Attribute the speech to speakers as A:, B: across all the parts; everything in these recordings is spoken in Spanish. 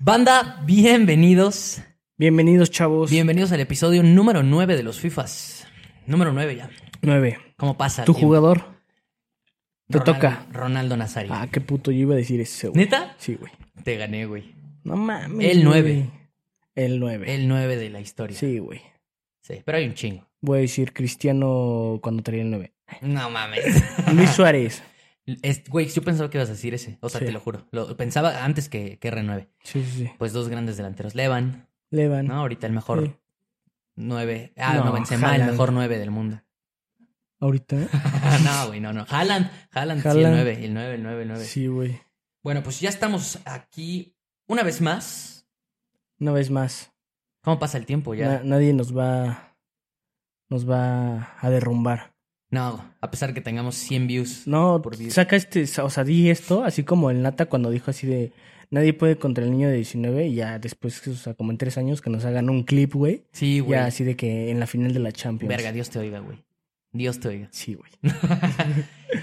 A: Banda, bienvenidos.
B: Bienvenidos, chavos.
A: Bienvenidos al episodio número 9 de los FIFAs. Número 9 ya.
B: 9.
A: ¿Cómo pasa? el
B: ¿Tu
A: tiempo?
B: jugador? Te
A: Ronaldo-
B: toca.
A: Ronaldo Nazario.
B: Ah, qué puto, yo iba a decir ese, güey.
A: ¿Neta?
B: Sí, güey.
A: Te gané, güey.
B: No mames.
A: El
B: güey.
A: nueve.
B: El 9.
A: El 9 de la historia. Sí.
B: Sí, güey.
A: pero hay un chingo.
B: Voy a decir Cristiano cuando traía el 9.
A: No mames.
B: Luis Suárez.
A: Es- Güey, yo pensaba que ibas a decir ese. O sea,
B: Sí.
A: te lo juro. Lo pensaba antes que, que R9.
B: Sí, sí, sí.
A: Pues dos grandes delanteros. Levan,
B: Levan.
A: ¿no? Ahorita el mejor
B: Sí.
A: 9. Ah, no,
B: No,
A: Benzema, el
B: Haaland.
A: mejor 9 del mundo.
B: Ahorita.
A: no, güey, no, no. Haaland, Haaland, sí, el
B: Haaland.
A: 9, el 9, el 9, el 9.
B: Sí, güey.
A: Bueno, pues ya estamos aquí una vez más.
B: Una vez más.
A: ¿Cómo pasa el tiempo ya?
B: Na- nadie nos va. Nos va a derrumbar.
A: No, a pesar que tengamos 100 views.
B: No,
A: Por Dios.
B: saca este. O sea, di esto, así como el Nata cuando dijo así de. Nadie puede contra el niño de 19 y ya después, o sea, como en tres años que nos hagan un clip, güey.
A: Sí, güey.
B: Ya, así de que en la final de la Champions.
A: Verga, Dios te oiga, güey. Dios te oiga.
B: Sí, güey.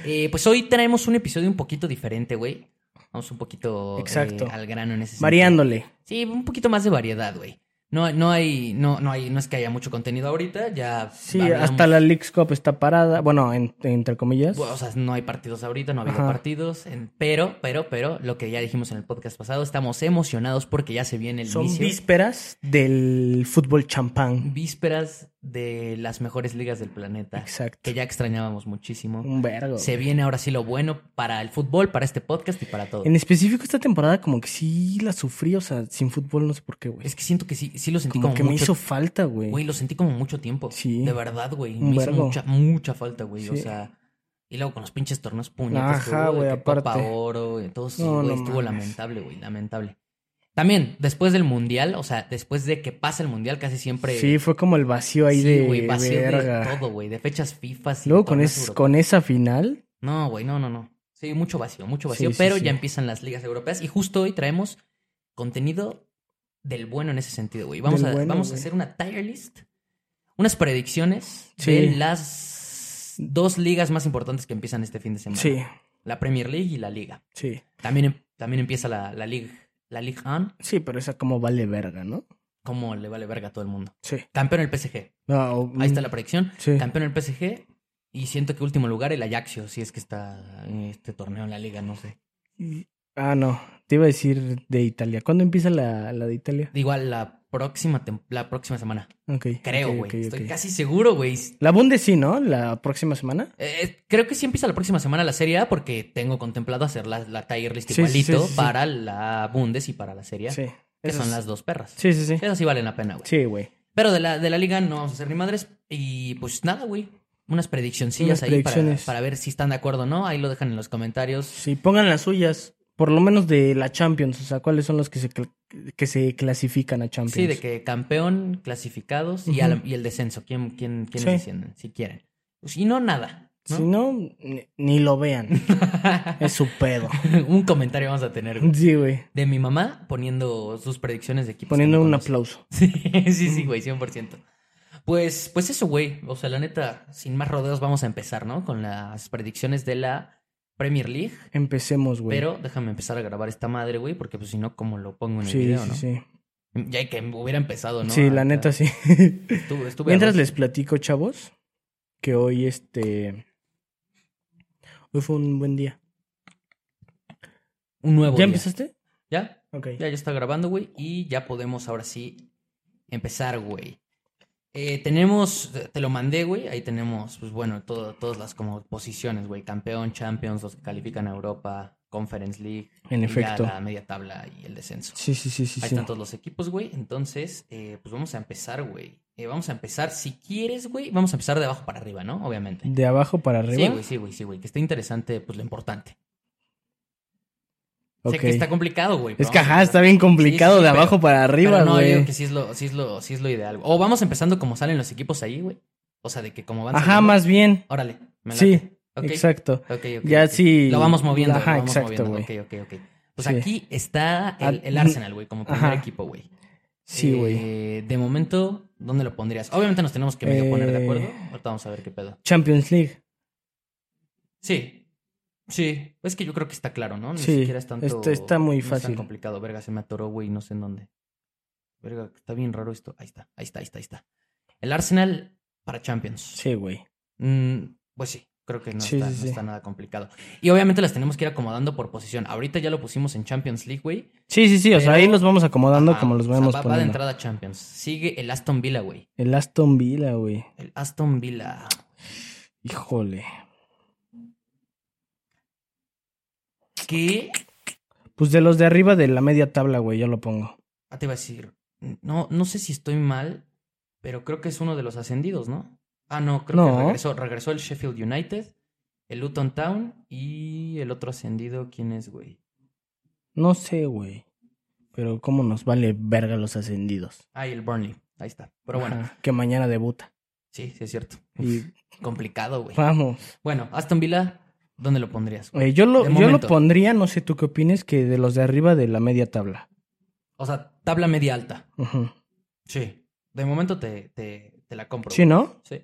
A: Eh, pues hoy traemos un episodio un poquito diferente, güey. Vamos un poquito eh,
B: Exacto.
A: al grano en ese sentido.
B: Variándole.
A: Sí, un poquito más de variedad, güey. No, no hay, no, no hay, no es que haya mucho contenido ahorita, ya.
B: Sí,
A: hablamos-
B: hasta la Leagues Cup está parada. Bueno, en- entre comillas.
A: Bueno, O sea, no hay partidos ahorita, no ha habido
B: Ajá.
A: partidos. en- pero, pero, pero, lo que ya dijimos en el podcast pasado, estamos emocionados porque ya se viene el
B: Son
A: inicio.
B: vísperas del fútbol champán.
A: vísperas de las mejores ligas del planeta,
B: Exacto.
A: que ya extrañábamos muchísimo.
B: Un vergo.
A: Se viene ahora sí lo bueno para el fútbol, para este podcast y para todo.
B: En específico esta temporada como que sí la sufrí, o sea, sin fútbol no sé por qué, güey.
A: Es que siento que sí, sí lo sentí
B: como,
A: como,
B: que me
A: mucho-
B: hizo falta, güey.
A: Güey, lo sentí como mucho tiempo.
B: Sí.
A: De verdad, güey.
B: Un
A: Me hizo
B: vergo.
A: mucha, mucha falta, güey. O
B: Sí.
A: sea. Y luego con los pinches torneos puñetas.
B: Ajá,
A: que hubo, de
B: güey,
A: que Copa
B: aparte.
A: Oro, y todo eso,
B: No,
A: güey,
B: no
A: estuvo
B: mames.
A: lamentable, güey. Lamentable. También, después del mundial, o sea, después de que pasa el mundial, casi siempre.
B: Sí, fue como el vacío ahí
A: sí,
B: de
A: güey, vacío de
B: verga.
A: todo, güey. De fechas FIFA. sin
B: Luego con,
A: torneos
B: es,
A: europeos.
B: con esa final,
A: No, güey, no, no, no. Sí, mucho vacío, mucho
B: Sí,
A: vacío.
B: sí,
A: pero
B: sí.
A: ya empiezan las ligas europeas. Y justo hoy traemos contenido del bueno en ese sentido, güey. Vamos,
B: Del
A: a,
B: bueno,
A: vamos a
B: güey.
A: hacer una tier list, unas predicciones de
B: Sí.
A: las dos ligas más importantes que empiezan este fin de semana.
B: sí,
A: La Premier League y la Liga.
B: sí.
A: También, em- también empieza la, la Liga. La Liga On,
B: Sí, pero esa como vale verga, ¿no?
A: como le vale verga a todo el mundo.
B: Sí.
A: Campeón el PSG.
B: Ah, o-
A: Ahí está la predicción.
B: Sí.
A: Campeón el PSG. Y siento que último lugar el Ajaxio, si es que está en este torneo en la liga, no sé.
B: Ah, no. Te iba a decir de Italia. ¿Cuándo empieza la, la de Italia?
A: Igual la próxima, tem- la próxima semana.
B: Ok.
A: Creo,
B: ok,
A: güey.
B: ok,
A: Estoy
B: ok.
A: casi seguro, güey.
B: La Bundes sí, ¿no? La próxima semana.
A: Eh, creo que sí empieza la próxima semana la Serie A porque tengo contemplado hacer la, la tier list
B: Sí, sí,
A: igualito
B: sí, sí, sí.
A: para la Bundes y para la Serie A.
B: Sí.
A: Que
B: Esas-
A: son las dos perras.
B: Sí, sí, sí.
A: Esas sí valen la pena, güey.
B: Sí, güey.
A: Pero de la, de la liga no vamos a hacer ni madres. Y pues nada, güey. Unas prediccioncillas
B: Unas
A: ahí
B: predicciones.
A: Para, para ver si están de acuerdo o no. Ahí lo dejan en los comentarios.
B: Sí, pongan las suyas. Por lo menos de la Champions. O sea, ¿cuáles son los que se, cl- que se clasifican a Champions?
A: Sí, de que campeón, clasificados y,
B: Ujú.
A: al- y el descenso. ¿Quién, quién, quiénes
B: Sí.
A: descienden? Si quieren. Pues, Si no, nada. ¿no?
B: Si no, ni, ni lo vean. es su pedo.
A: un comentario vamos a tener güey.
B: Sí, güey.
A: de mi mamá poniendo sus predicciones de equipos.
B: Poniendo
A: que no
B: un
A: conoce.
B: aplauso.
A: Sí, sí, sí, güey, 100%. Pues, pues eso, güey. O sea, la neta, sin más rodeos, vamos a empezar, ¿no? Con las predicciones de la Premier League.
B: Empecemos, güey.
A: Pero déjame empezar a grabar esta madre, güey, porque pues si no, como lo pongo en el
B: Sí,
A: video,
B: sí,
A: ¿no?
B: sí.
A: Ya hay que hubiera empezado, ¿no?
B: Sí, la
A: Acá.
B: neta sí.
A: Estuve, estuve a
B: Mientras
A: dos.
B: les platico, chavos, que hoy este. Hoy fue un buen día.
A: Un nuevo.
B: ¿Ya
A: día.
B: empezaste?
A: ¿Ya?
B: Ok.
A: Ya, ya está grabando, güey. Y ya podemos ahora sí empezar, güey. Eh, tenemos, te lo mandé, güey. Ahí tenemos, pues bueno, todo, todas las como posiciones, güey. Campeón, Champions, los que califican a Europa, Conference League.
B: En
A: y ya
B: efecto.
A: la media tabla y el descenso.
B: Sí, sí, sí, sí.
A: Ahí
B: sí.
A: están todos los equipos, güey. Entonces, eh, pues vamos a empezar, güey. Eh, vamos a empezar, si quieres, güey, vamos a empezar de abajo para arriba, ¿no? Obviamente.
B: De abajo para
A: Sí,
B: arriba.
A: güey, sí, güey, sí, güey. Que esté interesante, pues lo importante.
B: Ok.
A: Sé que está complicado, güey. pero
B: Es que
A: vamos a
B: ajá,
A: empezar.
B: está bien complicado
A: Sí, sí,
B: de
A: pero-
B: abajo para arriba,
A: Pero no, yo
B: güey.
A: creo que sí es lo, sí es lo, sí es lo ideal. güey. O vamos empezando como salen los equipos ahí, güey. O sea, de que como van.
B: Ajá,
A: saliendo,
B: más bien.
A: Órale. me
B: Sí,
A: late. Ok,
B: Exacto.
A: ok, ok,
B: Ya
A: ok.
B: sí.
A: Lo vamos moviendo. lo
B: Ajá,
A: vamos
B: exacto,
A: moviendo.
B: güey.
A: Ok, ok, ok. Pues
B: Sí.
A: aquí está el,
B: Ah,
A: el Arsenal, güey, como primer
B: ajá.
A: equipo, güey.
B: Sí,
A: Eh,
B: güey.
A: de momento, ¿dónde lo pondrías? Obviamente nos tenemos que medio poner de acuerdo.
B: Eh.
A: Ahorita vamos a ver qué pedo.
B: Champions League.
A: Sí. Sí, es que yo creo que está claro, ¿no? Ni
B: Sí,
A: siquiera es tanto.
B: está- está muy
A: no es tan
B: fácil.
A: complicado. Verga, se me atoró, güey, no sé en dónde. Verga, está bien raro esto. Ahí está, ahí está, ahí está, ahí está. El Arsenal para Champions.
B: Sí, güey.
A: Mm, pues sí, creo que no,
B: Sí,
A: está,
B: sí,
A: no
B: sí.
A: está nada complicado. Y obviamente las tenemos que ir acomodando por posición. Ahorita ya lo pusimos en Champions League, güey.
B: Sí, sí, sí. O sea,
A: Pero-
B: ahí los vamos acomodando
A: Ajá,
B: como los
A: o sea,
B: vamos
A: va, va de
B: poniendo.
A: entrada Champions. Sigue el Aston Villa, güey.
B: El Aston Villa, güey.
A: El Aston Villa.
B: Híjole.
A: ¿Qué?
B: Pues de los de arriba de la media tabla, güey, yo lo pongo.
A: Ah, te iba a decir. No, no sé si estoy mal, pero creo que es uno de los ascendidos, ¿no? Ah, no, creo
B: No.
A: que regresó. Regresó el Sheffield United, el Luton Town y el otro ascendido, ¿quién es, güey?
B: No sé, güey. Pero cómo nos vale verga los ascendidos.
A: Ah, y el Burnley. Ahí está. Pero bueno,
B: Ajá, Que mañana debuta.
A: sí, sí es cierto.
B: Y
A: Complicado, güey.
B: vamos.
A: Bueno, Aston Villa, ¿dónde lo pondrías? güey?
B: Eh, yo lo,
A: De
B: yo lo
A: momento.
B: pondría, no sé tú qué opines, que de los de arriba de la media tabla.
A: O sea, tabla media alta.
B: Ujú.
A: Sí. De momento te, te, te la compro.
B: Sí,
A: güey.
B: ¿no?
A: Sí.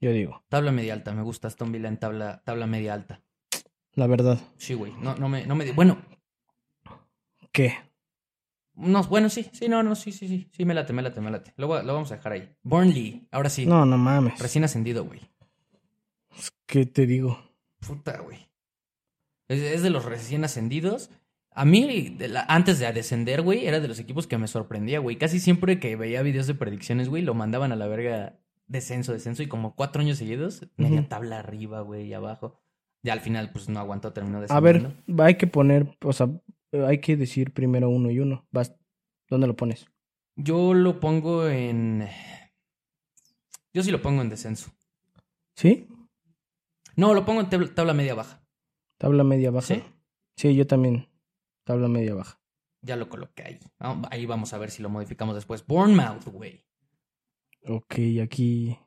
B: Yo digo,
A: Tabla media alta. Me gusta Aston Villa en tabla, tabla media alta.
B: la verdad.
A: Sí, güey. No, no me, no me. Bueno,
B: ¿Qué?
A: no, bueno, sí, sí, no, no, sí, sí, sí. Sí, me late, me late, me late. Lo, voy a- lo vamos a dejar ahí. Burnley, ahora sí.
B: No, no mames. Pues,
A: Recién ascendido, güey.
B: ¿Qué te digo?
A: Puta, güey. Es, es de los recién ascendidos. A mí, de la- antes de descender, güey, era de los equipos que me sorprendía, güey. Casi siempre que veía videos de predicciones, güey, lo mandaban a la verga descenso, descenso. Y como cuatro años seguidos, media
B: Ujú.
A: tabla arriba, güey, y abajo. Ya al final, pues no aguantó, terminó
B: A
A: descendiendo.
B: ver, hay que poner, o sea, hay que decir primero uno y uno. Vas, ¿Dónde lo pones?
A: Yo lo pongo en. Yo sí lo pongo en descenso.
B: ¿Sí?
A: No, lo pongo en tabla, tabla media baja.
B: ¿Tabla media baja?
A: Sí.
B: Sí, yo también. Tabla media baja.
A: Ya lo coloqué ahí. Ah, Ahí vamos a ver si lo modificamos después. Bournemouth, güey.
B: Ok, aquí.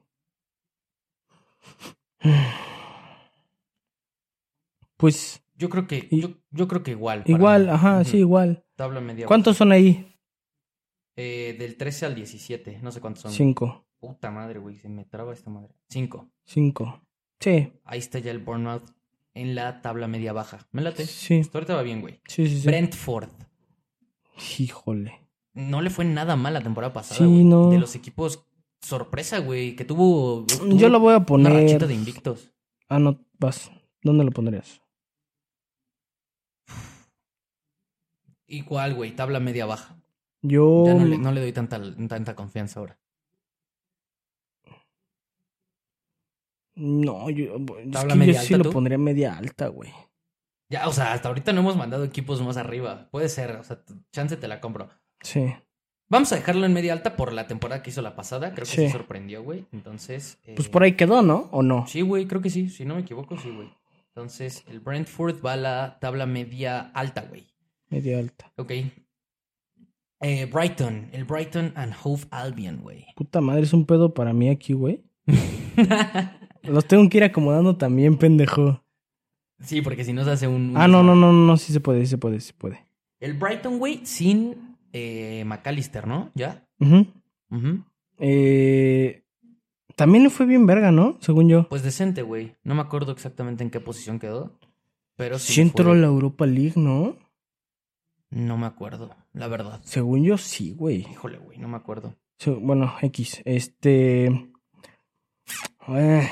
B: Pues
A: Yo creo que,
B: Y-
A: yo, yo creo que igual. para
B: igual,
A: mí.
B: ajá,
A: Ujú.
B: sí, igual.
A: Tabla media.
B: ¿Cuántos son ahí?
A: Eh, del 13 al 17, no sé cuántos son.
B: Cinco.
A: Puta madre, güey, se me traba esta madre. Cinco.
B: Cinco. Sí,
A: Ahí está ya el Bournemouth en la tabla media baja. Me late.
B: sí, sí,
A: Hasta ahorita va bien, güey.
B: sí. sí.
A: Brentford.
B: Híjole.
A: No le fue nada mal la temporada pasada,
B: Sí,
A: güey.
B: no.
A: De los equipos sorpresa, güey, que tuvo, tuvo
B: Yo lo voy a
A: una rachita
B: poner.
A: de invictos.
B: Ah, no, vas. ¿Dónde lo pondrías?
A: Igual, güey, tabla media baja.
B: Yo.
A: Ya no le, no le doy tanta, tanta confianza ahora.
B: No, yo. es
A: ¿Tabla
B: que yo
A: media
B: sí
A: alta
B: lo
A: tú?
B: pondría media alta, güey.
A: Ya, o sea, hasta ahorita no hemos mandado equipos más arriba. Puede ser, o sea, t- chance te la compro.
B: Sí.
A: Vamos a dejarlo en media alta por la temporada que hizo la pasada. Creo que
B: Sí.
A: se sorprendió, güey. Entonces. eh,
B: Pues por ahí quedó, ¿no? ¿O no?
A: Sí, güey, creo que sí. Si no me equivoco, sí, güey. Entonces, el Brentford va a la tabla media alta, güey.
B: Media alta.
A: Ok. Eh, Brighton. El Brighton and Hove Albion, güey.
B: Puta madre, es un pedo para mí aquí, güey. Los tengo que ir acomodando también, pendejo.
A: sí, porque si no se hace un. un
B: Ah, no, no, no, no, no, sí se puede, sí se puede, sí se puede.
A: El Brighton, güey, sin eh, McAllister, ¿no? ¿Ya?
B: Ujú.
A: Ujú.
B: Eh, también le fue bien verga, ¿no? Según yo.
A: Pues decente, güey. No me acuerdo exactamente en qué posición quedó. Pero sí.
B: sí entró a
A: fue-
B: la Europa League, ¿no?
A: No me acuerdo, la verdad.
B: Según yo, sí, güey.
A: Híjole, güey, no me acuerdo.
B: Se- Bueno, X. Este. eh,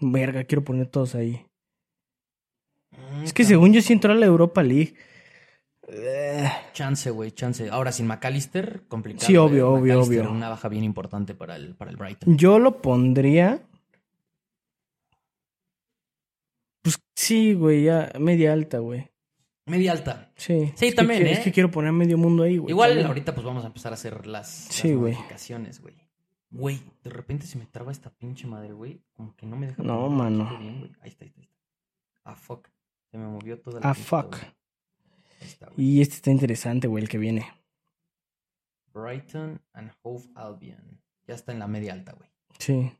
B: verga, quiero poner todos ahí. Es que según yo sí entró a la Europa League. Eh,
A: Chance, güey, chance. Ahora, sin McAllister, complicado.
B: Sí, obvio,
A: güey.
B: obvio,
A: McAllister,
B: obvio.
A: Una baja bien importante para el, para el Brighton.
B: Yo lo pondría. Pues sí, güey, ya media alta, güey. Mm.
A: Media alta.
B: Sí.
A: Sí,
B: Es que
A: también,
B: quiero-
A: ¿eh?
B: Es que quiero poner medio mundo ahí, güey.
A: Igual
B: también.
A: ahorita pues vamos a empezar a hacer las,
B: Sí,
A: las
B: güey.
A: modificaciones, güey. Güey, de repente se me traba esta pinche madre, güey. Como que no me deja.
B: No,
A: ponerlo
B: mano.
A: aquí bien, güey. ahí está, ahí está. ahí está. Ah, fuck. Se me movió toda la
B: Ah,
A: pinche
B: fuck.
A: tabla. Ahí está, güey.
B: Y este está interesante, güey, el que viene.
A: Brighton and Hove Albion. Ya está en la media alta, güey.
B: Sí.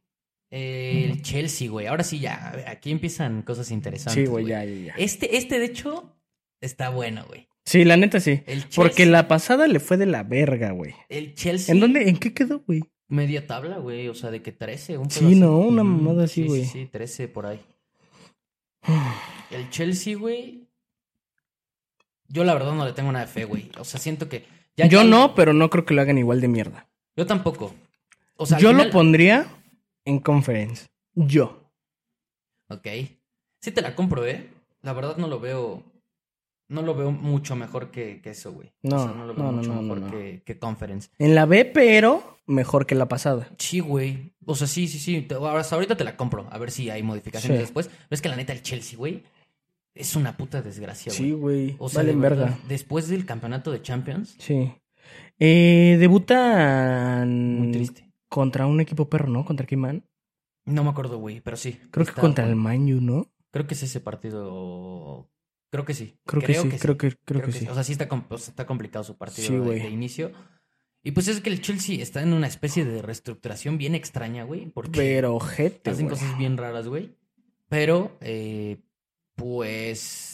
A: El Chelsea, güey. Ahora sí ya, a ver, aquí empiezan cosas interesantes.
B: Sí, güey, ya, ya, ya.
A: Este, este, de hecho, está bueno, güey.
B: Sí, la neta sí.
A: El Chelsea,
B: Porque la pasada le fue de la verga, güey.
A: el Chelsea
B: ¿En dónde? ¿En qué quedó, güey?
A: media tabla, güey. O sea, de que 13, un
B: Sí,
A: pedo así.
B: no, una
A: Ujú,
B: mamada así,
A: sí,
B: güey.
A: Sí, sí, 13 por ahí. El Chelsea, güey. Yo la verdad no le tengo nada de fe, güey. O sea, siento que. ya
B: Yo
A: que-
B: no, pero no creo que lo hagan igual de mierda.
A: Yo tampoco. O sea, al
B: Yo lo
A: final-
B: pondría en conference. Yo.
A: Ok. Sí te la compro, ¿eh? La verdad no lo veo. No lo veo mucho mejor que, que eso, güey.
B: No,
A: o sea, no lo veo
B: no, no,
A: mucho
B: no, no,
A: mejor
B: no.
A: Que, que Conference.
B: En la B, pero mejor que la pasada.
A: Sí, güey. O sea, sí, sí, sí. Te- ahora- hasta ahorita te la compro. A ver si hay modificaciones
B: Sí.
A: después. Pero es que la neta, el Chelsea, güey, es una puta desgracia, güey.
B: Sí, güey.
A: O sea,
B: Vale,
A: de verdad,
B: verga.
A: después del campeonato de Champions,
B: Sí. Eh, debutan
A: muy triste.
B: contra un equipo perro, ¿no? ¿Contra quién man?
A: No me acuerdo, güey, pero sí.
B: Creo que
A: Está-
B: contra el Man U, ¿no?
A: Creo que es ese partido. Creo que sí.
B: Creo, que sí, creo que, creo que sí.
A: O sea, sí está, com- o sea, está complicado su partido
B: Sí,
A: de-
B: güey.
A: de inicio. Y pues es que el Chelsea está en una especie de reestructuración bien extraña, güey. Porque
B: Pero ojete,
A: hacen
B: güey.
A: cosas bien raras, güey. Pero, eh, pues.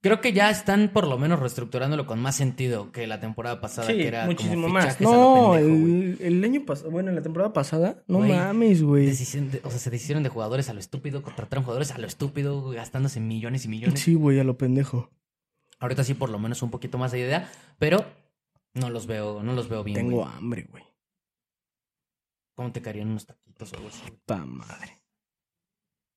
A: Creo que ya están por lo menos reestructurándolo con más sentido que la temporada pasada,
B: Sí,
A: que era
B: muchísimo
A: como
B: más.
A: fichajes a lo
B: No,
A: pendejo, güey.
B: el, el año pasado, bueno, la temporada pasada, no
A: Güey,
B: mames, güey.
A: Decisión de- o sea, se deshicieron de jugadores a lo estúpido, contrataron jugadores a lo estúpido, güey, gastándose millones y millones.
B: Sí, güey, a lo pendejo.
A: Ahorita sí, por lo menos un poquito más de idea, pero no los veo, no los veo bien.
B: Tengo
A: güey.
B: hambre, güey.
A: ¿Cómo te caerían unos taquitos o algo así? güey?
B: Pa madre.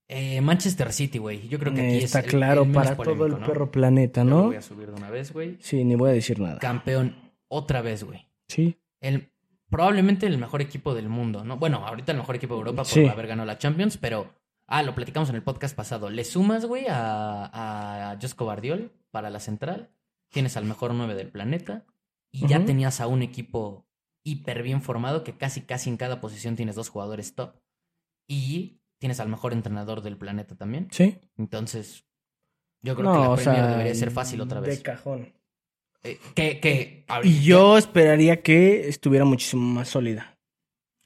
A: Eh, Manchester City, güey. Yo creo que aquí
B: Eh, Está
A: es el-
B: claro
A: el menos
B: para
A: polémico,
B: todo el
A: ¿no?
B: perro planeta,
A: Yo lo
B: ¿no?
A: voy a subir de una vez, güey.
B: Sí, ni voy a decir nada.
A: Campeón otra vez, güey.
B: Sí.
A: El, probablemente el mejor equipo del mundo, ¿no? Bueno, ahorita el mejor equipo de Europa por
B: Sí.
A: haber ganado la Champions, pero... Ah, lo platicamos en el podcast pasado. ¿Le sumas, güey, a, a Josco Bardiol para la central? Tienes al mejor 9 del planeta. Y ya
B: Ujú.
A: tenías a un equipo hiper bien formado que casi, casi en cada posición tienes dos jugadores top. Y tienes al mejor entrenador del planeta también.
B: Sí.
A: Entonces, yo creo que la
B: o
A: Premier
B: sea,
A: debería ser fácil otra vez.
B: De cajón.
A: Eh, que, que,
B: Y yo esperaría que estuviera muchísimo más sólida.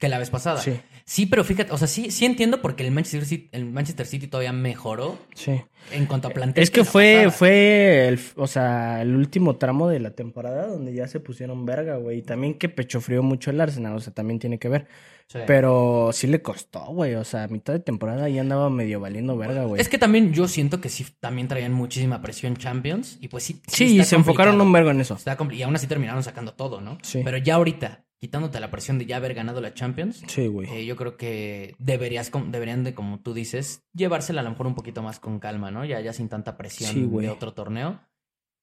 A: que la vez pasada.
B: Sí,
A: Sí, pero fíjate, o sea, sí, sí entiendo porque el Manchester City, el Manchester City todavía mejoró
B: sí.
A: en cuanto a plantel.
B: Eh, Es que
A: la
B: fue,
A: pasada.
B: fue el, o sea, el último tramo de la temporada donde ya se pusieron verga, güey. Y también que pechofrió mucho el Arsenal, o sea, también tiene que ver.
A: Sí.
B: Pero sí le costó, güey. O sea, a mitad de temporada ya andaba medio valiendo verga, güey.
A: Es que también yo siento que sí, también traían muchísima presión Champions. Y pues sí.
B: sí, y
A: está
B: se enfocaron
A: complicado.
B: un vergo en eso.
A: Está compli- y aún así terminaron sacando todo, ¿no?
B: Sí.
A: Pero ya ahorita, quitándote la presión de ya haber ganado la Champions,
B: Sí, güey.
A: eh, yo creo que deberías, com- deberían de, como tú dices, llevársela a lo mejor un poquito más con calma, ¿no? Ya, ya sin tanta presión
B: Sí, güey.
A: de otro torneo.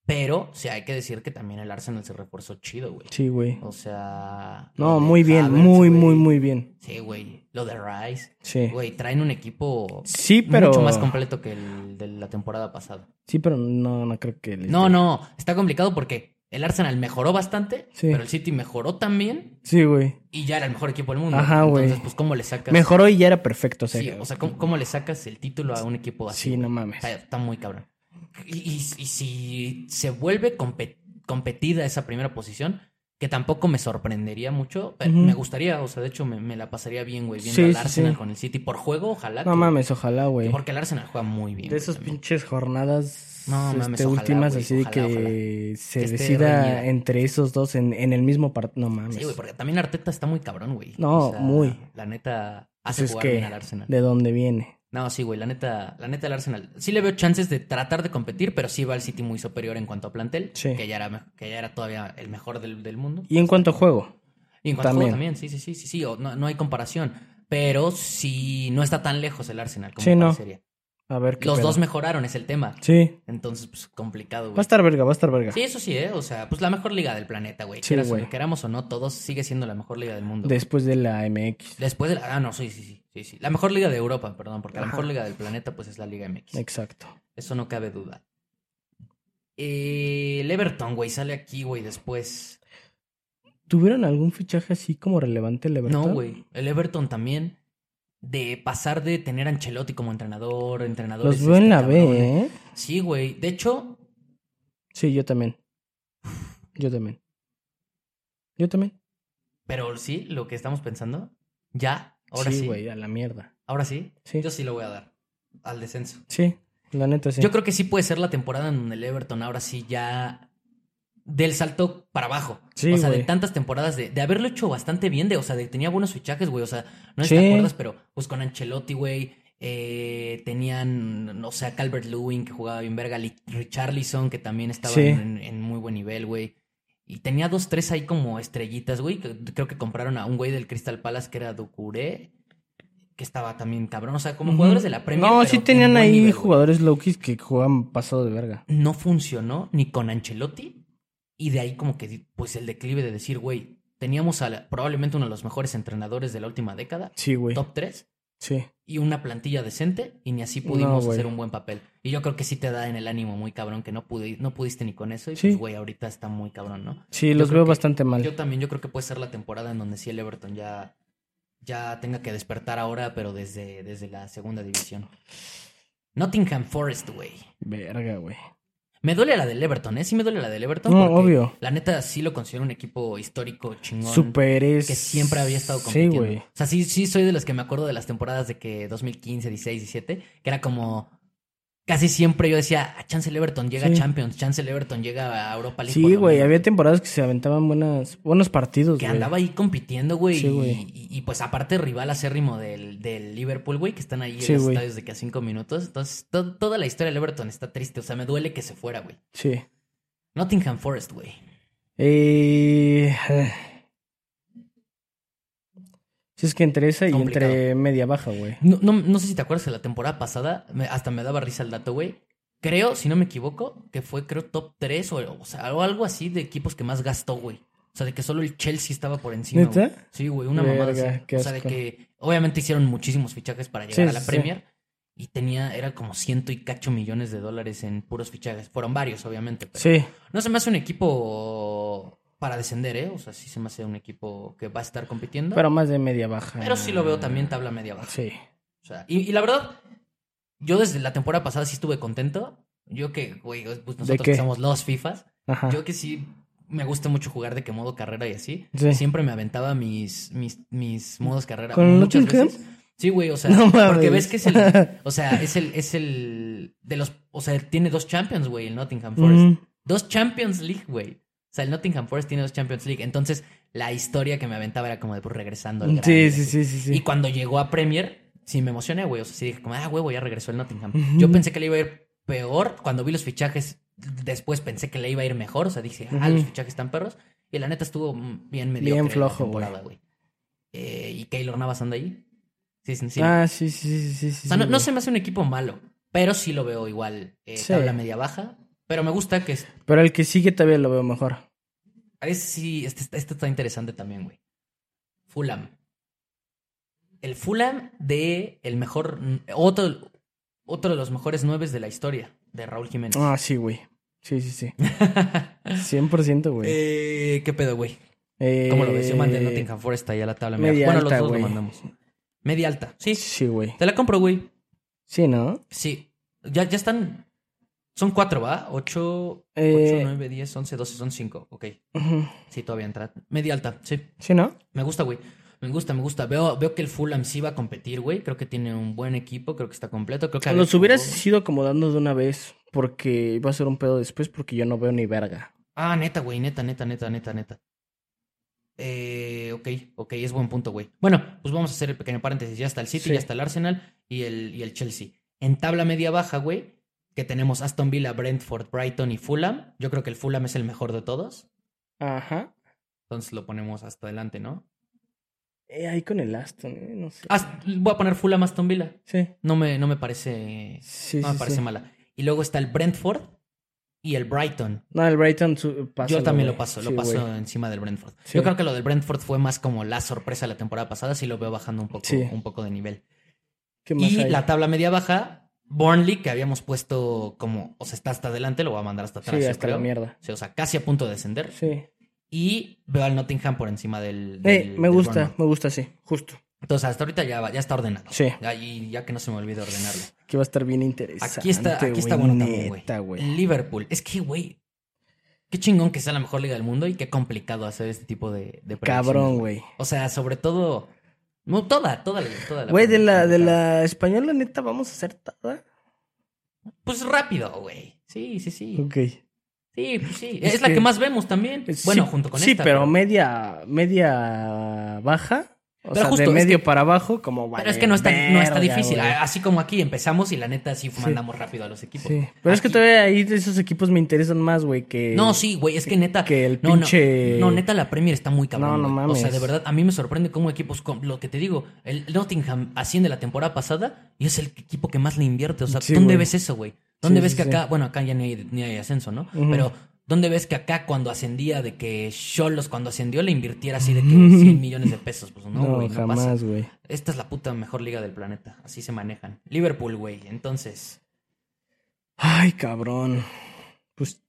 A: Pero, o sea, hay que decir que también el Arsenal se reforzó chido, güey.
B: Sí, güey.
A: O sea... lo
B: No,
A: de
B: muy bien,
A: Havertz,
B: muy,
A: güey.
B: muy, muy bien.
A: Sí, güey. Lo de Rice.
B: Sí.
A: Güey, traen un equipo
B: Sí, pero.
A: mucho más completo que el de la temporada pasada.
B: Sí, pero no, no creo que. les
A: No,
B: dé.
A: no, está complicado porque el Arsenal mejoró bastante,
B: Sí.
A: pero el City mejoró también
B: Sí, güey.
A: y ya era el mejor equipo del mundo.
B: Ajá, güey.
A: Entonces, pues, ¿cómo le sacas?
B: Mejoró y ya era perfecto, o sea.
A: Sí, o sea, ¿cómo, cómo le sacas el título a un equipo así?
B: sí, no mames.
A: Está, está muy cabrón. Y, y- y si se vuelve compe- competida esa primera posición, que tampoco me sorprendería mucho, pero
B: Ujú.
A: me gustaría, o sea, de hecho me, me la pasaría bien, güey, viendo
B: Sí,
A: al
B: sí,
A: Arsenal
B: sí.
A: con el City por juego, ojalá.
B: No
A: que-
B: mames, ojalá, güey.
A: Porque el Arsenal juega muy bien.
B: De
A: güey,
B: esas
A: también.
B: pinches jornadas
A: No, mames,
B: este,
A: ojalá,
B: últimas,
A: güey,
B: así de
A: ojalá,
B: que
A: ojalá.
B: se
A: Que esté
B: decida
A: reñida.
B: entre esos dos en, en el mismo partido. No mames.
A: Sí, güey, porque también Arteta está muy cabrón, güey.
B: No, muy.
A: La neta hace
B: Pues es
A: jugar
B: que-
A: bien al Arsenal.
B: ¿De dónde viene?
A: No, sí, güey, la neta, la neta el Arsenal. Sí le veo chances de tratar de competir, pero sí va al City muy superior en cuanto a plantel,
B: Sí.
A: que ya era me- que ya era todavía el mejor del, del mundo.
B: ¿Y en cuanto a juego?
A: Y en cuanto
B: También.
A: a juego también, sí, sí, sí, sí, sí, o- no, no hay comparación, pero sí no está tan lejos el Arsenal como
B: Sí, no.
A: parecería.
B: A ver qué
A: Los
B: pedo.
A: dos mejoraron, es el tema.
B: Sí.
A: Entonces, pues complicado,
B: Va a
A: güey.
B: estar verga, va a estar verga.
A: Sí, eso sí, eh, o sea, pues la mejor liga del planeta, güey.
B: Sí,
A: Quieras-
B: güey.
A: queramos o no, todos sigue siendo la mejor liga del mundo. güey.
B: Después de la MX.
A: Después de la. Ah, no, sí, sí, sí. sí, sí. La mejor liga de Europa, perdón, porque la
B: Ajá.
A: mejor liga del planeta, pues es la Liga MX.
B: Exacto.
A: Eso no cabe duda. Eh, el Everton, güey, sale aquí, güey, después.
B: ¿Tuvieron algún fichaje así como relevante el Everton?
A: No, güey. El Everton también. De pasar de tener a Ancelotti como entrenador, entrenadores.
B: Los veo en
A: este,
B: la
A: cabrones.
B: B, ¿eh?
A: Sí, güey. De hecho,
B: Sí, yo también. Yo también. Yo también.
A: pero sí, lo que estamos pensando. Ya, ahora sí.
B: sí, güey, a la mierda.
A: Ahora sí.
B: Sí.
A: Yo sí lo voy a dar. Al descenso.
B: Sí, la neta Pues sí.
A: Yo creo que sí puede ser la temporada en donde el Everton ahora sí ya del salto para abajo.
B: Sí,
A: o sea, de
B: güey.
A: tantas temporadas de, de haberlo hecho bastante bien, de, o sea, de tenía buenos fichajes, güey. O sea, no sé si
B: Sí.
A: te acuerdas, pero pues con Ancelotti, güey. Eh, tenían, o sea, Calvert Lewin, que jugaba bien verga, Li- Richarlison, que también estaba
B: Sí.
A: en, en muy buen nivel, güey. Y tenía dos, tres ahí como estrellitas, güey. que Creo que compraron a un güey del Crystal Palace que era Ducuré, que estaba también cabrón. O sea, como jugadores de la Premier.
B: No,
A: pero
B: sí
A: en
B: tenían
A: buen
B: ahí
A: nivel, güey.
B: jugadores lowkeys que jugaban pasado de verga.
A: No funcionó ni con Ancelotti. Y de ahí como que, di- pues, el declive de decir, güey, teníamos a la- probablemente uno de los mejores entrenadores de la última década,
B: Sí, güey.
A: top 3
B: Sí.
A: y una plantilla decente y ni así
B: No,
A: pudimos
B: güey.
A: hacer un buen papel. Y yo creo que sí te da en el ánimo muy cabrón que no, pudi- no pudiste ni con eso y
B: Sí.
A: pues güey, ahorita está muy cabrón, ¿no?
B: Sí,
A: Yo
B: los
A: creo
B: veo
A: que-
B: bastante mal.
A: Yo también yo creo que puede ser la temporada en donde sí el Everton ya ya tenga que despertar ahora, pero desde desde la segunda división. Nottingham Forest, güey.
B: Verga, güey.
A: Me duele la del Everton, ¿eh? Sí me duele la del Everton.
B: No,
A: porque
B: obvio.
A: La neta sí lo considero un equipo histórico chingón
B: Super es.
A: que siempre había estado
B: Sí,
A: compitiendo.
B: güey.
A: O sea, sí, sí soy de los que me acuerdo de las temporadas de que 2015, 16, 17, que era como casi siempre yo decía, ah, Chance el Everton llega
B: Sí.
A: a Champions, Chance el Everton llega a Europa League. por
B: Sí,
A: lo
B: güey.
A: menos,
B: Había temporadas que se aventaban buenas, buenos partidos,
A: que
B: güey.
A: andaba ahí compitiendo, güey,
B: Sí,
A: y-
B: güey.
A: y, y, pues aparte rival acérrimo del, del Liverpool, güey, que están ahí en
B: Sí,
A: los
B: güey.
A: estadios de que a cinco minutos. Entonces, to- toda la historia del Everton está triste. O sea, me duele que se fuera, güey.
B: Sí.
A: Nottingham Forest, güey.
B: Eh... Si es que entre esa y
A: Complicado.
B: entre media baja, güey.
A: No, no, no sé si te acuerdas de la temporada pasada, me- hasta me daba risa el dato, güey. Creo, si no me equivoco, que fue, creo, top 3 o, o sea, o algo así de equipos que más gastó, güey. O sea, de que solo el Chelsea estaba por encima.
B: ¿Neta?
A: güey. Sí, güey, una
B: Verga,
A: mamada así.
B: qué
A: O sea, de
B: asco.
A: que obviamente hicieron muchísimos fichajes para llegar
B: Sí,
A: a la
B: sí, sí.
A: Premier. Y tenía, era como ciento y cacho millones de dólares en puros fichajes. Fueron varios, obviamente. Pero
B: Sí.
A: No se me hace un equipo para descender, ¿eh? O sea, sí se me hace un equipo que va a estar compitiendo.
B: Pero
A: Pero,
B: más de media baja.
A: sí lo veo también tabla media baja.
B: Sí.
A: O sea, y, y la verdad, yo desde la temporada pasada sí estuve contento. Yo que, güey, pues nosotros
B: qué? Ah.
A: que somos los FIFAs,
B: Ajá.
A: yo que sí me gusta mucho jugar de que modo carrera y así.
B: Sí.
A: Siempre me aventaba mis, mis, mis modos carrera.
B: ¿Con el
A: muchas
B: Nottingham?
A: veces. Sí, güey, o sea,
B: No
A: porque
B: mames.
A: ves que es el, o sea, es el, es el de los, o sea, tiene dos Champions, güey, el Nottingham Forest.
B: Mm,
A: Dos Champions League, güey. O sea, el Nottingham Forest tiene dos Champions League. Entonces, la historia que me aventaba era como de pues, regresando al grande,
B: Sí, sí, sí, sí, sí.
A: y cuando llegó a Premier, sí me emocioné, güey. O sea, sí dije, como, ah, huevo, ya regresó el Nottingham. Yo pensé que le iba a ir peor. Cuando vi los fichajes, después pensé que le iba a ir mejor. O sea, dije, ah, los
B: Ujú.
A: fichajes están perros. Y la neta estuvo mm, bien mediocre
B: Bien flojo,
A: la temporada, güey. Eh, y Keylor Navas anda ahí. Sí, sí, sí.
B: Ah, sí, sí, sí, sí, sí.
A: o sea, no,
B: sí,
A: no
B: güey.
A: se me hace un equipo malo, pero sí lo veo igual. Eh,
B: Sí.
A: Tabla media baja. Pero me gusta que es-
B: Pero el que sigue todavía lo veo mejor.
A: a ese sí, este, está- este está interesante también, güey. Fulham. El Fulham de el mejor, otro, otro de los mejores nueves de la historia, de Raúl Jiménez.
B: Ah, sí, güey. Sí, sí, sí. 100%, güey. Eh,
A: Eh, ¿Qué pedo, güey? ¿Cómo lo ves? Yo mandé Nottingham Forest ahí a la tabla. media.
B: media
A: bueno,
B: alta,
A: los dos
B: güey.
A: lo mandamos. Media alta. Sí,
B: Sí, güey.
A: te la compro, güey.
B: Sí, ¿no?
A: Sí. Ya, ya están... Son cuatro, ¿va? Ocho, ocho,
B: Eh,
A: nueve, diez, once, doce, son cinco. Ok.
B: ujú.
A: Sí, todavía entra. Media alta, sí.
B: Sí, ¿no?
A: Me gusta, güey. Me gusta, me gusta. Veo, veo que el Fulham sí va a competir, güey. Creo que tiene un buen equipo, creo que está completo. Creo que
B: Los
A: había-
B: hubieras sido acomodando de una vez porque iba a ser un pedo después porque yo no veo ni verga.
A: Ah, neta, güey, neta, neta, neta, neta, neta. Eh, ok, ok, es buen punto, güey. Bueno, pues vamos a hacer el pequeño paréntesis. Ya está el City,
B: Sí.
A: ya está el Arsenal y el, y el Chelsea. En tabla media baja, güey, que tenemos Aston Villa, Brentford, Brighton y Fulham. Yo creo que el Fulham es el mejor de todos.
B: Ajá.
A: Entonces lo ponemos hasta adelante, ¿no?
B: Eh, ahí con el Aston, eh, no sé.
A: Ast- voy a poner Fulham, Aston Villa.
B: Sí.
A: No me, no me parece
B: Sí,
A: no
B: sí,
A: me parece
B: sí.
A: mala. Y luego está el Brentford y el Brighton.
B: No, el Brighton su- pásalo,
A: Yo también
B: güey.
A: lo paso,
B: Sí,
A: lo paso
B: güey.
A: encima del Brentford.
B: Sí.
A: Yo creo que lo del Brentford fue más como la sorpresa de la temporada pasada, sí lo veo bajando un poco,
B: Sí.
A: un poco de nivel.
B: ¿Qué más
A: Y
B: hay?
A: la tabla media baja, Burnley, que habíamos puesto como, o sea, está hasta adelante, lo voy a mandar hasta atrás.
B: Sí,
A: yo
B: hasta la
A: creo.
B: mierda.
A: Sí, o sea, casi a punto de descender.
B: Sí.
A: Y veo al Nottingham por encima del.
B: Eh,
A: del-
B: me
A: del
B: gusta,
A: Bournemouth.
B: me gusta, sí. Justo.
A: Entonces, hasta ahorita ya, va- ya está ordenado.
B: Sí.
A: Ya, y ya que no se me olvide ordenarlo.
B: Que va a estar bien interesante.
A: Aquí está, aquí está
B: güey,
A: bueno también, güey.
B: neta, güey.
A: Liverpool. Es que, güey, qué chingón que sea la mejor liga del mundo y qué complicado hacer este tipo de, de predicciones,
B: Cabrón, güey.
A: O sea, sobre todo. No, toda, toda la toda la
B: Güey, de la, de
A: complicada.
B: la española, neta, vamos a hacer toda.
A: Pues rápido, güey. Sí, sí, sí.
B: Ok.
A: Sí, pues sí.
B: Es
A: Es, la
B: que-
A: que más vemos también. Bueno,
B: Sí,
A: junto con
B: Sí,
A: esta.
B: pero media, media baja O
A: Pero
B: sea,
A: justo,
B: de
A: es
B: medio
A: que-
B: para abajo, como vale.
A: Pero es que no está, no está
B: verga,
A: difícil. ah,
B: güey.
A: A- Así como aquí empezamos y la neta sí mandamos rápido a los equipos.
B: Sí. Pero es que
A: Aquí-
B: todavía ahí de esos equipos me interesan más, güey, que.
A: No, sí, güey, es que neta.
B: que el
A: no, no,
B: pinche-
A: No, neta, la Premier está muy cabrón.
B: No, no
A: güey. O sea,
B: mames.
A: de verdad, a mí me sorprende cómo equipos. Con, lo que te digo, el Nottingham asciende la temporada pasada y es el equipo que más le invierte. O sea,
B: Sí,
A: ¿dónde
B: güey.
A: ves eso, güey? ¿Dónde
B: Sí,
A: ves
B: sí,
A: que
B: sí.
A: acá. Bueno, acá ya ni hay, ni hay ascenso, ¿no? Pero. ¿Dónde ves que acá cuando ascendía, de que Cholos cuando ascendió le invirtiera así de que 100 millones de pesos? Pues no,
B: No,
A: güey, no, pasa.
B: jamás, güey.
A: Esta es la puta mejor liga del planeta. Así se manejan. Liverpool, güey. Entonces,
B: Ay, cabrón. Pues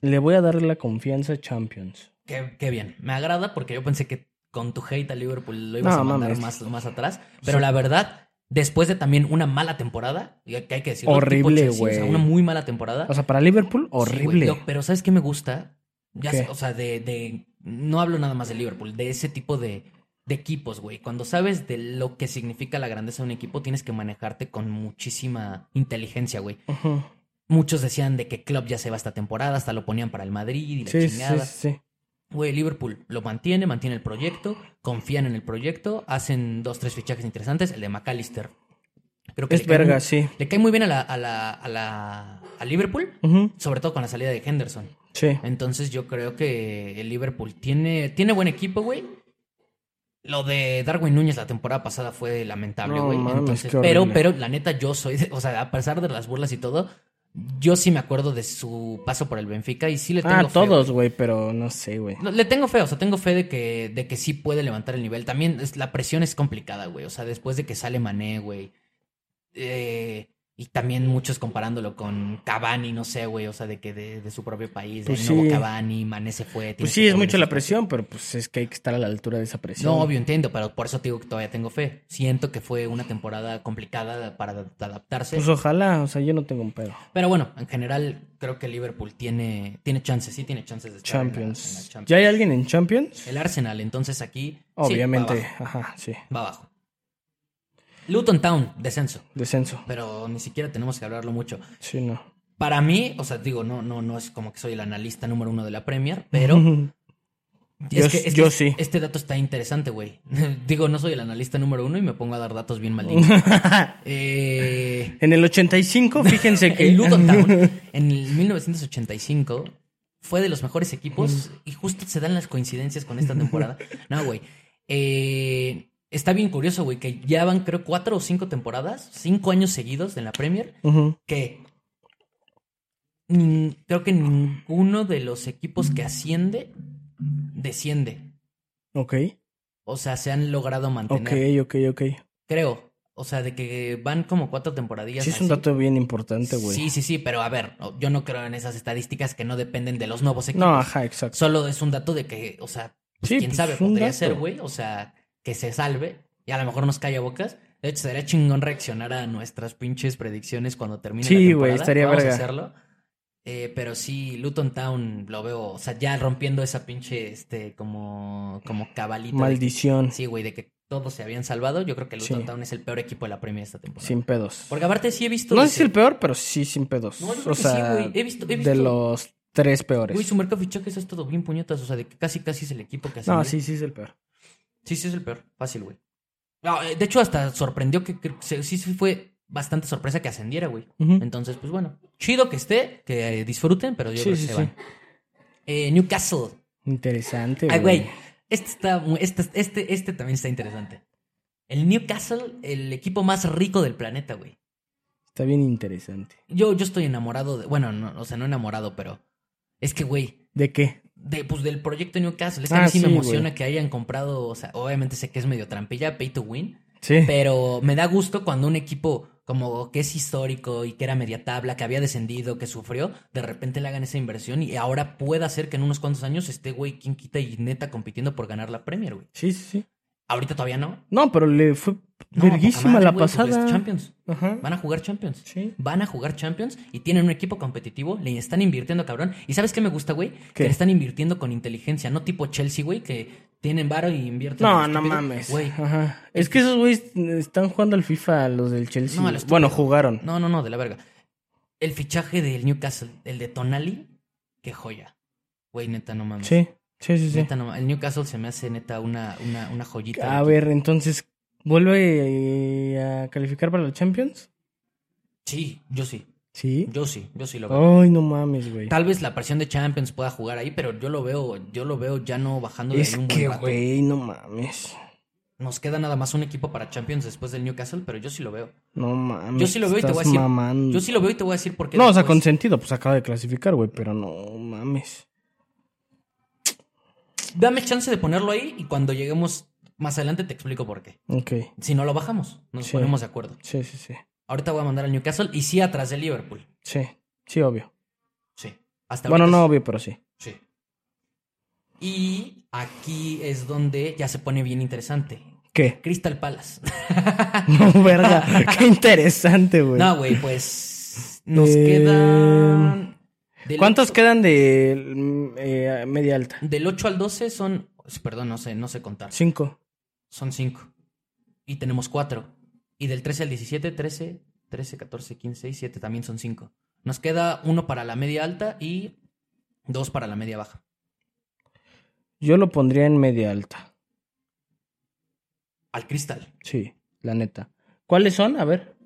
B: le voy a dar la confianza a Champions.
A: qué, qué bien. Me agrada porque yo pensé que con tu hate a Liverpool lo ibas
B: No,
A: a mandar
B: mames.
A: más, más atrás. Pero la verdad, después de también una mala temporada, y que hay que decirlo. tipo
B: Horrible,
A: Chelsea, O sea,
B: güey.
A: una muy mala temporada.
B: O sea, para Liverpool,
A: Sí, güey,
B: horrible.
A: yo- pero ¿sabes qué me gusta? Ya
B: ¿Qué?
A: sé, o sea, de, de- No hablo nada más de Liverpool, de ese tipo de, de equipos, güey. Cuando sabes de lo que significa la grandeza de un equipo, tienes que manejarte con muchísima inteligencia, güey.
B: Ujú.
A: Muchos decían de que Klopp ya se va esta temporada, hasta lo ponían para el Madrid y la
B: Sí, sí, sí,
A: chingada.
B: sí.
A: Güey, Liverpool lo mantiene, mantiene el proyecto, confían en el proyecto, hacen dos, tres fichajes interesantes, el de McAllister. Creo
B: Es
A: le cae
B: verga,
A: muy-
B: sí.
A: Le cae muy bien a la, a la, a la, a Liverpool,
B: Ujú.
A: sobre todo con la salida de Henderson.
B: Sí.
A: Entonces yo creo que el Liverpool tiene, tiene buen equipo, güey. Lo de Darwin Núñez la temporada pasada fue lamentable,
B: No
A: güey.
B: mames,
A: Entonces,
B: qué
A: pero,
B: horrible.
A: pero la neta, yo soy, de- o sea, a pesar de las burlas y todo, yo sí me acuerdo de su paso por el Benfica y sí le tengo
B: Ah,
A: fe,
B: todos, güey, pero no sé, güey.
A: no, Le tengo fe, o sea, tengo fe de que, de que sí puede levantar el nivel. También es- la presión es complicada, güey. O sea, después de que sale Mané, güey. eh, y también muchos comparándolo con Cavani, no sé, güey. O sea, de que de, de su propio país, de
B: Pues
A: nuevo
B: sí.
A: Cavani, Mané se fue. tienes
B: Pues sí,
A: que
B: es
A: cubrir
B: mucho la
A: esos-
B: presión, pero pues es que hay que estar a la altura de esa presión.
A: No, obvio, entiendo, pero por eso te digo que todavía tengo fe. Siento que fue una temporada complicada para ad- adaptarse.
B: Pues ojalá, o sea, yo no tengo un pedo.
A: pero bueno, en general, creo que Liverpool tiene, tiene chances, sí tiene chances de estar en la- en la
B: Champions.
A: Champions.
B: ¿Ya hay alguien en Champions?
A: El Arsenal, entonces aquí. sí, va
B: Obviamente,
A: abajo.
B: ajá, sí.
A: Va abajo. Luton Town, descenso.
B: Descenso.
A: Pero ni siquiera tenemos que hablarlo mucho.
B: Sí, no.
A: Para mí, o sea, digo, no, no, no es como que soy el analista número uno de la Premier, pero
B: Ujú.
A: es
B: Yo-
A: que, es
B: yo
A: que
B: sí.
A: este dato está interesante, güey. digo, no soy el analista número uno y me pongo a dar datos bien malignos. eh,
B: en el 85, fíjense que.
A: el Luton Town, en el 1985, fue de los mejores equipos
B: Mm.
A: y justo se dan las coincidencias con esta temporada. No, güey. Eh, está bien curioso, güey, que ya van, creo, cuatro o cinco temporadas, cinco años seguidos en la Premier,
B: Ujú.
A: que nin- creo que ninguno de los equipos que asciende desciende.
B: Ok,
A: O sea, se han logrado mantener.
B: ok, ok, ok.
A: Creo. O sea, de que van como cuatro temporadillas.
B: Sí, es un
A: así.
B: dato bien importante, güey.
A: Sí, sí, sí, pero a ver, no, yo no creo en esas estadísticas que no dependen de los nuevos equipos.
B: No, ajá, exacto.
A: Solo es un dato de que, o sea, pues,
B: Sí,
A: quién
B: pues,
A: sabe,
B: es un
A: podría
B: dato.
A: ser, güey. O sea, que se salve y a lo mejor nos calla bocas. De hecho, sería chingón reaccionar a nuestras pinches predicciones cuando termine la
B: Sí,
A: temporada.
B: güey, estaría
A: Vamos
B: verga.
A: a hacerlo. Eh, pero sí, Luton Town lo veo, o sea, ya rompiendo esa pinche, este, como, como cabalita. de que-
B: Maldición.
A: sí, güey, de que todos se habían salvado. Yo creo que Luton
B: Sí.
A: Town es el peor equipo de la Premier esta temporada.
B: Sin pedos.
A: Porque aparte sí he visto...
B: No sé
A: desde-
B: si el peor, pero sí sin pedos.
A: No, yo creo
B: o
A: que sí,
B: sea,
A: güey. He visto- he visto-
B: de los tres peores.
A: Güey, su mercado de fichajes es todo bien puñetas, o sea, de que casi casi es el equipo que hace.
B: no, sí, sí es el peor.
A: Sí, sí es el peor. Fácil, güey. No, eh, de hecho, hasta sorprendió que, que se- sí, sí fue bastante sorpresa que ascendiera, güey.
B: Ujú.
A: Entonces, pues bueno. Chido que esté, que eh, disfruten, pero yo
B: Sí,
A: creo que
B: sí,
A: se
B: sí.
A: van. Eh, Newcastle.
B: Interesante,
A: Ay, güey. Este está mu- este, este, este también está interesante. El Newcastle, el equipo más rico del planeta, güey.
B: Está bien interesante.
A: Yo, yo estoy enamorado de. Bueno, no, o sea, no enamorado, pero. Es que, güey.
B: ¿De qué?
A: de, pues, del proyecto Newcastle. Es que a mí
B: Ah,
A: sí, me
B: sí,
A: emociona
B: güey.
A: que hayan comprado, o sea, obviamente sé que es medio trampilla, pay to win,
B: Sí.
A: pero me da gusto cuando un equipo como que es histórico y que era media tabla, que había descendido, que sufrió, de repente le hagan esa inversión y ahora pueda ser que en unos cuantos años esté güey quien quita y neta compitiendo por ganar la Premier, güey.
B: Sí, sí, sí.
A: Ahorita todavía no.
B: No, pero le fue
A: No,
B: verguísima
A: poca madre,
B: la
A: güey, pues,
B: pasada.
A: es Champions.
B: Ajá.
A: Van a jugar Champions.
B: Sí.
A: Van a jugar Champions y tienen un equipo competitivo, le están invirtiendo, cabrón. ¿Y sabes qué me gusta, güey? Que
B: ¿Qué?
A: le están invirtiendo con inteligencia, no tipo Chelsea, güey, que tienen varo y invierten. a
B: No,
A: lo
B: no
A: estúpido.
B: mames.
A: Güey,
B: Ajá. Es que esos güeyes están jugando al FIFA, los del Chelsea.
A: No, a lo estúpido.
B: bueno, jugaron.
A: no, no, no, de la verga. El fichaje del Newcastle, el de Tonali, qué joya. Güey, neta, no mames.
B: Sí, Sí, sí, sí.
A: Neta, no, el Newcastle se me hace neta una, una, una joyita.
B: A
A: de
B: ver, entonces, ¿vuelve eh, a calificar para los Champions?
A: equipo. Sí, yo sí.
B: Sí.
A: Yo sí, yo sí lo veo.
B: Ay, no mames, güey.
A: Tal vez la presión de Champions pueda jugar ahí, pero yo lo veo, yo lo veo ya no bajando de
B: Es
A: ahí un buen
B: que,
A: rato.
B: güey, no mames.
A: Nos queda nada más un equipo para Champions después del Newcastle, pero yo sí lo veo.
B: No mames.
A: Yo sí lo veo y te
B: estás
A: voy a decir-
B: mamando.
A: Yo sí lo veo y te voy a decir por qué.
B: Mm. No, o sea,
A: después.
B: con sentido, pues acaba de clasificar, güey, pero no mames.
A: Dame chance de ponerlo ahí y cuando lleguemos más adelante te explico por qué.
B: Ok.
A: Si no lo bajamos, nos
B: Sí.
A: ponemos de acuerdo.
B: Sí, sí, sí.
A: Ahorita voy a mandar al Newcastle y sí atrás del Liverpool.
B: Sí, sí, obvio.
A: Sí. Hasta
B: Bueno,
A: ahorita
B: no
A: sí.
B: obvio, pero sí.
A: Sí. Y aquí es donde ya se pone bien interesante.
B: ¿Qué?
A: Crystal Palace.
B: No, verga. Qué interesante, güey.
A: No, güey, pues nos
B: Eh,
A: quedan... del
B: ¿Cuántos quedan de mm, eh, media alta?
A: ocho- del 8 al 12 son... Perdón, no sé, no sé contar.
B: Cinco.
A: Son 5. Y tenemos 4. Y del 13 al 17, 13, 13, 14, 15, 6, 7 también son 5. Nos queda uno para la media alta y dos para la media baja.
B: Yo lo pondría en media alta.
A: Al cristal.
B: Sí, la neta. ¿Cuáles son? A ver.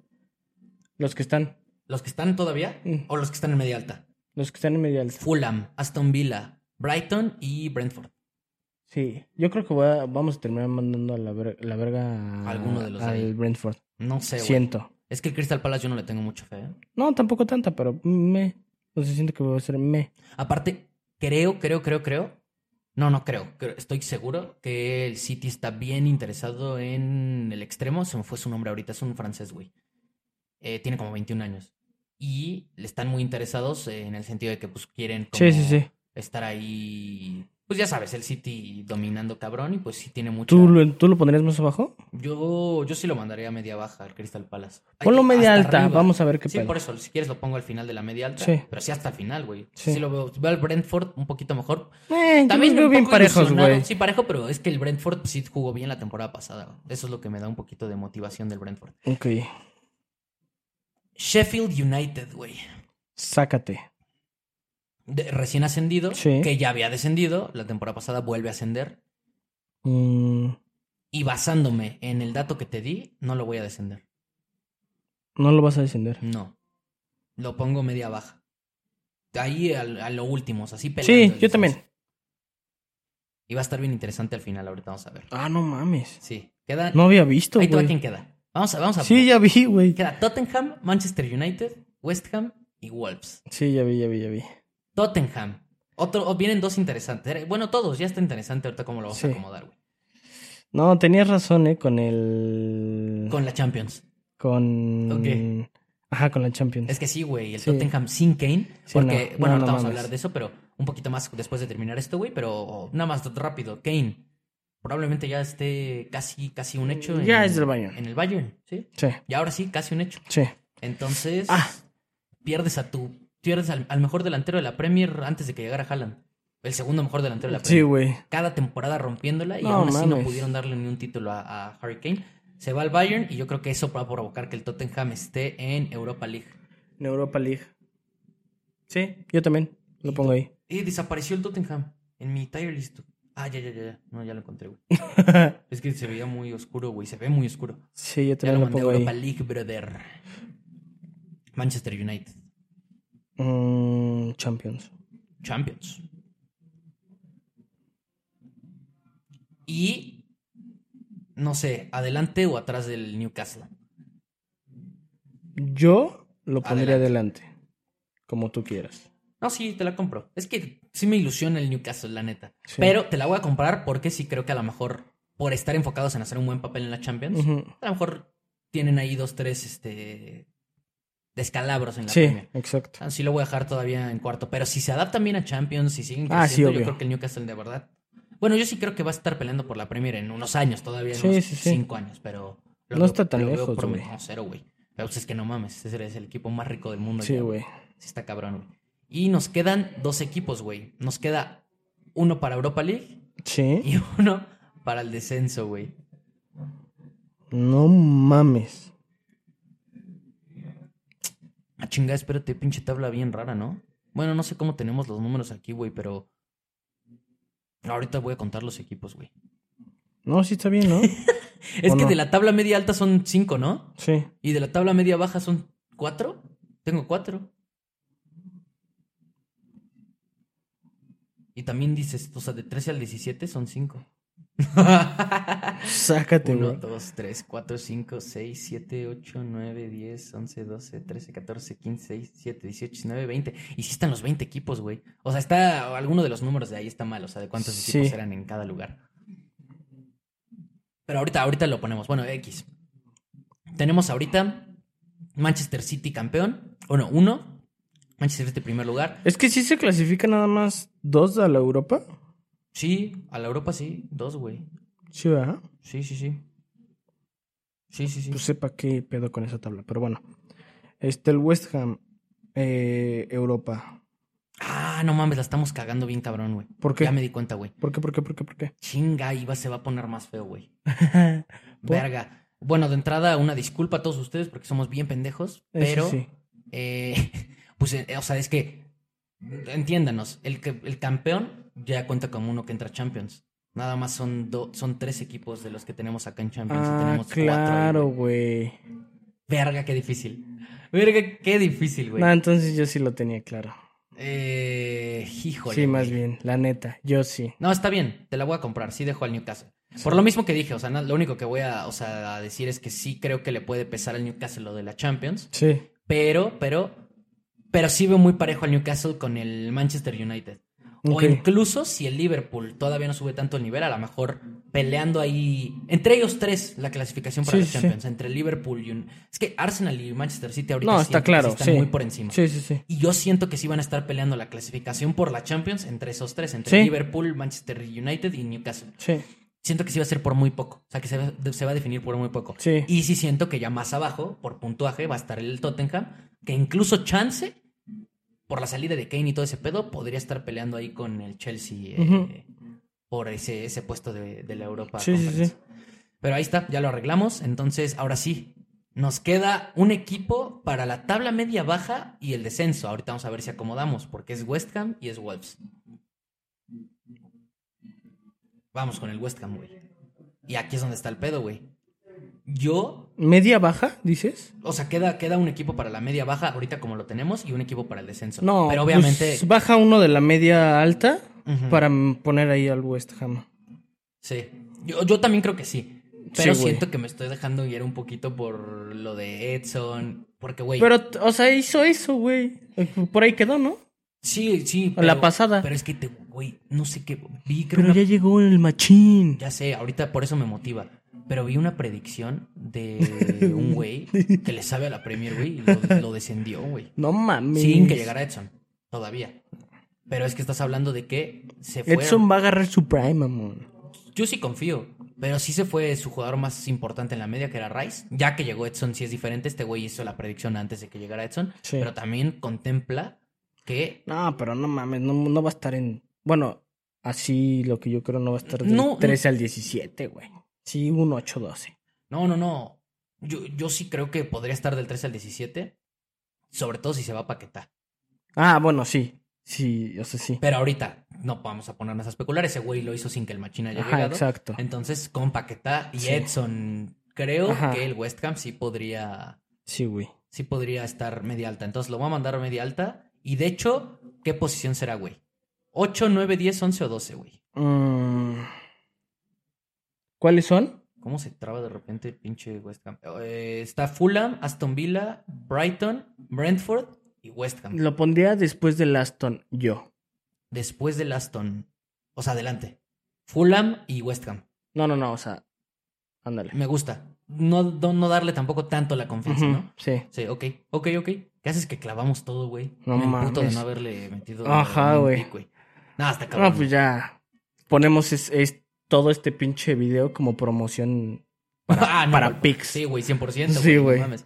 B: Los que están.
A: ¿Los que están todavía
B: Mm.
A: o los que están en media alta?
B: Los que están en media alta.
A: Fulham, Aston Villa, Brighton y Brentford.
B: Sí. Yo creo que voy a- vamos a terminar mandando a la, ver- la verga a-
A: Alguno de los de
B: al
A: ahí.
B: Brentford.
A: No sé, güey.
B: Siento.
A: Es que el Crystal Palace yo no le tengo mucha fe. ¿eh?
B: No, tampoco tanta, pero me. No sé, siento que voy a ser me.
A: Aparte, creo, creo, creo, creo. No, no creo, creo- Estoy seguro que el City está bien interesado en el extremo. Se me fue su nombre ahorita. Es un francés, güey. Eh, tiene como 21 años. Y le están muy interesados en el sentido de que pues quieren como
B: Sí, sí, sí.
A: estar ahí. Pues ya sabes, el City dominando cabrón y pues sí tiene mucho.
B: ¿Tú, lo- ¿Tú lo pondrías más abajo?
A: Yo, yo sí lo mandaría a media baja al Crystal Palace. Ay,
B: Ponlo media
A: hasta
B: alta,
A: arriba.
B: vamos a ver qué
A: Sí,
B: pedo.
A: por eso, si quieres lo pongo al final de la media alta.
B: Sí.
A: Pero sí hasta el final, güey.
B: Sí.
A: Sí. lo veo. Veo al Brentford un poquito mejor.
B: Eh, También
A: También
B: veo
A: un
B: bien
A: poco
B: parejos,
A: ilusionado.
B: güey.
A: Sí, parejo, pero es que el Brentford sí jugó bien la temporada pasada. güey. Eso es lo que me da un poquito de motivación del Brentford.
B: Ok,
A: Sheffield United, güey.
B: sácate.
A: De- Recién ascendido,
B: Sí.
A: que ya había descendido. La temporada pasada vuelve a ascender.
B: Mm,
A: Y basándome en el dato que te di, no lo voy a descender.
B: no lo vas a descender.
A: No. Lo pongo media baja. Ahí al- a, lo último, o sea, así peleando.
B: Sí,
A: el
B: yo
A: descenso.
B: también.
A: Y va a estar bien interesante al final, ahorita vamos a ver.
B: Ah, no mames.
A: Sí. Queda.
B: No había visto,
A: Ahí te va
B: güey.
A: quién queda. Vamos a, vamos a.
B: Sí, ya vi, güey.
A: Queda Tottenham, Manchester United, West Ham y Wolves.
B: Sí, ya vi, ya vi, ya vi.
A: Tottenham. Otro, o vienen dos interesantes. Eh, Bueno, todos, ya está interesante ahorita cómo lo vamos
B: Sí.
A: a acomodar, güey.
B: No, tenías razón, eh, con el...
A: Con la Champions.
B: Con...
A: Ok.
B: Ajá, con la Champions.
A: Es que sí, güey, el
B: Sí.
A: Tottenham sin Kane.
B: Sí,
A: Porque, bueno,
B: no, no,
A: ahorita
B: no
A: vamos a
B: mames.
A: hablar de eso, pero un poquito más después de terminar esto, güey. Pero nada más rápido. Kane. Probablemente ya esté casi, casi un hecho.
B: Ya es del Bayern.
A: En el Bayern, sí.
B: Sí,
A: Y ahora sí, casi un hecho.
B: sí.
A: Entonces,
B: Ah.
A: pierdes a tu. Pierdes al, al mejor delantero de la Premier antes de que llegara Haaland. El segundo mejor delantero de la
B: Sí,
A: Premier.
B: güey.
A: Cada temporada rompiéndola y
B: No
A: aún así no
B: mames.
A: pudieron darle ni un título a, a Harry Kane. Se va al Bayern y yo creo que eso va a provocar que el Tottenham esté en Europa League.
B: En Europa League. Sí, yo también. Lo pongo ahí.
A: Y Eh, desapareció el Tottenham en mi tier list. Ah, ya, ya, ya, ya. No, ya lo encontré, güey. es que se veía muy oscuro, güey. Se ve muy oscuro.
B: Sí,
A: Ya
B: yo
A: lo
B: también lo
A: mandé a
B: pongo ahí.
A: Europa League, brother. Manchester United.
B: Mm, Champions.
A: Champions. Y no sé, adelante o atrás del Newcastle.
B: Yo lo pondría adelante. Como tú quieras.
A: No, sí, te la compro. Es que sí me ilusiona el Newcastle, la neta.
B: Sí.
A: Pero te la voy a comprar porque sí creo que a lo mejor por estar enfocados en hacer un buen papel en la Champions,
B: Ujú.
A: a lo mejor tienen ahí dos, tres este descalabros en la
B: Sí,
A: Premier.
B: exacto.
A: Ah, Sí lo voy a dejar todavía en cuarto, pero si se adaptan bien a Champions y siguen
B: Ah,
A: creciendo,
B: sí,
A: yo
B: obvio.
A: creo que el Newcastle de verdad. Bueno, yo sí creo que va a estar peleando por la Premier en unos años todavía, en
B: Sí,
A: unos
B: sí, sí.
A: cinco años, pero lo
B: No está tan
A: lo veo
B: lejos, güey.
A: prometedor, güey. Pero pues es que no mames, ese es el equipo más rico del mundo.
B: Sí,
A: ya,
B: güey.
A: Sí está cabrón, güey. Y nos quedan dos equipos, güey. Nos queda uno para Europa League
B: Sí.
A: y uno para el descenso, güey.
B: No mames.
A: Ah, chingada, espérate, pinche tabla bien rara, ¿no? Bueno, no sé cómo tenemos los números aquí, güey, pero. Ahorita voy a contar los equipos, güey.
B: No, sí está bien, ¿no?
A: Es
B: ¿O
A: que
B: no?
A: de la tabla media alta son cinco, ¿no?
B: Sí.
A: Y de la tabla media baja son cuatro. Tengo cuatro. Y también dices, o sea, de 13 al 17 son cinco.
B: Sácate,
A: 1,
B: güey.
A: 2, 3, 4, 5, 6, 7, 8, 9, 10, 11, 12, 13, 14, 15, 16, 17, 18, 19, 20. Y sí están los 20 equipos, güey. O sea, está alguno de los números de ahí está mal, o sea, de cuántos
B: Sí.
A: equipos eran en cada lugar. Pero ahorita, ahorita lo ponemos. Bueno, X. Tenemos ahorita Manchester City campeón. Bueno, uno. Manchester City primer lugar.
B: Es que sí se clasifican nada más dos a la Europa.
A: Sí, a la Europa sí. Dos, güey.
B: Sí, ¿verdad?
A: Sí, sí, sí. Sí, sí, sí.
B: Pues sepa qué pedo con esa tabla. Pero bueno. Este, el West Ham, eh, Europa.
A: Ah, no mames, la estamos cagando bien cabrón, güey.
B: ¿Por qué?
A: Ya me di cuenta, güey.
B: ¿Por qué, por qué, por qué, por qué?
A: Chinga, iba, se va a poner más feo, güey.
B: ¿Por?
A: Verga. Bueno, de entrada, una disculpa a todos ustedes porque somos bien pendejos,
B: Eso
A: pero,
B: sí.
A: eh, pues, eh, o sea, es que, entiéndanos, el, que- el campeón ya cuenta como uno que entra a Champions. Nada más son, do- son tres equipos de los que tenemos acá en Champions. y
B: Ah,
A: tenemos cuatro. ahí,
B: claro,
A: güey.
B: güey.
A: Verga, qué difícil. Verga, qué difícil, güey.
B: No, entonces yo sí lo tenía claro.
A: Eh, híjole.
B: sí, más
A: güey.
B: bien, la neta, yo sí.
A: No, está bien, te la voy a comprar, sí dejo al Newcastle. Por lo mismo que dije, o sea, na- lo único que voy a, o sea, a decir es que sí creo que le puede pesar al Newcastle lo de la Champions,
B: Sí.
A: pero, pero, pero sí veo muy parejo al Newcastle con el Manchester United.
B: Ok.
A: O incluso si el Liverpool todavía no sube tanto el nivel, a lo mejor peleando ahí, entre ellos tres, la clasificación para
B: Sí,
A: la
B: sí, sí.
A: Champions, entre Liverpool y... un- Es que Arsenal y Manchester City ahorita
B: No,
A: siento que
B: está claro,
A: están
B: sí.
A: muy por encima.
B: Sí, sí, sí.
A: Y yo siento que sí van a estar peleando la clasificación por la Champions entre esos tres, entre
B: Sí.
A: Liverpool, Manchester United y Newcastle.
B: Sí.
A: Siento que sí va a ser por muy poco, o sea que se va, se va a definir por muy poco.
B: Sí.
A: Y sí siento que ya más abajo, por puntuaje, va a estar el Tottenham, que incluso chance, por la salida de Kane y todo ese pedo, podría estar peleando ahí con el Chelsea eh, por ese, ese puesto de, de la Europa.
B: Sí, sí,
A: Conference. Pero ahí está, ya lo arreglamos. Entonces, ahora sí, nos queda un equipo para la tabla media baja y el descenso. Ahorita vamos a ver si acomodamos, porque es West Ham y es Wolves. Vamos con el West Ham, güey. Y aquí es donde está el pedo, güey. Yo,
B: ¿Media baja, dices?
A: o sea, queda, queda un equipo para la media baja, ahorita como lo tenemos, y un equipo para el descenso.
B: No.
A: pero obviamente.
B: pues, baja uno de la media alta
A: Ujú.
B: para m- poner ahí al West Ham.
A: Sí. Yo, yo también creo que sí. Pero
B: Sí, güey.
A: siento que me estoy dejando guiar un poquito por lo de Edson. Porque, güey.
B: Pero, t- o sea, hizo eso, güey. Por ahí quedó, ¿no?
A: Sí, sí.
B: La
A: pero-
B: pasada.
A: Pero es que, te, güey, no sé qué. Vi, creo
B: Pero
A: una-
B: ya llegó el machín.
A: ya sé, ahorita por eso me motiva. Pero vi una predicción de un güey que le sabe a la Premier, güey, y lo, lo descendió, güey.
B: No mames.
A: Sin que llegara Edson, todavía. Pero es que estás hablando de que se fue.
B: Edson va a agarrar su prime, amor.
A: Yo sí confío, pero sí se fue su jugador más importante en la media, que era Rice. Ya que llegó Edson, sí es diferente. Este güey hizo la predicción antes de que llegara Edson.
B: Sí.
A: Pero también contempla que.
B: No, pero no mames, no, no va a estar en. Bueno, así lo que yo creo no va a estar del
A: No,
B: 13 al 17, güey. Sí, un 8-12.
A: No, no, no. Yo, yo sí creo que podría estar del 13 al 17. Sobre todo si se va a Paquetá.
B: Ah, bueno, sí. Sí, yo sé, sí.
A: Pero ahorita no vamos a ponernos a especular. Ese güey lo hizo sin que el machina haya
B: Ajá,
A: llegado.
B: exacto.
A: Entonces, con Paquetá y
B: Sí.
A: Edson, creo
B: Ajá.
A: que el West Ham sí podría.
B: Sí, güey.
A: sí podría estar media alta. Entonces lo voy a mandar a media alta. Y de hecho, ¿qué posición será, güey? 8, 9, 10, 11 o 12, güey.
B: Mm. ¿Cuáles son?
A: ¿Cómo se traba de repente el pinche West Ham? Eh, está Fulham, Aston Villa, Brighton, Brentford y West Ham.
B: Lo pondría después del Aston, yo.
A: Después del Aston. O sea, adelante. Fulham y West Ham.
B: No, no, no, o sea. Ándale.
A: Me gusta. No, no, no darle tampoco tanto la confianza,
B: Ujú,
A: ¿no?
B: Sí.
A: Sí, ok, ok, ok. ¿Qué haces que clavamos todo, güey?
B: No
A: Me emputo de
B: mames.
A: no haberle metido.
B: Ajá,
A: ni un
B: güey.
A: pic, Nada, está cabrón.
B: No, pues ya. Ponemos es, es- todo este pinche video como promoción para,
A: Ah, no,
B: para
A: güey.
B: Pix.
A: Sí, güey, 100%.
B: Sí,
A: no
B: güey.
A: mames.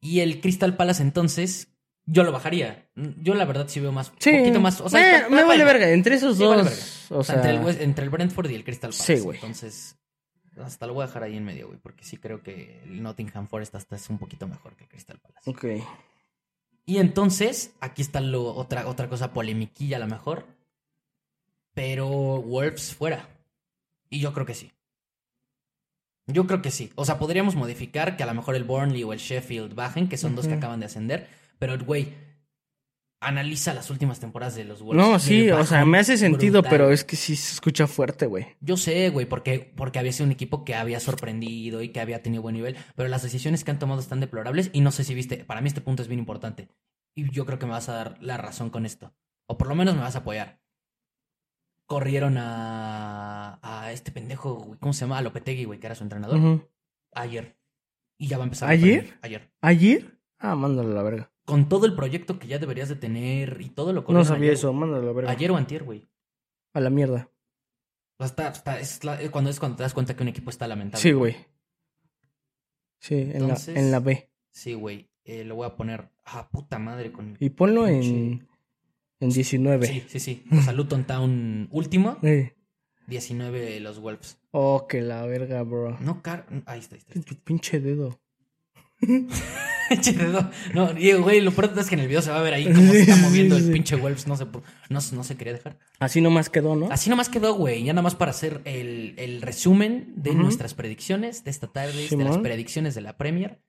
A: Y el Crystal Palace, entonces, yo lo bajaría. Yo, la verdad, sí veo más.
B: Sí.
A: poquito más. O sea,
B: me,
A: está-
B: me
A: está
B: vale
A: bueno.
B: verga. Entre esos
A: Sí,
B: dos.
A: vale verga.
B: O
A: O sea,
B: sea,
A: entre, el, West- entre el Brentford y el Crystal Palace.
B: Sí, güey.
A: Entonces, hasta lo voy a dejar ahí en medio, güey, porque sí creo que el Nottingham Forest hasta es un poquito mejor que el Crystal Palace.
B: Ok.
A: Y entonces, aquí está lo, otra, otra cosa polemiquilla a lo mejor. Pero Wolves fuera. Y yo creo que sí. Yo creo que sí. O sea, podríamos modificar que a lo mejor el Burnley o el Sheffield bajen, que son dos que
B: Ujú.
A: acaban de ascender. Pero, güey, analiza las últimas temporadas de los Wolves.
B: No, sí,
A: El
B: o sea,
A: bajón
B: me hace sentido,
A: brutal.
B: pero es que sí se escucha fuerte, güey.
A: Yo sé, güey, porque, porque había sido un equipo que había sorprendido y que había tenido buen nivel, pero las decisiones que han tomado están deplorables y no sé si viste, para mí este punto es bien importante y yo creo que me vas a dar la razón con esto, o por lo menos me vas a apoyar. Corrieron a, a este pendejo, güey, ¿cómo se llama? A Lopetegui, güey, que era su entrenador,
B: Ujú.
A: ayer. Y ya va a empezar.
B: ¿Ayer?
A: la Premier, Ayer.
B: ¿Ayer? Ah, mándalo a la verga.
A: Con todo el proyecto que ya deberías de tener y todo lo
B: No
A: corrieron
B: sabía
A: ayer,
B: eso,
A: güey.
B: mándalo a la verga.
A: Ayer o antier, güey.
B: A la mierda.
A: O sea, está- está- es la- cuando es cuando te das cuenta que un equipo está lamentable.
B: Sí, güey. Sí, en,
A: Entonces-
B: la, en la B.
A: Sí, güey. eh, lo voy a poner. Ah, puta madre con.
B: Y ponlo
A: Sí.
B: en, en 19.
A: Sí, sí, sí. O sea, Luton Town último.
B: Eh,
A: 19 los Wolves.
B: Oh, que la verga, bro.
A: No, este car. Ahí está, ahí está. ahí
B: Tu pinche dedo.
A: está. Che, dedo. no, Diego, güey, lo pronto es que en el video se va a ver ahí cómo se está
B: Sí, sí,
A: moviendo el
B: sí.
A: pinche Wolves. No se, pu- no, se- no se quería dejar.
B: Así nomás quedó, ¿no?
A: Así nomás quedó, güey. Ya nada más para hacer el, el resumen de
B: Ujú.
A: nuestras predicciones de esta tarde, de las
B: Simón.
A: predicciones de la Premier.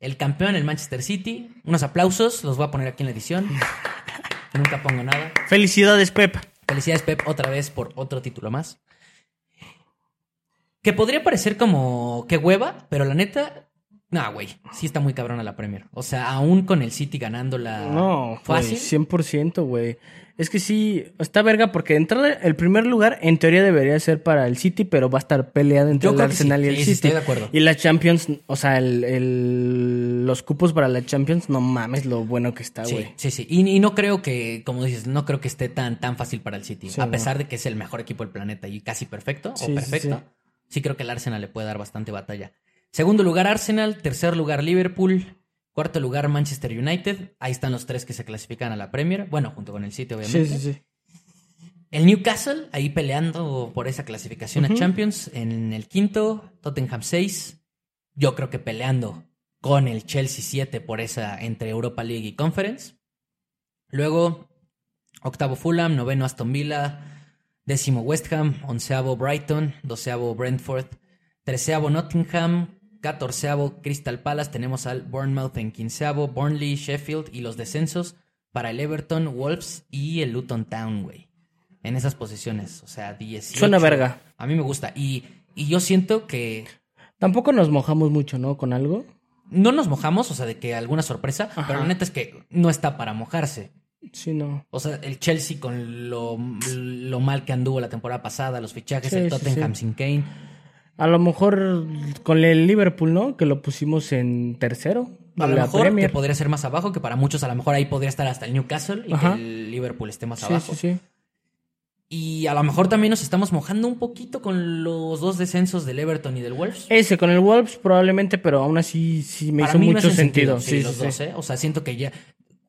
A: El campeón, el Manchester City. Unos aplausos, los voy a poner aquí en la edición. Nunca pongo nada.
B: Felicidades, Pep.
A: Felicidades, Pep, otra vez por otro título más. Que podría parecer como que hueva, pero la neta, nah, güey, sí está muy cabrona la Premier. O sea, aún con el City ganando la
B: No, pues, güey,
A: Ah, fácil.
B: 100%, güey. Es que sí, está verga porque entrar el primer lugar en teoría debería ser para el City, pero va a estar peleada entre
A: Yo
B: el
A: creo que sí.
B: Arsenal y el
A: Sí, sí,
B: City.
A: estoy de acuerdo.
B: Y la Champions, o sea, el, el- los cupos para la Champions, no mames lo bueno que está,
A: Sí,
B: güey.
A: sí, sí. Y, y no creo que, como dices, no creo que esté tan, tan fácil para el City.
B: Sí,
A: a
B: no.
A: pesar de que es el mejor equipo del planeta y casi perfecto
B: Sí,
A: o
B: sí,
A: perfecto, sí,
B: sí.
A: creo que el Arsenal le puede dar bastante batalla. Segundo lugar Arsenal, tercer lugar Liverpool, cuarto lugar Manchester United. Ahí están los tres que se clasifican a la Premier. Bueno, junto con el City, obviamente.
B: Sí, sí, sí.
A: El Newcastle, ahí peleando por esa clasificación a
B: Ujú.
A: Champions. En el quinto, Tottenham 6. Yo creo que peleando con el Chelsea 7 por esa entre Europa League y Conference. Luego, octavo Fulham, noveno Aston Villa, décimo West Ham, onceavo Brighton, doceavo Brentford, treceavo Nottingham, catorceavo Crystal Palace. Tenemos al Bournemouth en quinceavo, Burnley, Sheffield y los descensos para el Everton, Wolves y el Luton Town, güey. En esas posiciones, o sea, 18.
B: Suena verga.
A: A mí me gusta. Y, y yo siento que
B: Tampoco nos mojamos mucho, ¿no? Con algo.
A: no nos mojamos, o sea, de que alguna sorpresa, pero la neta es que no está para mojarse.
B: Sí, no.
A: O sea, el Chelsea con lo, lo mal que anduvo la temporada pasada, los fichajes,
B: Sí,
A: el
B: sí,
A: Tottenham
B: sí.
A: sin Kane.
B: A lo mejor con el Liverpool, ¿no? Que lo pusimos en tercero.
A: A
B: de
A: lo
B: la
A: mejor
B: Premier.
A: que podría ser más abajo, que para muchos a lo mejor ahí podría estar hasta el Newcastle y
B: Ajá.
A: que el Liverpool esté más
B: Sí,
A: abajo.
B: sí, sí.
A: Y a lo mejor también nos estamos mojando un poquito con los dos descensos del Everton y del Wolves.
B: Ese con el Wolves probablemente, pero aún así sí Eh, me
A: para
B: hizo
A: mí me
B: mucho
A: hacen
B: sentido. Sí,
A: los
B: sí,
A: dos,
B: sí.
A: ¿eh? O sea, siento que ya.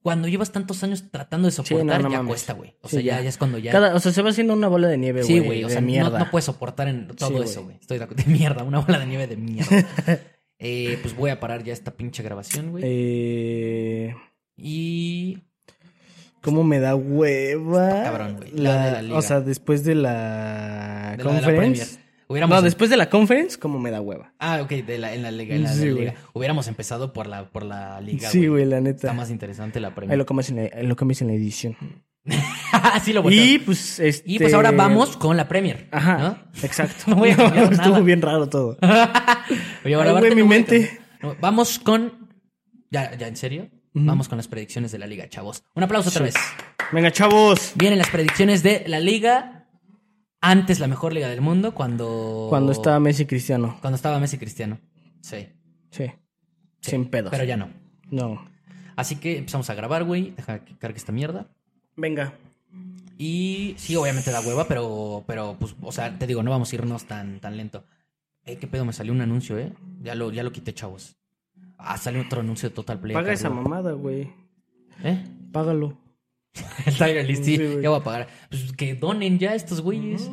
A: Cuando llevas tantos años tratando de soportar,
B: no, no
A: ya
B: mames.
A: cuesta, güey. O
B: Sí,
A: sea, ya,
B: ya.
A: ya es cuando ya.
B: Cada- o sea, se va haciendo una bola de nieve, güey.
A: Sí, güey, o
B: de
A: sea, no,
B: mierda.
A: no puedes soportar en
B: Sí,
A: todo
B: güey.
A: eso, güey. Estoy de acuerdo. De mierda, una bola de nieve de mierda. Eh, pues voy a parar ya esta pinche grabación, güey.
B: Eh,
A: Y
B: ¿Cómo me da hueva?
A: Está cabrón, güey. La de la liga.
B: O sea, después de la
A: de la, de la Premier.
B: conference.
A: Hubiéramos
B: no, después de la conference, ¿cómo me da hueva?
A: Ah, ok, de la, en la liga, en la,
B: Sí,
A: de la
B: güey.
A: liga. Hubiéramos empezado por la, por la liga,
B: sí, güey, la neta.
A: Está más interesante la
B: Ahí
A: Premier.
B: lo cambias en la, ahí lo cambias en la edición.
A: Así lo volteo.
B: Y
A: Y,
B: pues, este...
A: pues ahora vamos con la Premier.
B: Ajá,
A: ¿no?
B: exacto.
A: No voy a cambiar
B: Estuvo
A: nada.
B: bien raro todo.
A: Oye, ahora
B: Ay,
A: Bartel,
B: güey, mi
A: no voy a
B: mente.
A: cambiar. No, vamos con. Ya, ya, en serio. Vamos con las predicciones de la liga, chavos. Un aplauso otra vez.
B: Venga, chavos.
A: Vienen las predicciones de la liga. Antes la mejor liga del mundo, cuando.
B: Cuando estaba Messi Cristiano.
A: Cuando estaba Messi Cristiano. Sí.
B: Sí.
A: sí,
B: Sin pedos.
A: Pero ya no.
B: No.
A: Así que empezamos a grabar, güey. Deja que cargue esta mierda.
B: Venga.
A: Y sí, obviamente da hueva, pero, pero pues, o sea, te digo, no vamos a irnos tan, tan lento. Eh, qué pedo, me salió un anuncio, ¿eh? Ya lo, ya lo quité, chavos. Ah, sale otro anuncio de Total Play.
B: Paga
A: acá
B: esa
A: arriba.
B: mamada, güey.
A: ¿Eh?
B: Págalo.
A: El Tiger List, sí,
B: Sí, güey.
A: ya voy a pagar. Pues que donen ya estos güeyes.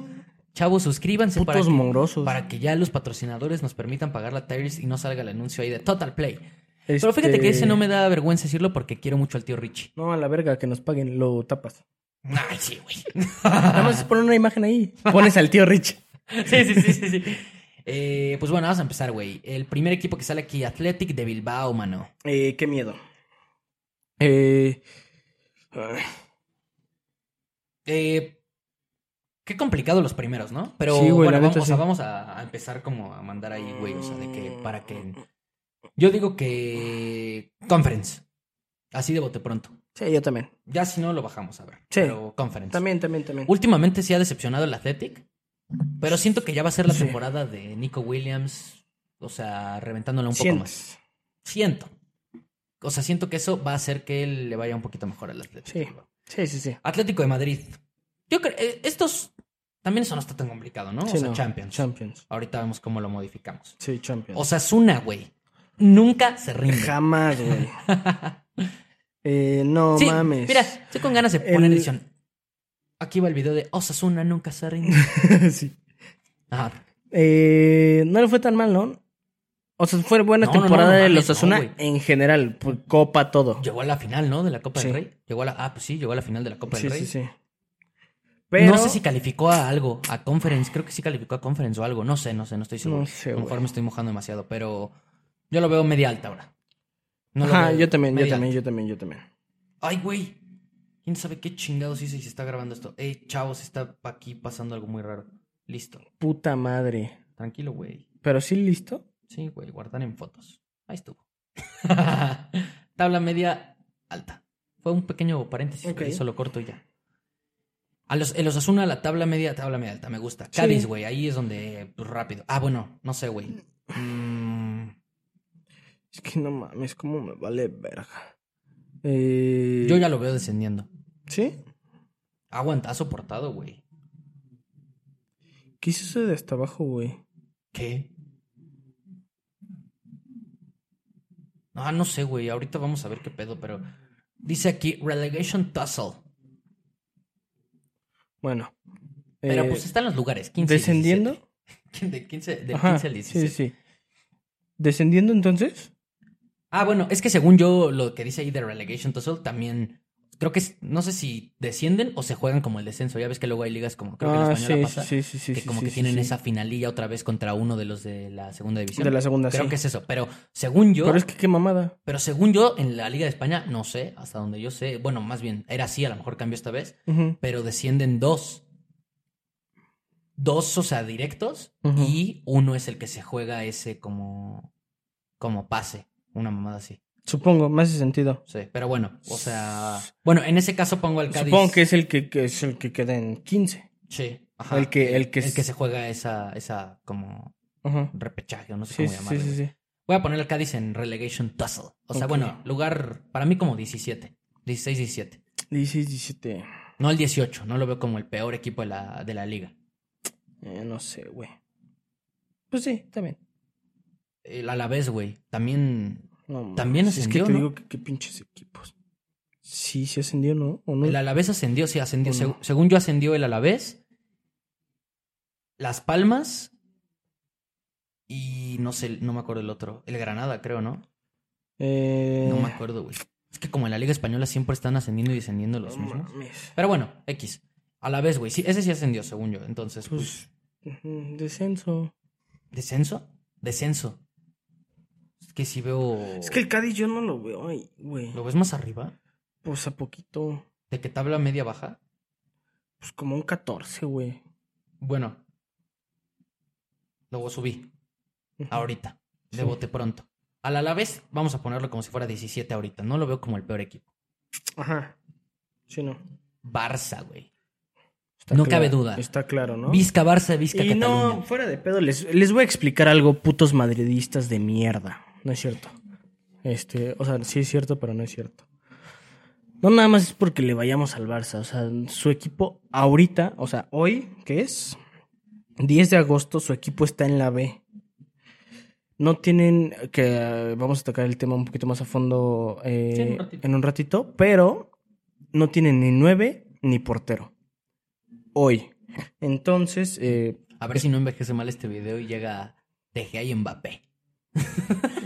A: Chavos, suscríbanse para
B: Putos
A: que,
B: morosos.
A: para que ya los patrocinadores nos permitan pagar la Tiger List y no salga el anuncio ahí de Total Play. Pero
B: Este-
A: fíjate que ese no me da vergüenza decirlo porque quiero mucho al tío Richie.
B: No, a la verga, que nos paguen. Lo tapas.
A: Ay, sí, güey. Ah.
B: Nada más poner una imagen ahí. Pones al tío Rich.
A: sí, sí, sí, sí. sí. Eh, pues bueno, vamos a empezar, güey. El primer equipo que sale aquí, Athletic de Bilbao, mano.
B: Eh, qué miedo. Eh, ah,
A: Eh, qué complicado los primeros, ¿no? Pero
B: Sí, güey,
A: bueno,
B: la
A: vamos,
B: neta
A: o sea,
B: sí.
A: vamos a, a empezar como a mandar ahí, güey. O sea, de que para que. Yo digo que. Conference. Así de bote pronto.
B: sí, yo también.
A: Ya si no, lo bajamos, a ver.
B: Sí.
A: Pero conference.
B: También, también, también.
A: Últimamente sí ha decepcionado el Athletic. Pero siento que ya va a ser la
B: Sí.
A: temporada de Nico Williams. O sea, reventándola un poco más.
B: Sientes.
A: Siento. O sea, siento que eso va a hacer que él le vaya un poquito mejor al Atlético.
B: Sí. Sí, sí, sí.
A: Atlético de Madrid. Yo creo, eh, estos también eso no está tan complicado, ¿no?
B: Sí,
A: o sea,
B: no.
A: Champions.
B: Champions.
A: Ahorita vemos cómo lo modificamos.
B: Sí, Champions.
A: Osasuna, güey. Nunca se rinde.
B: Jamás, güey. Eh, no
A: sí,
B: mames.
A: Mira, estoy con ganas de poner
B: El-
A: edición. Aquí va el video de Osasuna nunca se rinde.
B: Sí.
A: Ajá.
B: Eh, no le fue tan mal, ¿no? O sea, fue buena
A: No, no, no,
B: temporada
A: no
B: de
A: mames,
B: los Asuna
A: no, güey.
B: en general, por copa todo.
A: Llegó a la final, ¿no? De la Copa
B: Sí.
A: del Rey. Llegó a la, ah, pues sí, llegó a la final de la Copa
B: Sí,
A: del Rey.
B: sí, sí. Pero
A: No sé si calificó a algo, a conference, creo que sí calificó a conference o algo, no sé, no sé, no estoy seguro.
B: No sé,
A: A lo mejor
B: güey.
A: me estoy mojando demasiado, pero yo lo veo media alta ahora. No lo
B: Ajá,
A: veo
B: yo también, yo
A: media
B: también, yo también, yo también.
A: alta. Ay, güey. ¿Quién sabe qué chingados hice y se está grabando esto? Eh, chavos, está aquí pasando algo muy raro. Listo.
B: Puta madre.
A: Tranquilo, güey.
B: Pero sí listo.
A: Sí, güey, guardar en fotos. Ahí estuvo. Tabla media alta. Fue un pequeño paréntesis,
B: Ok.
A: güey, solo corto y ya. A los, el Osasuna, la tabla media, tabla media alta, me gusta. Cádiz, güey, ahí es donde pues, rápido. Ah, bueno, no sé, güey. Mm,
B: Es que no mames, cómo me vale verga. Eh,
A: yo ya lo veo descendiendo.
B: ¿Sí?
A: Aguanta, ha soportado, güey.
B: ¿Qué hizo eso de hasta abajo, güey?
A: ¿Qué? Ah, no sé, güey. Ahorita vamos a ver qué pedo, pero. Dice aquí, relegation tussle.
B: Bueno.
A: Pero
B: eh,
A: pues están los lugares, 15 y 17.
B: ¿Descendiendo?
A: De 15, del
B: Ajá,
A: 15 al 17.
B: Sí, sí. ¿Descendiendo entonces?
A: Ah, bueno, es que según yo, lo que dice ahí de Relegation Tussle también. Creo que es, no sé si descienden o se juegan como el descenso. Ya ves que luego hay ligas como creo que la
B: ah,
A: española
B: sí,
A: pasa.
B: sí, sí, sí.
A: que
B: sí,
A: como
B: sí,
A: que
B: sí,
A: tienen
B: sí.
A: esa finalilla otra vez contra uno de los de la segunda división.
B: De la segunda,
A: creo
B: sí.
A: que es eso. Pero según yo,
B: Pero es que qué mamada.
A: pero según yo, en la Liga de España, no sé, hasta donde yo sé. Bueno, más bien, era así, a lo mejor cambió esta vez.
B: Ujú.
A: Pero descienden dos. Dos, o sea, directos.
B: Ujú.
A: Y uno es el que se juega ese como. como pase. Una mamada así.
B: Supongo, me hace sentido.
A: Sí, pero bueno, o sea. Bueno, en ese caso pongo al Cádiz.
B: Supongo que es el que, que es el que queda en 15.
A: Sí, ajá.
B: el que- el que es-
A: se juega esa, esa como
B: Ajá.
A: repechaje, o no sé
B: Sí,
A: cómo
B: sí,
A: llamarlo.
B: sí, sí, sí.
A: Voy a poner al Cádiz en relegation tussle. O sea,
B: Ok.
A: bueno, lugar para mí como 17. 16, 17.
B: 16, 17.
A: No el 18, no lo veo como el peor equipo de la, de la liga.
B: Eh, no sé, güey. Pues sí, también.
A: El Alavés, güey, también...
B: No, mames,
A: También ascendió,
B: Es que te
A: ¿no?
B: digo que qué pinches equipos. Sí, sí ascendió, ¿no? ¿O no?
A: El Alavés ascendió, sí, ascendió.
B: Uno.
A: Seg- según yo ascendió el Alavés. Las Palmas. Y no sé, no me acuerdo el otro. El Granada, creo, ¿no?
B: Eh,
A: No me acuerdo, güey. Es que como en la Liga Española siempre están ascendiendo y descendiendo los
B: no
A: mismos.
B: mames.
A: Pero bueno, X. A la vez, güey. Sí, ese sí ascendió, según yo. Entonces, pues,
B: Pues, ujú, descenso.
A: ¿descenso? Descenso. Es que si veo.
B: Es que el Cádiz yo no lo veo ahí, güey.
A: Oh. ¿Lo ves más arriba?
B: Pues a poquito.
A: ¿De que tabla media baja?
B: Pues como un 14, güey.
A: Bueno. Luego subí.
B: Ujú.
A: Ahorita. De
B: Sí.
A: bote pronto. Al Alavés, vamos a ponerlo como si fuera 17 ahorita. No lo veo como el peor equipo.
B: Ajá. Sí, no.
A: Barça, güey.
B: Está
A: No
B: cla-
A: cabe duda.
B: Está claro, ¿no?
A: Vizca Barça, Vizca
B: Y
A: Cataluña.
B: no, fuera de pedo, les, les voy a explicar algo, putos madridistas de mierda. No es cierto. Este, o sea, sí es cierto, pero no es cierto. No nada más es porque le vayamos al Barça. O sea, su equipo ahorita, o sea, hoy, que es 10 de agosto, su equipo está en la B. No tienen, que eh, vamos a tocar el tema un poquito más a fondo eh,
A: Sí, en un ratito.
B: en un ratito, pero no tienen ni 9 ni portero. Hoy. Entonces, eh,
A: A ver si no envejece mal este video y llega De Gea y Mbappé.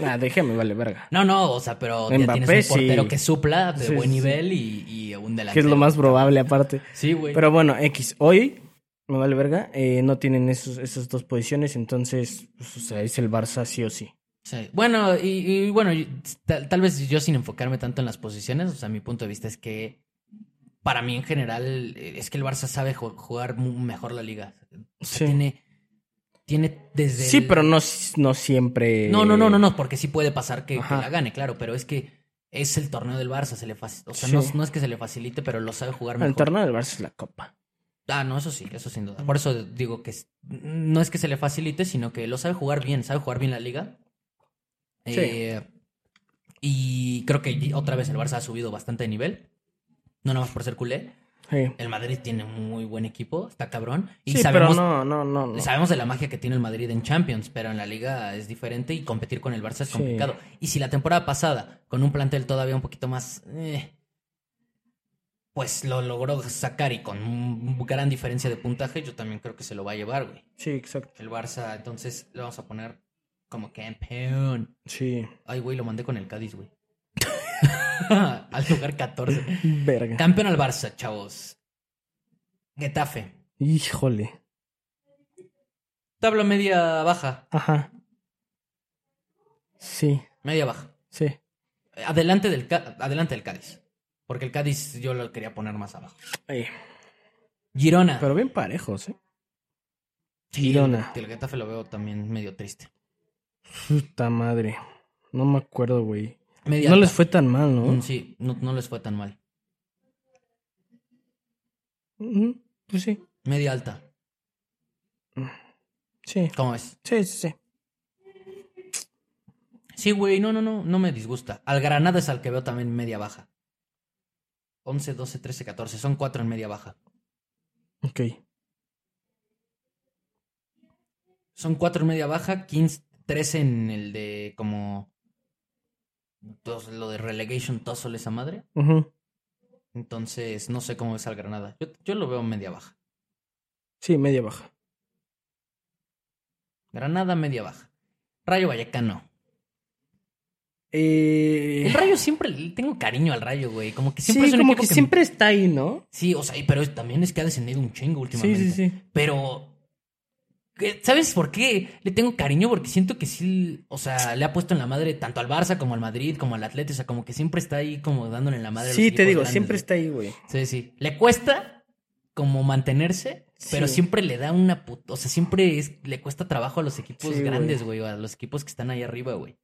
B: Nah, déjame, vale, verga.
A: No, no, o sea, pero ya
B: Mbappé,
A: tienes un portero
B: sí.
A: que supla de
B: Sí,
A: buen
B: sí, sí.
A: nivel y, y un delantero.
B: Que es lo más probable, aparte.
A: Sí, güey.
B: Pero bueno, X. Hoy, me vale verga, eh, no tienen esos, esas dos posiciones, entonces, pues, o sea, es el Barça sí o sí.
A: Sí. Bueno, y, y bueno, y tal, tal vez yo sin enfocarme tanto en las posiciones, o sea, mi punto de vista es que para mí en general eh, es que el Barça sabe ju- jugar mu- mejor la liga. O sea,
B: Sí.
A: Tiene, tiene desde...
B: Sí,
A: el-
B: pero no, s- no siempre.
A: No, no, no, no, no, porque sí puede pasar que, que
B: Ajá.
A: la gane, claro, pero es que es el torneo del Barça, se le faci- o sea,
B: Sí.
A: no, no es que se le facilite, pero lo sabe jugar
B: El
A: mejor.
B: torneo del Barça es la copa.
A: Ah, no, eso sí, eso sin duda. Por eso digo que es- no es que se le facilite, sino que lo sabe jugar bien, sabe jugar bien la liga.
B: Sí.
A: Eh, y creo que y- otra vez el Barça ha subido bastante de nivel. No nada más por ser culé.
B: Sí.
A: El Madrid tiene un muy buen equipo, está cabrón. Y
B: Sí,
A: sabemos,
B: pero no, no, no. no.
A: sabemos de la magia que tiene el Madrid en Champions, pero en la liga es diferente y competir con el Barça es
B: Sí.
A: complicado. Y si la temporada pasada, con un plantel todavía un poquito más... eh, pues lo logró sacar y con un- gran diferencia de puntaje, yo también creo que se lo va a llevar, güey.
B: Sí, exacto.
A: El Barça, entonces le vamos a poner como campeón.
B: Sí.
A: Ay, güey, lo mandé con el Cádiz, güey. al lugar 14.
B: Verga.
A: Campeón al Barça, chavos. Getafe.
B: Híjole.
A: Tabla media baja.
B: Ajá. Sí,
A: Media baja.
B: sí.
A: Eh, Adelante del, Ca- adelante del Cádiz. Porque el Cádiz yo lo quería poner más abajo.
B: Ay,
A: Girona.
B: Pero bien parejos, ¿eh?
A: Sí, el-
B: Girona.
A: el Getafe lo veo también medio triste.
B: Puta madre. No me acuerdo, güey.
A: Media
B: No
A: alta.
B: les fue tan mal, ¿no?
A: Mm, Sí, no, no les fue tan mal.
B: Ujú, Pues sí.
A: Media alta.
B: Sí.
A: ¿Cómo ves?
B: Sí, sí, sí.
A: Sí, güey, no, no, no, no me disgusta. Al Granada es al que veo también media baja. 11, 12, 13, 14. Son cuatro en media baja.
B: Ok.
A: Son cuatro en media baja, 15, 13 en el de como... tos- lo de relegation tussle esa madre.
B: Ujú.
A: Entonces, no sé cómo es al Granada. Yo, yo lo veo media baja.
B: Sí, media baja.
A: Granada, media baja. Rayo Vallecano. El
B: Eh...
A: Rayo siempre... le Tengo cariño al Rayo, güey. Como que siempre
B: Sí,
A: es un
B: como
A: equipo
B: que,
A: que-
B: siempre está ahí, ¿no?
A: Sí, o sea, y- pero es- también es que ha descendido un chingo
B: Sí,
A: últimamente.
B: sí, sí.
A: Pero. ¿qué- ¿Sabes por qué? Le tengo cariño porque siento que sí. O sea, le ha puesto en la madre tanto al Barça como al Madrid, como al Atleti. O sea, como que siempre está ahí como dándole en la madre. a los
B: Sí, te
A: equipos
B: digo,
A: grandes, ¿eh?
B: siempre
A: güey.
B: está ahí, güey.
A: Sí, sí. Le cuesta como mantenerse, pero
B: Sí.
A: siempre le da una puta. O sea, siempre es- le cuesta trabajo a los equipos
B: Sí,
A: grandes, güey. A los equipos que están ahí arriba, güey.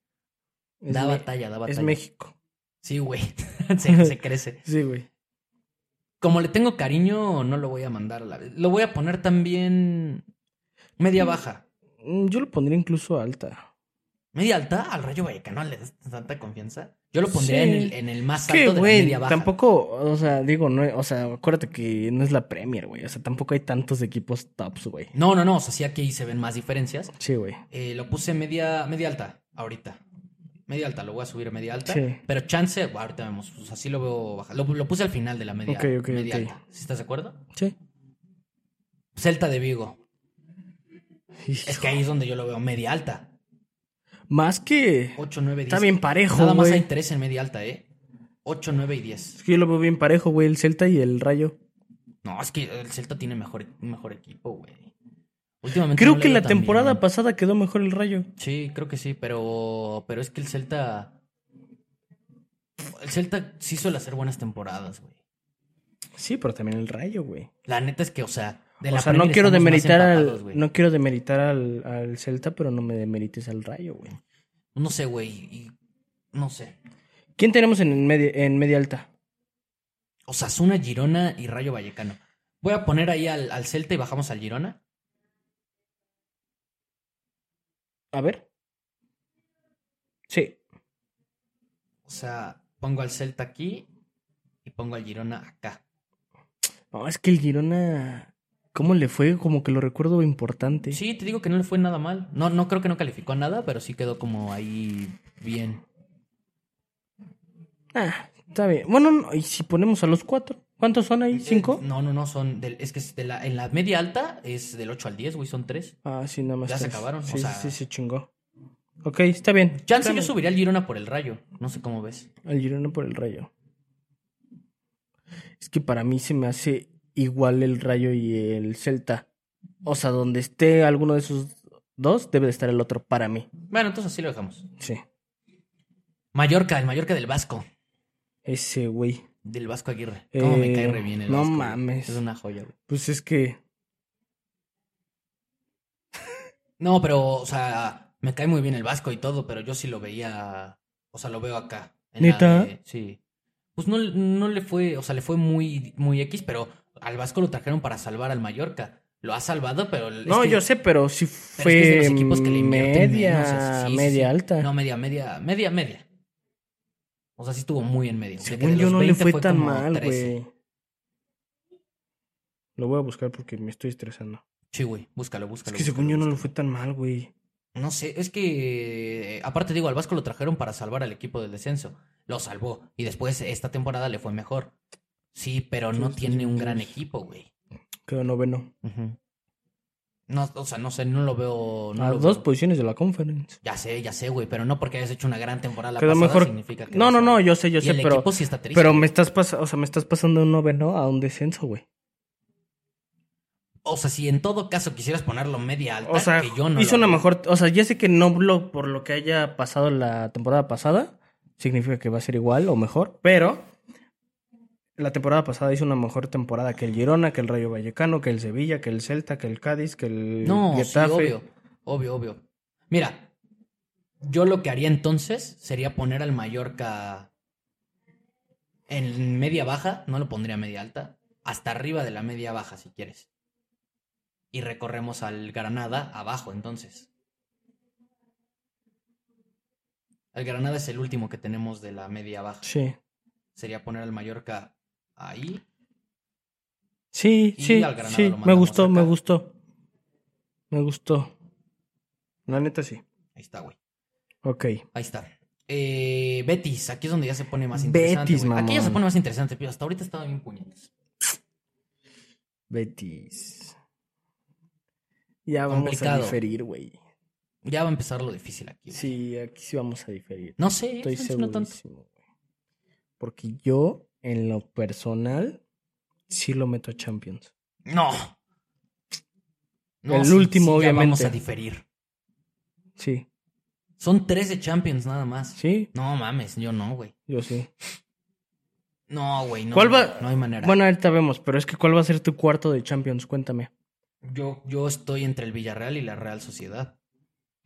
B: Es
A: Da
B: Me-
A: batalla, da
B: Es
A: batalla.
B: México.
A: Sí, güey. se, se crece.
B: Sí, güey.
A: Como le tengo cariño, no lo voy a mandar a la vez. Lo voy a poner también media baja.
B: Mm, Yo lo pondría incluso alta.
A: Media alta al Rayo Vallecano le das tanta confianza. Yo lo pondría
B: Sí.
A: en, el, en el más
B: Es que,
A: alto de la
B: güey,
A: media baja.
B: tampoco, o sea, digo, no, o sea, acuérdate que no es la Premier, güey. O sea, tampoco hay tantos equipos tops, güey.
A: No, no, no. O sea, sí aquí se ven más diferencias.
B: Sí, güey.
A: Eh, lo puse media, media alta ahorita. Media alta, lo voy a subir a media alta.
B: Sí.
A: Pero chance, bueno, ahorita vemos. O sea, sí lo veo baja. Lo, lo puse al final de la media,
B: Ok, ok,
A: media
B: ok.
A: alta. ¿Sí estás de acuerdo?
B: Sí.
A: Celta de Vigo. Es que ahí es donde yo lo veo media alta.
B: Más que
A: 8, 9, 10.
B: está bien parejo,
A: Nada más
B: güey.
A: hay tres en media alta, ¿eh? 8, 9 y 10.
B: Es que yo lo veo bien parejo, güey, el Celta y el Rayo.
A: No, es que el Celta tiene mejor, mejor equipo, güey. Últimamente
B: Creo
A: no le
B: que
A: veo
B: la
A: tan
B: temporada
A: bien.
B: pasada quedó mejor el Rayo.
A: Sí, creo que sí, pero pero es que el Celta el Celta sí suele hacer buenas temporadas, güey.
B: Sí, pero también el Rayo, güey.
A: La neta es que, o sea, de
B: O
A: la
B: sea, no
A: Premier
B: quiero
A: estamos más
B: demeritar
A: empatados,
B: al
A: güey.
B: no quiero demeritar al, al Celta, pero no me demerites al Rayo, güey.
A: No sé, güey, y- no sé.
B: ¿Quién tenemos en media en media alta?
A: Osasuna, Girona y Rayo Vallecano. Voy a poner ahí al, al Celta y bajamos al Girona.
B: A ver. Sí.
A: O sea, pongo al Celta aquí y pongo al Girona acá.
B: No, es que el Girona. ¿Cómo le fue? Como que lo recuerdo importante.
A: Sí, te digo que no le fue nada mal. No, no creo que no calificó a nada, pero sí quedó como ahí bien.
B: Ah, está bien. Bueno, no, y si ponemos a los cuatro. ¿Cuántos son ahí? ¿Cinco?
A: Eh, no, no, no, son. del- es que es de la- en la media alta es del 8 al 10, güey, son 3.
B: Ah, sí, nada más.
A: Ya se
B: tres.
A: acabaron, o
B: Sí,
A: sea-
B: sí, sí, se chingó. Ok, está bien.
A: Chance
B: Está
A: yo
B: bien.
A: subiría al Girona por el Rayo. No sé cómo ves.
B: Al Girona por el Rayo. Es que para mí se me hace igual el Rayo y el Celta. O sea, donde esté alguno de esos dos, debe de estar el otro para mí.
A: Bueno, entonces así lo dejamos.
B: Sí.
A: Mallorca, el Mallorca del Vasco.
B: Ese güey.
A: Del Vasco Aguirre. Cómo me cae
B: Eh,
A: re bien el
B: no
A: Vasco, güey.
B: mames.
A: Es una joya, güey.
B: Pues es que.
A: No, pero, o sea, me cae muy bien el Vasco y todo, pero yo sí lo veía, o sea, lo veo acá. en la
B: ¿Neta?
A: de- sí. Pues no, no le fue, o sea, le fue muy, muy X, pero al Vasco lo trajeron para salvar al Mallorca. Lo ha salvado, pero... es
B: No,
A: que-
B: yo sé, pero si
A: pero
B: fue
A: es que es de los equipos que le invierten
B: media,
A: menos, o sea, sí, sí,
B: media
A: sí.
B: alta.
A: No, media, media, media, media. O sea, sí estuvo muy en medio. De que de
B: Según yo
A: los
B: no le
A: 20
B: fue tan
A: como
B: mal,
A: 13.
B: güey. Lo voy a buscar porque me estoy estresando.
A: Sí, güey, búscalo,
B: Es
A: búscalo.
B: que según yo no le fue tan mal, güey.
A: No sé, es que eh, aparte digo, al Vasco lo trajeron para salvar al equipo del descenso. Lo salvó y después esta temporada le fue mejor. Sí, pero no
B: Sí, sí,
A: tiene
B: sí,
A: un
B: sí.
A: gran equipo, güey.
B: Quedó noveno.
A: No, o sea, no sé, no lo veo, no
B: A
A: lo
B: dos pues
A: veo.
B: posiciones de la conference.
A: Ya sé, ya sé, güey, pero no porque hayas hecho una gran temporada la
B: Quedó
A: pasada
B: mejor-
A: significa que
B: No,
A: vas
B: no,
A: a-
B: no, yo sé, yo
A: Y
B: sé,
A: el
B: pero,
A: equipo sí está triste.
B: pero me estás pasando, o sea, me estás pasando de un noveno a un descenso, güey.
A: O sea, si en todo caso quisieras ponerlo media alta,
B: O sea,
A: que yo no
B: hizo
A: lo
B: una
A: veo.
B: mejor, o sea, ya sé que no lo- por lo que haya pasado la temporada pasada, significa que va a ser igual o mejor, pero la temporada pasada hizo una mejor temporada que el Girona, que el Rayo Vallecano, que el Sevilla, que el Celta, que el Cádiz, que el
A: No, sí,
B: Getafe.
A: obvio. Obvio, obvio. Mira, yo lo que haría entonces sería poner al Mallorca en media baja, no lo pondría media alta, hasta arriba de la media baja si quieres. Y recorremos al Granada abajo entonces. El Granada es el último que tenemos de la media baja.
B: Sí.
A: Sería poner al Mallorca ahí.
B: Sí,
A: Y
B: sí,
A: al Granada
B: sí,
A: lo
B: me
A: mandamos
B: gustó, me
A: acá.
B: gustó. Me gustó. La neta sí.
A: Ahí está, güey.
B: Ok.
A: Ahí está. Eh, Betis, aquí es donde ya se pone más interesante.
B: Betis,
A: güey. aquí ya se
B: mamón.
A: pone más interesante, pero hasta ahorita estaba bien puñetas.
B: Betis. Ya vamos
A: Complicado.
B: a diferir, güey.
A: Ya va a empezar lo difícil aquí. güey.
B: Sí, aquí sí vamos a diferir.
A: No sé, ¿eh?
B: Estoy
A: Santos no tanto.
B: segurísimo, güey. Porque yo, en lo personal, sí lo meto a Champions.
A: No.
B: El último,
A: ya Vamos
B: obviamente.
A: a diferir.
B: Sí,
A: Son 13 Champions nada más.
B: sí,
A: No mames, yo no, güey.
B: yo sí.
A: No, güey, no.
B: ¿Cuál va-
A: No hay manera.
B: Bueno, ahorita vemos, pero es que ¿cuál va a ser tu cuarto de Champions? Cuéntame.
A: Yo, yo estoy entre el Villarreal y la Real Sociedad.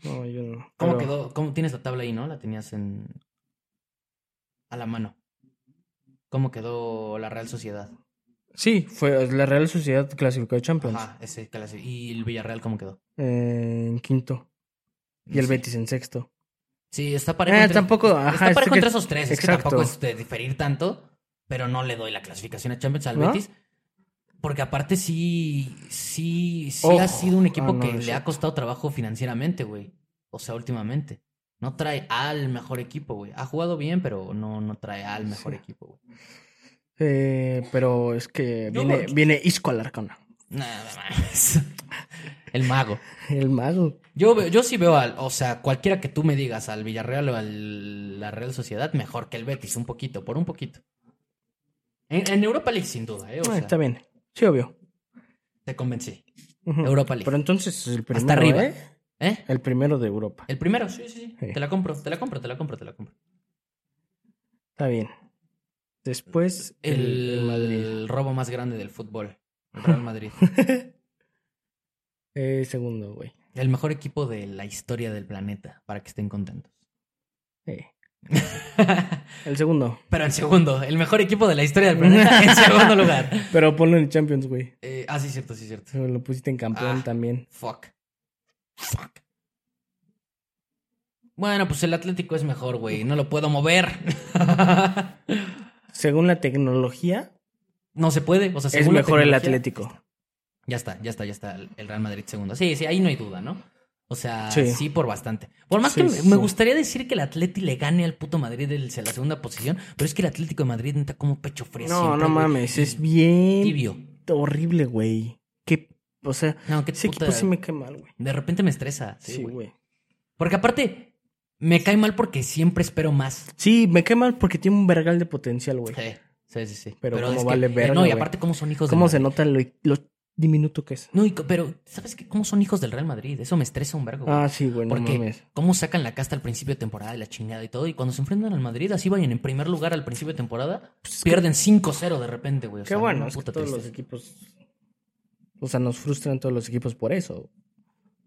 B: No, yo no.
A: ¿Cómo
B: pero-
A: quedó? ¿Cómo tienes la tabla ahí, no? La tenías en. a la mano. ¿Cómo quedó la Real Sociedad?
B: Sí, fue la Real Sociedad clasificó a Champions.
A: Ajá, ese clase. ¿Y el Villarreal cómo quedó?
B: eh, en quinto. Y el
A: Sí.
B: Betis en sexto.
A: Sí, está parejo.
B: Eh,
A: entre-
B: tampoco,
A: está
B: ajá, es
A: parejo
B: que-
A: entre esos tres. Es que
B: exacto.
A: tampoco es de diferir tanto, pero no le doy la clasificación a Champions al
B: ¿No?
A: Betis. Porque aparte sí, sí, sí
B: Ojo.
A: ha sido un equipo
B: Ah, no,
A: que
B: es
A: le ha
B: cierto.
A: costado trabajo financieramente, güey. O sea, últimamente. No trae al mejor equipo, güey. Ha jugado bien, pero no, no trae al mejor
B: Sí.
A: equipo, güey.
B: Eh, pero es que
A: Yo
B: viene,
A: lo-
B: viene Isco Alarcón.
A: Nada más. El mago.
B: El mago.
A: Yo, veo- yo sí veo al, o sea, cualquiera que tú me digas, al Villarreal o a la Real Sociedad, mejor que el Betis, un poquito, por un poquito. En, en Europa League, sin duda, ¿eh? O
B: Ah,
A: sea,
B: está bien. Sí, obvio.
A: te convencí.
B: Ujú.
A: Europa League.
B: Pero entonces Mm. el primero,
A: arriba.
B: ¿eh?
A: ¿Eh?
B: El primero de Europa.
A: El primero, sí, sí, sí.
B: Sí.
A: Te la compro, te la compro, te la compro, te la compro.
B: Está bien. Después
A: El,
B: el, el Madrid.
A: el robo más grande del fútbol, el Real Madrid.
B: Eh, segundo, güey.
A: el mejor equipo de la historia del planeta, para que estén contentos.
B: Eh. El segundo.
A: Pero en segundo, el mejor equipo de la historia del planeta, en segundo lugar.
B: Pero ponlo en Champions, güey.
A: Eh, ah, sí, cierto, sí, cierto.
B: Pero Lo pusiste en campeón
A: Ah.
B: también.
A: Fuck. Fuck. Bueno, pues el Atlético es mejor, güey. No lo puedo mover.
B: Según la tecnología,
A: no se puede. O sea,
B: es
A: según la
B: mejor el
A: tecnología-
B: Atlético.
A: Ya está, ya está, ya está. El Real Madrid segundo. Sí, sí, ahí no hay duda, ¿no? O sea, sí,
B: Sí.
A: por bastante. Por más
B: Sí,
A: que
B: sí,
A: me
B: sí.
A: gustaría decir que el Atlético le gane al puto Madrid el, la segunda posición, pero es que el Atlético de Madrid neta como pecho frío.
B: No,
A: siempre,
B: no
A: güey.
B: mames.
A: Y
B: Es bien
A: Tibio.
B: horrible, güey. Qué, o sea,
A: No, qué
B: ese
A: puta-
B: equipo pues sí me cae mal, güey.
A: De repente me estresa. Sí,
B: Sí,
A: güey.
B: güey.
A: Porque aparte, Me cae mal porque siempre espero más.
B: Sí, me cae mal porque tiene un vergal de potencial, güey.
A: Sí, sí, sí. sí.
B: Pero
A: es
B: cómo
A: que-
B: vale
A: eh,
B: verga,
A: No, y
B: güey.
A: aparte, ¿cómo son hijos
B: ¿Cómo
A: del
B: se nota lo, lo diminuto que es?
A: No, y co- pero ¿sabes qué? ¿Cómo son hijos del Real Madrid? Eso me estresa un vergo. güey.
B: Ah, sí, güey, no
A: Porque
B: mames.
A: cómo sacan la casta al principio de temporada y la chingada y todo. Y cuando se enfrentan al Madrid, así vayan en primer lugar al principio de temporada, pierden 5-0 de repente, güey. Pues O
B: Qué
A: sea,
B: bueno,
A: una
B: es que
A: puta
B: todos los
A: tristeza.
B: equipos. O sea, nos frustran todos los equipos por eso.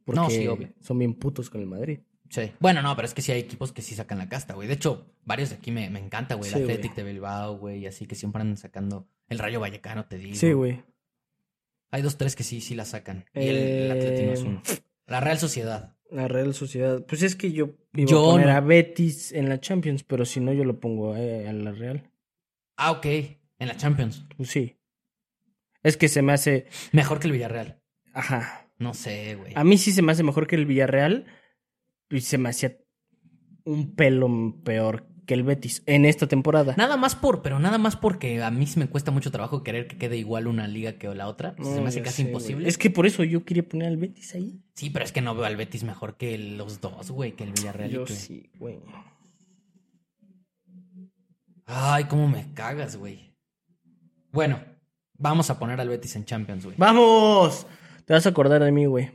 B: Porque
A: No, sí, obvio.
B: son bien putos con el Madrid.
A: Sí. Bueno, no, pero es que sí hay equipos que sí sacan la casta, güey. De hecho, varios de aquí me, me encanta, güey. El
B: Sí,
A: Athletic
B: güey.
A: de Bilbao, güey. y Así que siempre andan sacando. El Rayo Vallecano, te digo.
B: Sí, güey.
A: Hay dos, tres que sí, sí la sacan. Y el, el
B: Eh,
A: Atlético es uno. La Real Sociedad.
B: La Real Sociedad. Pues es que yo iba
A: Yo
B: a poner
A: no.
B: a Betis en la Champions, pero si no, yo lo pongo eh, a la Real.
A: Ah, ok. En la Champions.
B: Pues sí. Es que se me hace.
A: Mejor que el Villarreal.
B: Ajá.
A: No sé, güey.
B: A mí sí se me hace mejor que el Villarreal. Y se me hacía un pelo peor que el Betis en esta temporada.
A: Nada más por, pero nada más porque a mí sí me cuesta mucho trabajo querer que quede igual una liga que la otra.
B: No,
A: Se me hace
B: ya
A: casi
B: sé, güey.
A: imposible.
B: Es que por eso yo quería poner al Betis ahí.
A: Sí, pero es que no veo al Betis mejor que los dos, güey, que el Villarreal. y
B: Yo
A: que-
B: sí, güey.
A: Ay, cómo me cagas, güey. Bueno, vamos a poner al Betis en Champions, güey.
B: ¡Vamos! Te vas a acordar de mí, güey.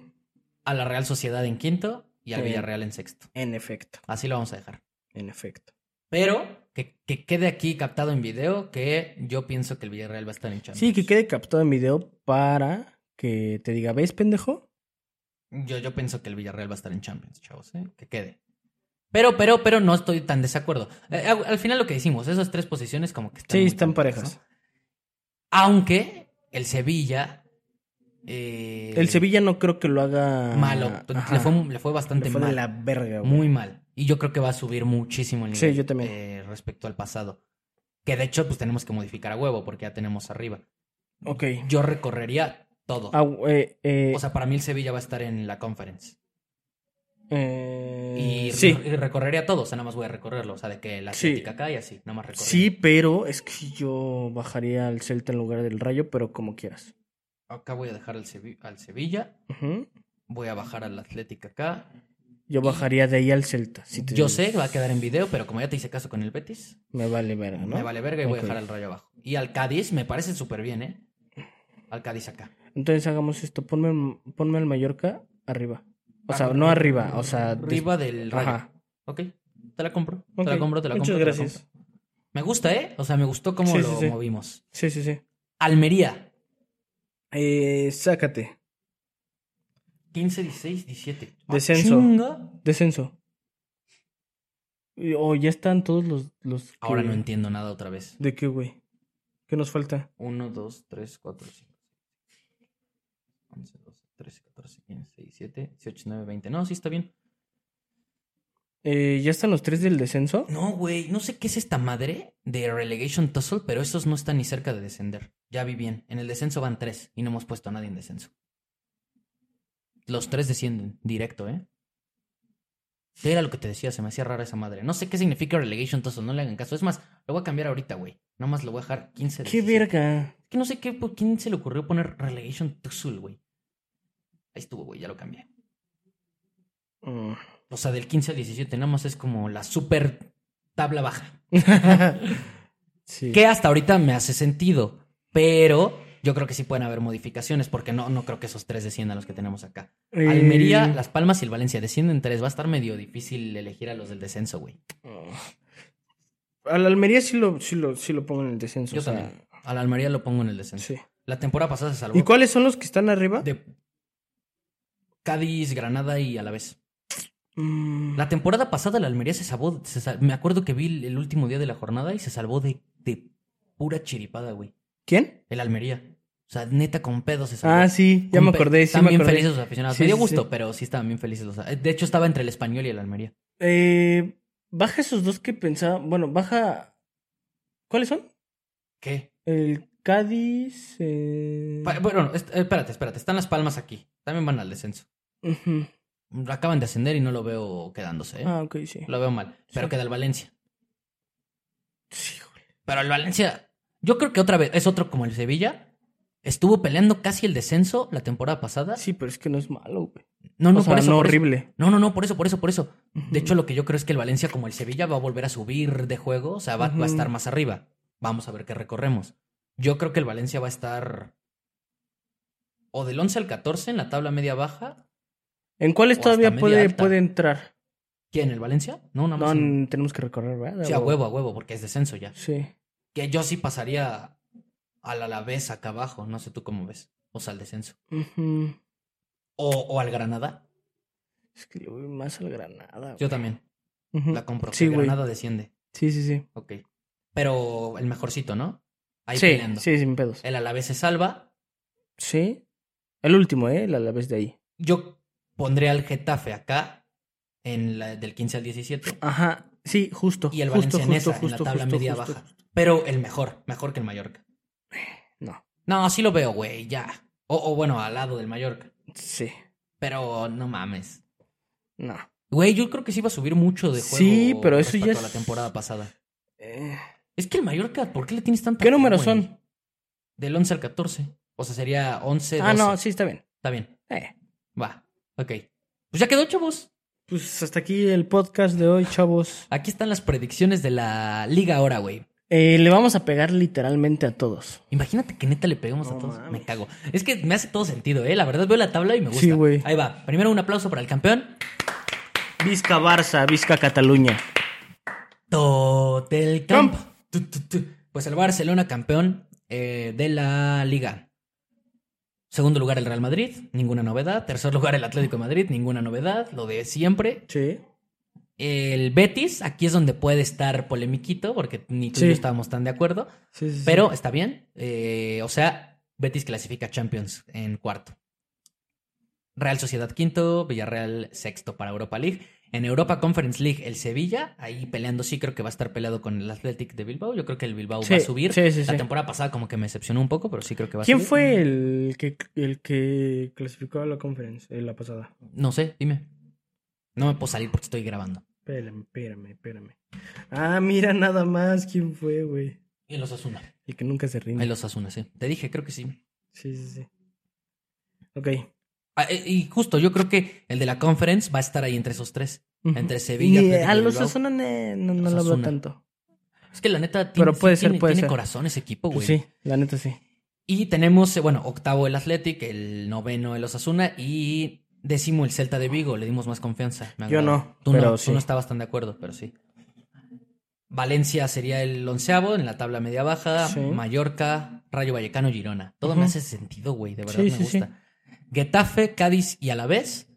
A: A la Real Sociedad en quinto y al
B: Sí.
A: Villarreal en sexto.
B: En efecto,
A: Así lo vamos a dejar.
B: en efecto.
A: Pero que, que quede aquí captado en video que yo pienso que el Villarreal va a estar en Champions.
B: Sí, que quede captado en video para que te diga, ¿ves, pendejo?
A: Yo, yo pienso que el Villarreal va a estar en Champions, chavos, ¿eh? Que quede. Pero, pero, pero no estoy tan desacuerdo. Eh, al al final lo que decimos, esas tres posiciones como que están.
B: Sí,
A: muy
B: están parejas.
A: ¿no? Aunque el Sevilla. eh,
B: El Sevilla no creo que lo haga...
A: Malo.
B: Ajá.
A: Le fue, le fue bastante
B: Le fue de
A: mal.
B: la verga, güey.
A: Muy mal. Y yo creo que va a subir muchísimo el
B: Sí,
A: nivel.
B: yo también.
A: eh, respecto al pasado. Que de hecho, pues tenemos que modificar a huevo porque ya tenemos arriba.
B: Ok.
A: Yo recorrería todo.
B: Ah, eh, eh,
A: O sea, para mí el Sevilla va a estar en la conference.
B: eh,
A: Y,
B: sí,
A: y recorrería todo, o sea, nada más voy a recorrerlo, o sea, de que la
B: Sí.
A: Atlética acá y así, nada más recorrer.
B: sí, pero es que yo bajaría al Celta en lugar del Rayo, pero como quieras.
A: Acá voy a dejar al, Sevi- al Sevilla,
B: Ujú.
A: voy a bajar al Atlética acá.
B: Yo bajaría de ahí al Celta. si te-
A: Yo sé que va a quedar en video, pero como ya te hice caso con el Betis,
B: Me vale verga, ¿no?
A: me vale verga y voy
B: Ok.
A: a dejar al Rayo abajo. Y al Cádiz me parece súper bien, ¿eh? Al Cádiz acá.
B: Entonces hagamos esto, ponme, ponme al Mallorca arriba. O sea,
A: Ar-
B: no arriba, o sea... des-
A: Arriba del Rayo.
B: Ajá.
A: Ok, te la compro,
B: Ok.
A: te la compro, te la
B: Muchas
A: compro. te la
B: gracias.
A: compro. Me gusta, ¿eh? O sea, me gustó cómo
B: Sí,
A: lo
B: sí, sí.
A: movimos.
B: Sí, sí, sí.
A: Almería,
B: Eh, sácate.
A: 15, 16, 17. Ah,
B: Descenso.
A: chinga.
B: Descenso. Y- O ya están todos los... los que-
A: Ahora no entiendo nada otra vez.
B: ¿De qué, güey? ¿Qué nos falta?
A: 1, 2, 3, 4, 5. 11, 12, 13, 14, 15, 16, 17, 18, 19, 20. No, sí está bien.
B: Eh, ¿Ya están los tres del descenso?
A: No, güey, no sé qué es esta madre de Relegation Tussle, pero esos no están ni cerca de descender. Ya vi bien. En el descenso van tres y no hemos puesto a nadie en descenso. Los tres descienden directo, ¿eh? Sí, era lo que te decía, se me hacía rara esa madre. No sé qué significa Relegation Tussle, no le hagan caso. Es más, lo voy a cambiar ahorita, güey. Nomás lo voy a dejar 15
B: ¡Qué
A: 17.
B: verga!
A: Es que no sé qué, por quién se le ocurrió poner Relegation Tuxul, güey. Ahí estuvo, güey, ya lo cambié.
B: Mm.
A: O sea, del 15 al 17, nada más es como la super tabla baja.
B: sí.
A: Que hasta ahorita me hace sentido, pero yo creo que sí pueden haber modificaciones, porque no, no creo que esos tres desciendan los que tenemos acá.
B: Eh,
A: Almería, Las Palmas y el Valencia descienden tres. Va a estar medio difícil elegir a los del descenso, güey.
B: Al oh. Almería sí lo, sí, lo, sí lo pongo en el descenso.
A: Yo
B: o sea,
A: también. A la Almería lo pongo en el descenso.
B: Sí.
A: La temporada pasada se salvó.
B: ¿Y cuáles son los que están arriba?
A: De Cádiz, Granada y Alavés.
B: Mm.
A: La temporada pasada la Almería se salvó. se sal- me acuerdo que vi el, el último día de la jornada y se salvó de, de pura chiripada, güey.
B: ¿Quién?
A: El Almería. O sea, neta, con pedo se salvó.
B: Ah, sí, ya
A: Con
B: me
A: pe-
B: acordé. Sí,
A: estaban
B: me
A: bien
B: acordé.
A: felices los aficionados.
B: Sí,
A: me dio
B: sí,
A: gusto,
B: sí.
A: pero sí estaban bien felices los. De hecho, estaba entre el español y el Almería.
B: Eh, baja esos dos que pensaba. Bueno, baja. ¿Cuáles son?
A: ¿Qué?
B: El Cádiz. eh,
A: Pa- bueno, est- espérate, espérate. Están las palmas aquí. También van al descenso.
B: ujú.
A: ¿Eh? Acaban de ascender y no lo veo quedándose, ¿eh?
B: Ah, ok, sí.
A: Lo veo mal. Pero
B: Sí.
A: queda el Valencia.
B: Sí, güey.
A: Pero el Valencia, yo creo que otra vez, es otro como el Sevilla. Estuvo peleando casi el descenso la temporada pasada.
B: Sí, pero es que no es malo, güey.
A: No, no,
B: o sea,
A: por eso.
B: no
A: por eso.
B: horrible.
A: No, no, no, por eso, por eso, por eso.
B: Ujú.
A: De hecho, lo que yo creo es que el Valencia, como el Sevilla, va a volver a subir de juego, o sea, va, va a
B: Ujú.
A: estar más arriba. Vamos a ver qué recorremos. Yo creo que el Valencia va a estar o del 11 al 14 en la tabla media baja.
B: ¿En cuáles
A: o
B: todavía
A: hasta media
B: puede,
A: alta.
B: puede entrar?
A: ¿Quién? ¿El Valencia? No, nada
B: No,
A: más. en-
B: n- tenemos que recorrer, ¿verdad?
A: Sí, a huevo, a huevo, porque es descenso ya.
B: Sí.
A: Que yo sí pasaría al Alavés acá abajo, no sé tú cómo ves. O sea, al descenso.
B: Ujú.
A: O, o al Granada.
B: Es que le voy más al Granada.
A: Yo también
B: güey. Ujú.
A: la compro.
B: Sí,
A: el
B: güey.
A: Granada desciende.
B: Sí, sí, sí.
A: Ok. Pero el mejorcito, ¿no? Ahí
B: sí,
A: peleando. Eh.
B: sí, sin pedos.
A: El Alavés se salva.
B: Sí. El último, ¿eh? El Alavés de ahí.
A: Yo pondré al Getafe acá, en la, del 15 al 17.
B: Ajá. Sí, justo.
A: y el
B: justo,
A: Valencia en esa,
B: justo,
A: en la
B: justo,
A: tabla
B: justo,
A: media
B: justo.
A: baja. Pero el mejor, mejor que el Mallorca.
B: No.
A: No, sí lo veo, güey, ya. O, o bueno, al lado del Mallorca.
B: Sí.
A: Pero no mames.
B: No.
A: Güey, yo creo que sí va a subir mucho de juego.
B: Sí, pero eso
A: respecto
B: ya
A: a la
B: es-
A: temporada pasada.
B: Eh,
A: Es que el Mallorca, ¿por qué le tienes tanta
B: ¿Qué números
A: fe, güey?
B: son?
A: Del 11 al 14. O sea, sería 11, 12.
B: Ah, no, sí, está bien.
A: Está bien.
B: Eh.
A: Va. Ok. Pues ya quedó, chavos.
B: Pues hasta aquí el podcast de hoy, chavos.
A: Aquí están las predicciones de la liga ahora, güey.
B: Eh, le vamos a pegar literalmente a todos.
A: Imagínate que neta le pegamos a
B: No
A: todos. Me
B: mames.
A: cago. Es que me hace todo sentido, ¿eh? La verdad veo la tabla y me gusta.
B: Sí, güey.
A: Ahí va. Primero un aplauso para el campeón.
B: Vizca Barça, Vizca Cataluña.
A: Totel Camp. Tu, tu, tu. Pues el Barcelona campeón eh, de la liga. Segundo lugar el Real Madrid, ninguna novedad. Tercer lugar el Atlético de Madrid, ninguna novedad. Lo de siempre.
B: Sí.
A: El Betis, aquí es donde puede estar polemiquito, porque ni tú y
B: Sí.
A: yo estábamos tan de acuerdo.
B: Sí, sí, sí.
A: Pero está bien. eh, o sea, Betis clasifica a Champions en cuarto. Real Sociedad quinto, Villarreal sexto para Europa League. En Europa Conference League, el Sevilla, ahí peleando, sí creo que va a estar peleado con el Athletic de Bilbao. Yo creo que el Bilbao
B: Sí,
A: va a subir.
B: sí, sí,
A: La
B: sí.
A: temporada pasada como que me decepcionó un poco, pero sí creo que va a
B: ¿Quién
A: subir.
B: fue el que, el que clasificó a la conferencia eh, la pasada?
A: No sé, dime. No me puedo salir porque estoy grabando.
B: Espérame, espérame, espérame. Ah, mira nada más quién fue, güey.
A: Y los Asuna.
B: El que nunca se rinde.
A: Ahí los Asuna, sí. Te dije, creo que sí.
B: Sí, sí, sí. Ok.
A: Ah, eh, Y justo, yo creo que el de la conference va a estar ahí entre esos tres. Entre Sevilla,
B: Y eh,
A: Atlético
B: a
A: de
B: los
A: Bilbao.
B: Asuna eh, no, no
A: Los
B: lo veo
A: Asuna.
B: tanto.
A: Es que la neta
B: Pero
A: sí
B: puede ser, puede
A: tiene
B: ser.
A: corazón ese equipo, güey.
B: Pues sí, la neta sí.
A: Y tenemos, eh, bueno, octavo el Athletic, el noveno el Osasuna y décimo el Celta de Vigo. Le dimos más confianza. me
B: Yo
A: agrada.
B: no,
A: Tú
B: pero
A: no, tú
B: sí.
A: no estabas tan de acuerdo, pero sí. Valencia sería el onceavo en la tabla media baja.
B: Sí.
A: Mallorca, Rayo Vallecano, Girona. Todo me
B: Ujú.
A: hace sentido, güey. De verdad
B: Sí,
A: me
B: sí, sí.
A: gusta. Getafe, Cádiz y Alavés.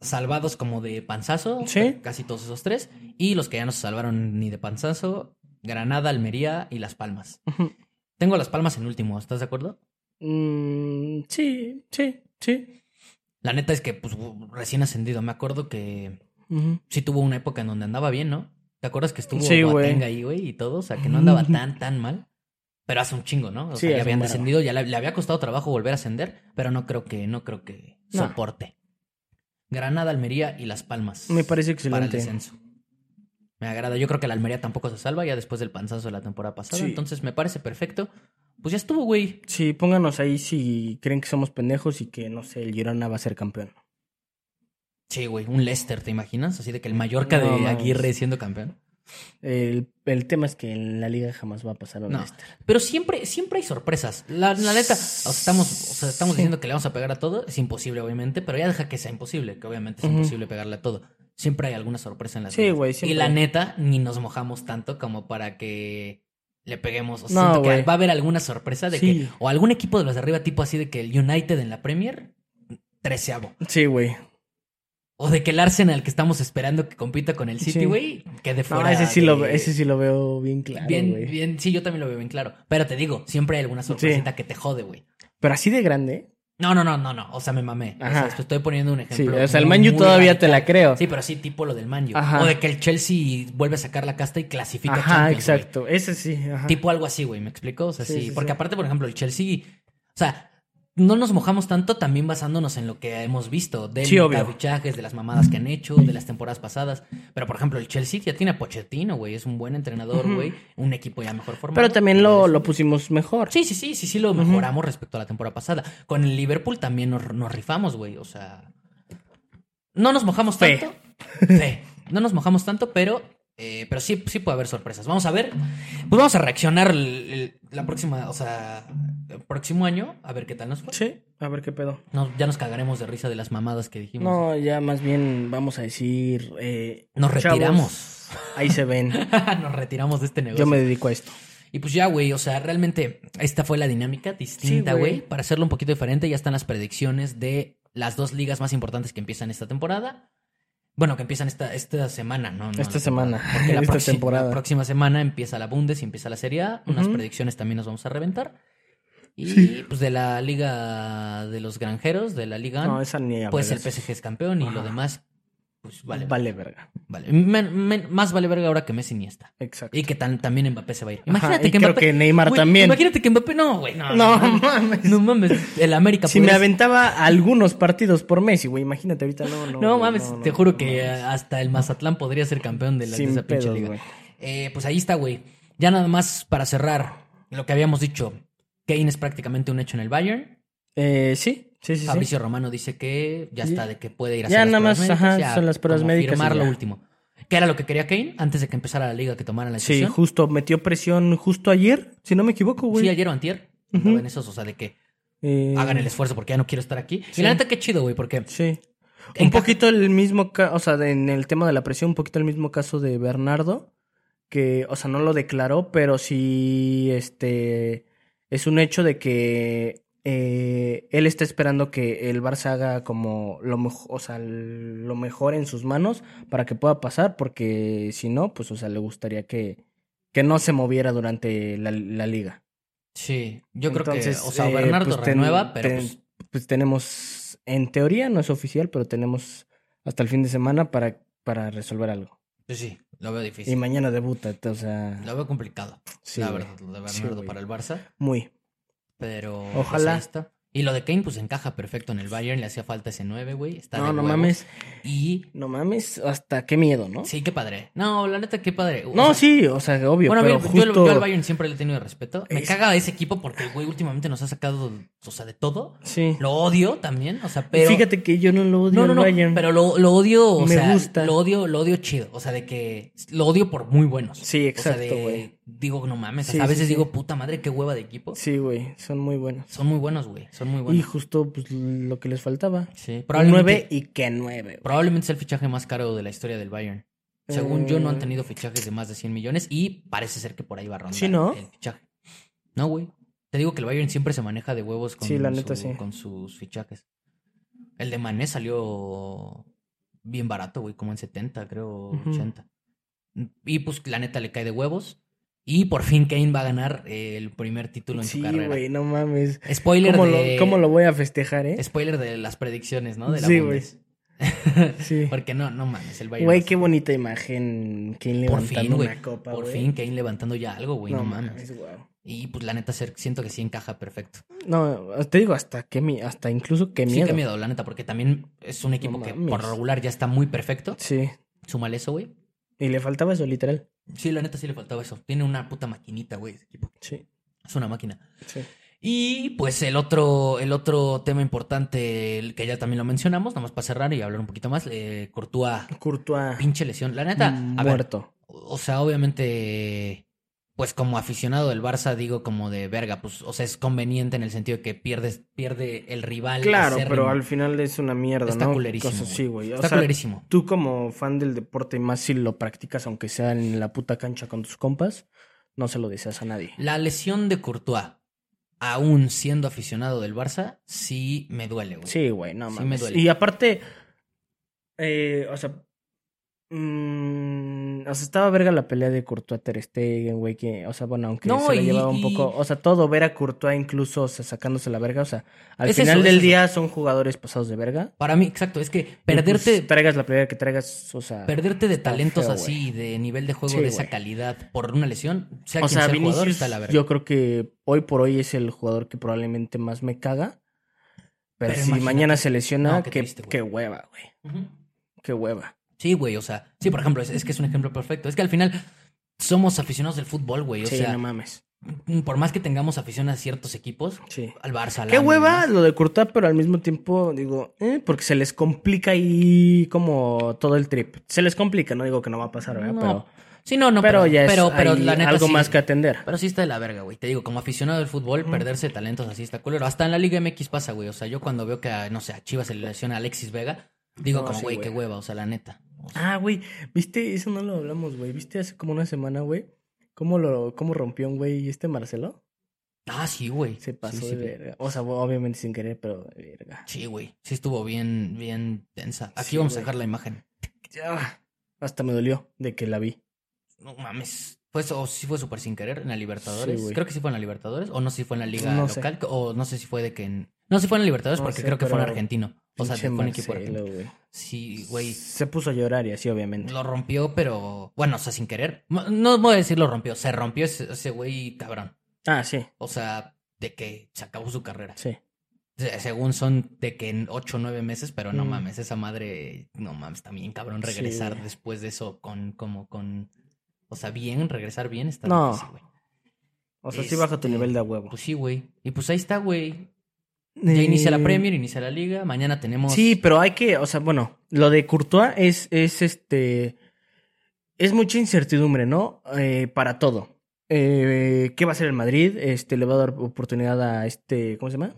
A: Salvados como de panzazo.
B: Sí.
A: Casi todos esos tres. Y los que ya no se salvaron ni de panzazo. Granada, Almería y Las Palmas.
B: Ujú.
A: Tengo a Las Palmas en último, ¿estás de acuerdo?
B: Mm, sí, sí, sí.
A: La neta es que, pues, u- recién ascendido. Me acuerdo que
B: Ujú.
A: sí tuvo una época en donde andaba bien, ¿no? ¿Te acuerdas que estuvo
B: Sí, güey.
A: Boateng ahí, güey, y todo? O sea, que no andaba tan, tan mal. Pero hace un chingo, ¿no? O
B: Sí,
A: sea,
B: hace
A: ya habían
B: un vergo.
A: descendido, ya le, le había costado trabajo volver a ascender, pero no creo que, no creo que
B: No.
A: soporte. Granada, Almería y Las Palmas.
B: Me parece
A: Para el
B: excelente.
A: descenso. Me agrada. Yo creo que la Almería tampoco se salva ya después del panzazo de la temporada pasada.
B: Sí.
A: Entonces me parece perfecto. Pues ya estuvo, güey.
B: Sí, pónganos ahí si creen que somos pendejos y que, no sé, el Girona va a ser campeón.
A: Sí, güey, un Leicester, ¿te imaginas? Así de que el Mallorca
B: No,
A: de
B: mames.
A: Aguirre siendo campeón.
B: El, el tema es que en la liga jamás va a pasar un
A: No.
B: Leicester.
A: Pero siempre, siempre hay sorpresas. La, la neta, o sea, estamos, o sea, estamos
B: Sí.
A: diciendo que le vamos a pegar a todo. Es imposible, obviamente, pero ya deja que sea imposible, que obviamente es
B: Ujú.
A: imposible pegarle a todo. Siempre hay alguna sorpresa en la
B: Sí, güey,
A: Y
B: siempre
A: la
B: hay.
A: neta, ni nos mojamos tanto como para que le peguemos. O sea,
B: No,
A: siento que
B: güey.
A: va a haber alguna sorpresa de
B: Sí.
A: que, o algún equipo de los de arriba, tipo así de que el United en la Premier, treceavo.
B: Sí, güey.
A: O de que el Arsenal que estamos esperando que compita con el City,
B: Sí.
A: güey, quede
B: No,
A: fuera.
B: ese sí, lo,
A: de-
B: ese sí lo veo bien claro,
A: bien,
B: güey.
A: bien, sí, yo también lo veo bien claro. Pero te digo, siempre hay alguna sorpresita que te jode, güey.
B: Pero así de grande.
A: No, no, no, no, no. O sea, me mamé. O sea,
B: Ajá.
A: te estoy poniendo un
B: Sí,
A: ejemplo.
B: o sea, el
A: muy,
B: Manju
A: muy
B: todavía te
A: radical.
B: la creo.
A: Sí, pero sí, tipo lo del Manju.
B: Ajá.
A: O de que el Chelsea vuelve a sacar la casta y clasifica a
B: Ajá,
A: Champions, güey.
B: exacto. Ese sí, ajá.
A: Tipo algo así, güey, ¿me explico? O sea, sí.
B: Sí, sí,
A: porque
B: sí.
A: aparte, por ejemplo, el Chelsea, o sea, no nos mojamos tanto también basándonos en lo que hemos visto, de
B: Sí,
A: los
B: obvio.
A: de las mamadas que han hecho, de las temporadas pasadas. Pero, por ejemplo, el Chelsea ya tiene a Pochettino, güey, es un buen entrenador,
B: Ujú.
A: güey, un equipo ya mejor formado.
B: Pero también lo, lo pusimos mejor.
A: Sí, sí, sí, sí, sí lo mejoramos respecto a la temporada pasada. Con el Liverpool también nos, nos rifamos, güey, o sea... No nos mojamos
B: Fe.
A: tanto. Fe. No nos mojamos tanto, pero, eh, pero sí, sí puede haber sorpresas. Vamos a ver. Pues vamos a reaccionar el- el- la próxima, o sea, el próximo año, a ver qué tal nos fue.
B: Sí, a ver qué pedo.
A: No, ya nos cagaremos de risa de las mamadas que dijimos.
B: No, ya más bien vamos a decir. eh,
A: Nos
B: chavos,
A: retiramos.
B: ahí se ven.
A: nos retiramos de este negocio.
B: Yo me dedico a esto.
A: Y pues ya, güey, o sea, realmente esta fue la dinámica distinta,
B: Sí,
A: güey.
B: güey.
A: para hacerlo un poquito diferente, ya están las predicciones de las dos ligas más importantes que empiezan esta temporada. Bueno, que empiezan esta, esta semana, ¿no? No,
B: Esta
A: la
B: semana,
A: temporada, porque la,
B: esta
A: próxima,
B: temporada.
A: la próxima semana empieza la Bundes y empieza la Serie A. Unas
B: Ujú.
A: predicciones también nos vamos a reventar. Y pues de la Liga de los Granjeros, de la Liga...
B: No,
A: AN,
B: esa ni a
A: pues el
B: vergas.
A: PSG es campeón y lo
B: Ajá.
A: demás, pues vale. Vale.
B: Vale, verga.
A: Men- men- más vale verga ahora que Messi ni está.
B: Exacto.
A: Y que tan- también Mbappé se va a ir.
B: Ajá,
A: Imagínate
B: y
A: que
B: creo
A: Mbappé.
B: que Neymar
A: Güey,
B: también.
A: Imagínate que Mbappé no, güey. No,
B: No
A: no,
B: mames.
A: no mames. El América
B: Si me
A: podría-
B: aventaba algunos partidos por Messi, güey, imagínate ahorita no, no.
A: No,
B: güey,
A: mames,
B: no,
A: te
B: no,
A: juro
B: no
A: que
B: mames.
A: hasta el Mazatlán podría ser campeón de, la, de
B: Sin
A: esa pinche
B: pedos,
A: liga.
B: güey.
A: Eh, pues ahí está, güey. Ya nada más para cerrar lo que habíamos dicho. Kane es prácticamente un hecho en el Bayern.
B: Eh, sí, sí, sí, sí.
A: Fabricio Romano dice que ya está, de que puede ir a
B: Ya
A: hacer las
B: nada más,
A: pruebas médicas,
B: ajá,
A: ya
B: son las pruebas
A: como
B: médicas y
A: Firmar lo
B: ya.
A: último. Que era lo que quería Kane antes de que empezara la liga que tomara la
B: Sí,
A: decisión.
B: justo metió presión justo ayer, si no me equivoco, güey.
A: Sí, ayer o antier.
B: Ujú.
A: andaban esos, o sea, de que
B: Eh,
A: hagan el esfuerzo porque ya no quiero estar aquí. Y
B: Sí.
A: la neta, qué chido, güey, porque
B: Sí.
A: En
B: Un
A: ca-
B: poquito el mismo, ca- o sea, de- en el tema de la presión, un poquito el mismo caso de Bernardo, que, o sea, no lo declaró, pero sí, este, es un hecho de que eh, él está esperando que el Barça haga como lo mejor, o sea, l- lo mejor en sus manos para que pueda pasar, porque si no, pues, o sea, le gustaría que, que no se moviera durante la, la liga.
A: Sí, yo
B: Entonces,
A: creo que, o sea,
B: eh,
A: Bernardo
B: pues, ten-
A: renueva, pero
B: ten-
A: pues,
B: pues tenemos, en teoría no es oficial, pero tenemos hasta el fin de semana para, para resolver algo.
A: pues sí, lo veo
B: Y
A: difícil.
B: mañana debuta, ent- o sea,
A: Lo veo complicado,
B: sí,
A: la
B: güey.
A: verdad, lo de
B: Sí,
A: Bernardo
B: güey.
A: para el Barça,
B: muy.
A: pero pues,
B: Ojalá.
A: ahí está. Y lo de Kane, pues encaja perfecto en el Bayern, le hacía falta ese 9, güey. Está
B: No,
A: de
B: no
A: huevos.
B: mames,
A: Y
B: no mames, hasta qué miedo, ¿no?
A: sí, qué padre. No, la neta, qué padre. O
B: No,
A: sea,
B: sí, o sea, obvio,
A: Bueno, a
B: pero
A: ver, yo,
B: justo...
A: yo al Bayern siempre le he tenido respeto. Me
B: Es-
A: caga ese equipo porque, güey, últimamente nos ha sacado, o sea, de todo.
B: Sí.
A: Lo odio también, o sea, pero...
B: Fíjate que yo no lo odio
A: No, no,
B: al
A: no,
B: Bayern.
A: pero lo, lo odio, o
B: Me
A: sea,
B: gusta.
A: lo odio, lo odio chido, o sea, de que lo odio por muy buenos.
B: Sí, exacto,
A: O sea, de-
B: güey.
A: digo, no mames,
B: Sí,
A: hasta a
B: sí,
A: veces
B: sí.
A: digo, puta madre, qué hueva de equipo.
B: Sí, güey, son muy buenos.
A: Son muy buenos, güey, son muy buenos.
B: Y justo pues, lo que les faltaba.
A: Sí, probablemente,
B: Nueve y que nueve. güey.
A: probablemente es el fichaje más caro de la historia del Bayern. Según yo, no
B: Eh.
A: han tenido fichajes de más de 100 millones y parece ser que por ahí va a rondar
B: Sí, ¿no?
A: el fichaje. No, güey. Te digo que el Bayern siempre se maneja de huevos con,
B: Sí, la neta,
A: su-
B: sí.
A: con sus fichajes. El de Mané salió bien barato, güey, como en 70, creo,
B: Ujú.
A: 80. Y pues la neta le cae de huevos. Y por fin Kane va a ganar eh, el primer título en
B: Sí,
A: su carrera.
B: güey, no mames.
A: Spoiler
B: ¿Cómo,
A: de...
B: lo, cómo lo voy a festejar, eh?
A: Spoiler de las predicciones, ¿no? De la
B: Sí, güey.
A: Bundes.
B: Sí.
A: Porque no, no mames, el Bayern.
B: Güey,
A: es-
B: qué bonita imagen que
A: Por
B: levantando
A: fin, güey.
B: una copa,
A: Por
B: güey.
A: fin Kane levantando ya algo, güey. No, mames.
B: guau.
A: Y pues la neta ser- siento que sí encaja perfecto.
B: No, te digo hasta que mi, hasta incluso que
A: Sí,
B: miedo.
A: qué miedo, la neta, porque también es un equipo que por
B: mames.
A: lo regular ya está muy perfecto.
B: Sí.
A: Súmale eso, güey.
B: Y le faltaba eso, literal.
A: Sí, la neta sí le faltaba eso. Tiene una puta maquinita, güey, ese equipo.
B: Sí,
A: Es una máquina.
B: sí.
A: Y pues el otro, el otro tema importante, el que ya también lo mencionamos, nada más para cerrar y hablar un poquito más, eh, Courtois,
B: Courtois
A: pinche lesión. La neta, a ver,
B: muerto.
A: O sea, obviamente, pues como aficionado del Barça, digo como de verga, pues, o sea, es conveniente en el sentido de que pierdes, pierde el rival.
B: Claro,
A: acérrimo.
B: pero al final es una mierda,
A: Está
B: ¿no?
A: culerísimo,
B: Cosas
A: güey.
B: sí, güey. O
A: Está
B: sea,
A: clarísimo.
B: tú como fan del deporte y más si lo practicas aunque sea en la puta cancha con tus compas, no se lo deseas a nadie.
A: La lesión de Courtois, aún siendo aficionado del Barça, sí me duele, güey.
B: Sí, güey, no
A: Pues, Sí me
B: mames.
A: duele.
B: Y aparte, eh, o sea, mm, o sea, estaba verga la pelea de Courtois Ter Stegen, güey, que, o sea, bueno, aunque
A: No,
B: se la
A: y-
B: llevaba un poco,
A: y-
B: o sea, todo ver a Courtois incluso, o sea, sacándose la verga, o sea, al
A: Es eso,
B: final
A: es
B: del
A: eso.
B: día son jugadores pasados de verga.
A: Para mí, exacto, es que
B: Y, pues,
A: perderte,
B: traigas la pelea que traigas, o sea,
A: perderte de
B: está
A: talentos
B: feo,
A: así, de nivel de juego
B: Sí,
A: de esa
B: güey.
A: calidad por una lesión, sea quien
B: o sea,
A: sea el jugador,
B: Vinicius,
A: está la verga.
B: yo creo que hoy por hoy es el jugador que probablemente más me caga. Pero,
A: Pero
B: si
A: imagínate.
B: mañana se lesiona,
A: No, qué
B: qué,
A: triste, güey.
B: qué hueva, güey.
A: Ujú.
B: Qué hueva.
A: Sí, güey, o sea, sí, por ejemplo, es, es que es un ejemplo perfecto. Es que al final somos aficionados del fútbol, güey, o
B: sí,
A: sea,
B: no mames.
A: por más que tengamos afición a ciertos equipos,
B: Sí.
A: al Barça, al
B: Qué
A: Ajax,
B: hueva
A: ¿no?
B: lo de Courtois, pero al mismo tiempo digo, eh, porque se les complica ahí como todo el trip. Se les complica, no digo que no va a pasar, ¿verdad?
A: No,
B: pero,
A: Sí, no, no,
B: pero
A: pero,
B: ya es
A: pero, pero
B: ahí
A: la neta
B: algo
A: sí-
B: más que atender.
A: Pero sí está de la verga, güey. Te digo, como aficionado del fútbol,
B: Mm.
A: perderse talentos así está culero. Hasta en la Liga MX pasa, güey. O sea, yo cuando veo que, a, no sé, a Chivas se le lesiona a Alexis Vega, digo
B: No,
A: como,
B: sí,
A: güey, qué
B: güey.
A: hueva, o sea, la neta. O sea,
B: Ah, güey, viste, eso no lo hablamos, güey. Viste hace como una semana, güey, cómo lo, cómo rompió un güey este Marcelo.
A: ah, sí, güey.
B: Se pasó
A: Sí, sí,
B: de verga. O sea, obviamente sin querer, pero de verga.
A: Sí, güey. Sí estuvo bien, bien densa. Aquí
B: Sí,
A: vamos
B: güey.
A: a dejar la imagen.
B: Ah, Hasta me dolió de que la vi.
A: No mames. Pues, o sí fue súper sin querer en la Libertadores.
B: Sí, güey.
A: creo que sí fue en la Libertadores. O no sé si fue en la Liga
B: No sé.
A: local. O no sé si fue de que en... No, sí fue en la Libertadores
B: No
A: porque
B: sé,
A: creo que fue en
B: pero-
A: argentino. O sea,
B: Pinche
A: fue un equipo
B: Marcelo,
A: argentino.
B: güey.
A: Sí, güey.
B: Se puso a llorar y así, obviamente.
A: Lo rompió, pero bueno, o sea, sin querer. No- No voy a decir lo rompió, se rompió ese ese güey cabrón.
B: Ah, sí,
A: O sea, de que se acabó su carrera.
B: sí.
A: Se- Según son de que en 8 o 9 meses, pero no
B: Mm.
A: mames, esa madre, no mames, también cabrón
B: Sí,
A: regresar
B: güey.
A: después de eso con, como con, o sea, bien, regresar bien está
B: No.
A: difícil, güey.
B: O sea, sí baja tu
A: Este,
B: nivel de huevo.
A: Pues sí, güey. Y pues ahí está, güey. Ya inicia la
B: Eh,
A: Premier, inicia la Liga, mañana tenemos...
B: Sí, pero hay que, o sea, bueno, lo de Courtois es, es este, es mucha incertidumbre, ¿no? Eh, para todo. Eh, ¿Qué va a hacer el Madrid? Este, le va a dar oportunidad a este, ¿cómo se llama?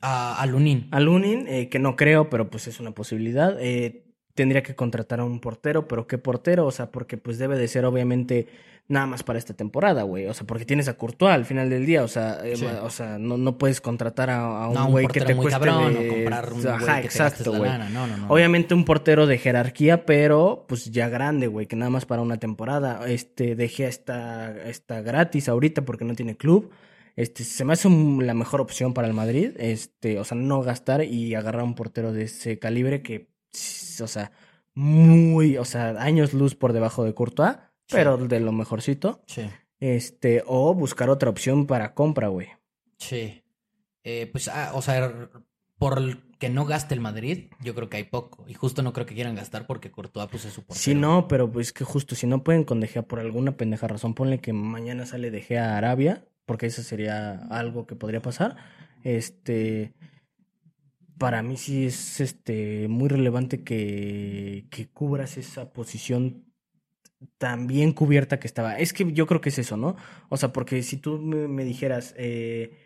A: A, a Lunin.
B: A Lunin, eh, que no creo, pero pues es una posibilidad. Eh, tendría que contratar a un portero, pero ¿qué portero? O sea, porque pues debe de ser obviamente nada más para esta temporada, güey. O sea, porque tienes a Courtois al final del día. O sea, eh,
A: Sí.
B: o sea no, no puedes contratar a, a un
A: No,
B: güey que
A: portero
B: te
A: muy
B: cueste
A: cabrón,
B: de-
A: o comprar un
B: Ajá,
A: güey que te gastes
B: exacto,
A: la
B: güey.
A: lana. No, no, no.
B: Obviamente un portero de jerarquía, pero pues ya grande, güey, que nada más para una temporada. Este, dejé esta, esta gratis ahorita porque no tiene club. Este, se me hace un- la mejor opción para el Madrid. Este, o sea, no gastar y agarrar un portero de ese calibre que, s- o sea, muy, o sea, años luz por debajo de Courtois,
A: Sí.
B: pero de lo mejorcito.
A: Sí.
B: Este, o buscar otra opción para compra, güey.
A: Sí. Eh, pues, ah, o sea, r- por el que no gaste el Madrid, yo creo que hay poco. Y justo no creo que quieran gastar porque Courtois pues, es su portero.
B: Si no, pero pues que justo si no pueden con De Gea por alguna pendeja razón, ponle que mañana sale De Gea a Arabia, porque eso sería algo que podría pasar. Este para mí sí es este muy relevante que, que cubras esa posición tan bien cubierta que estaba. Es que yo creo que es eso, ¿no? O sea, porque si tú me, me dijeras, eh,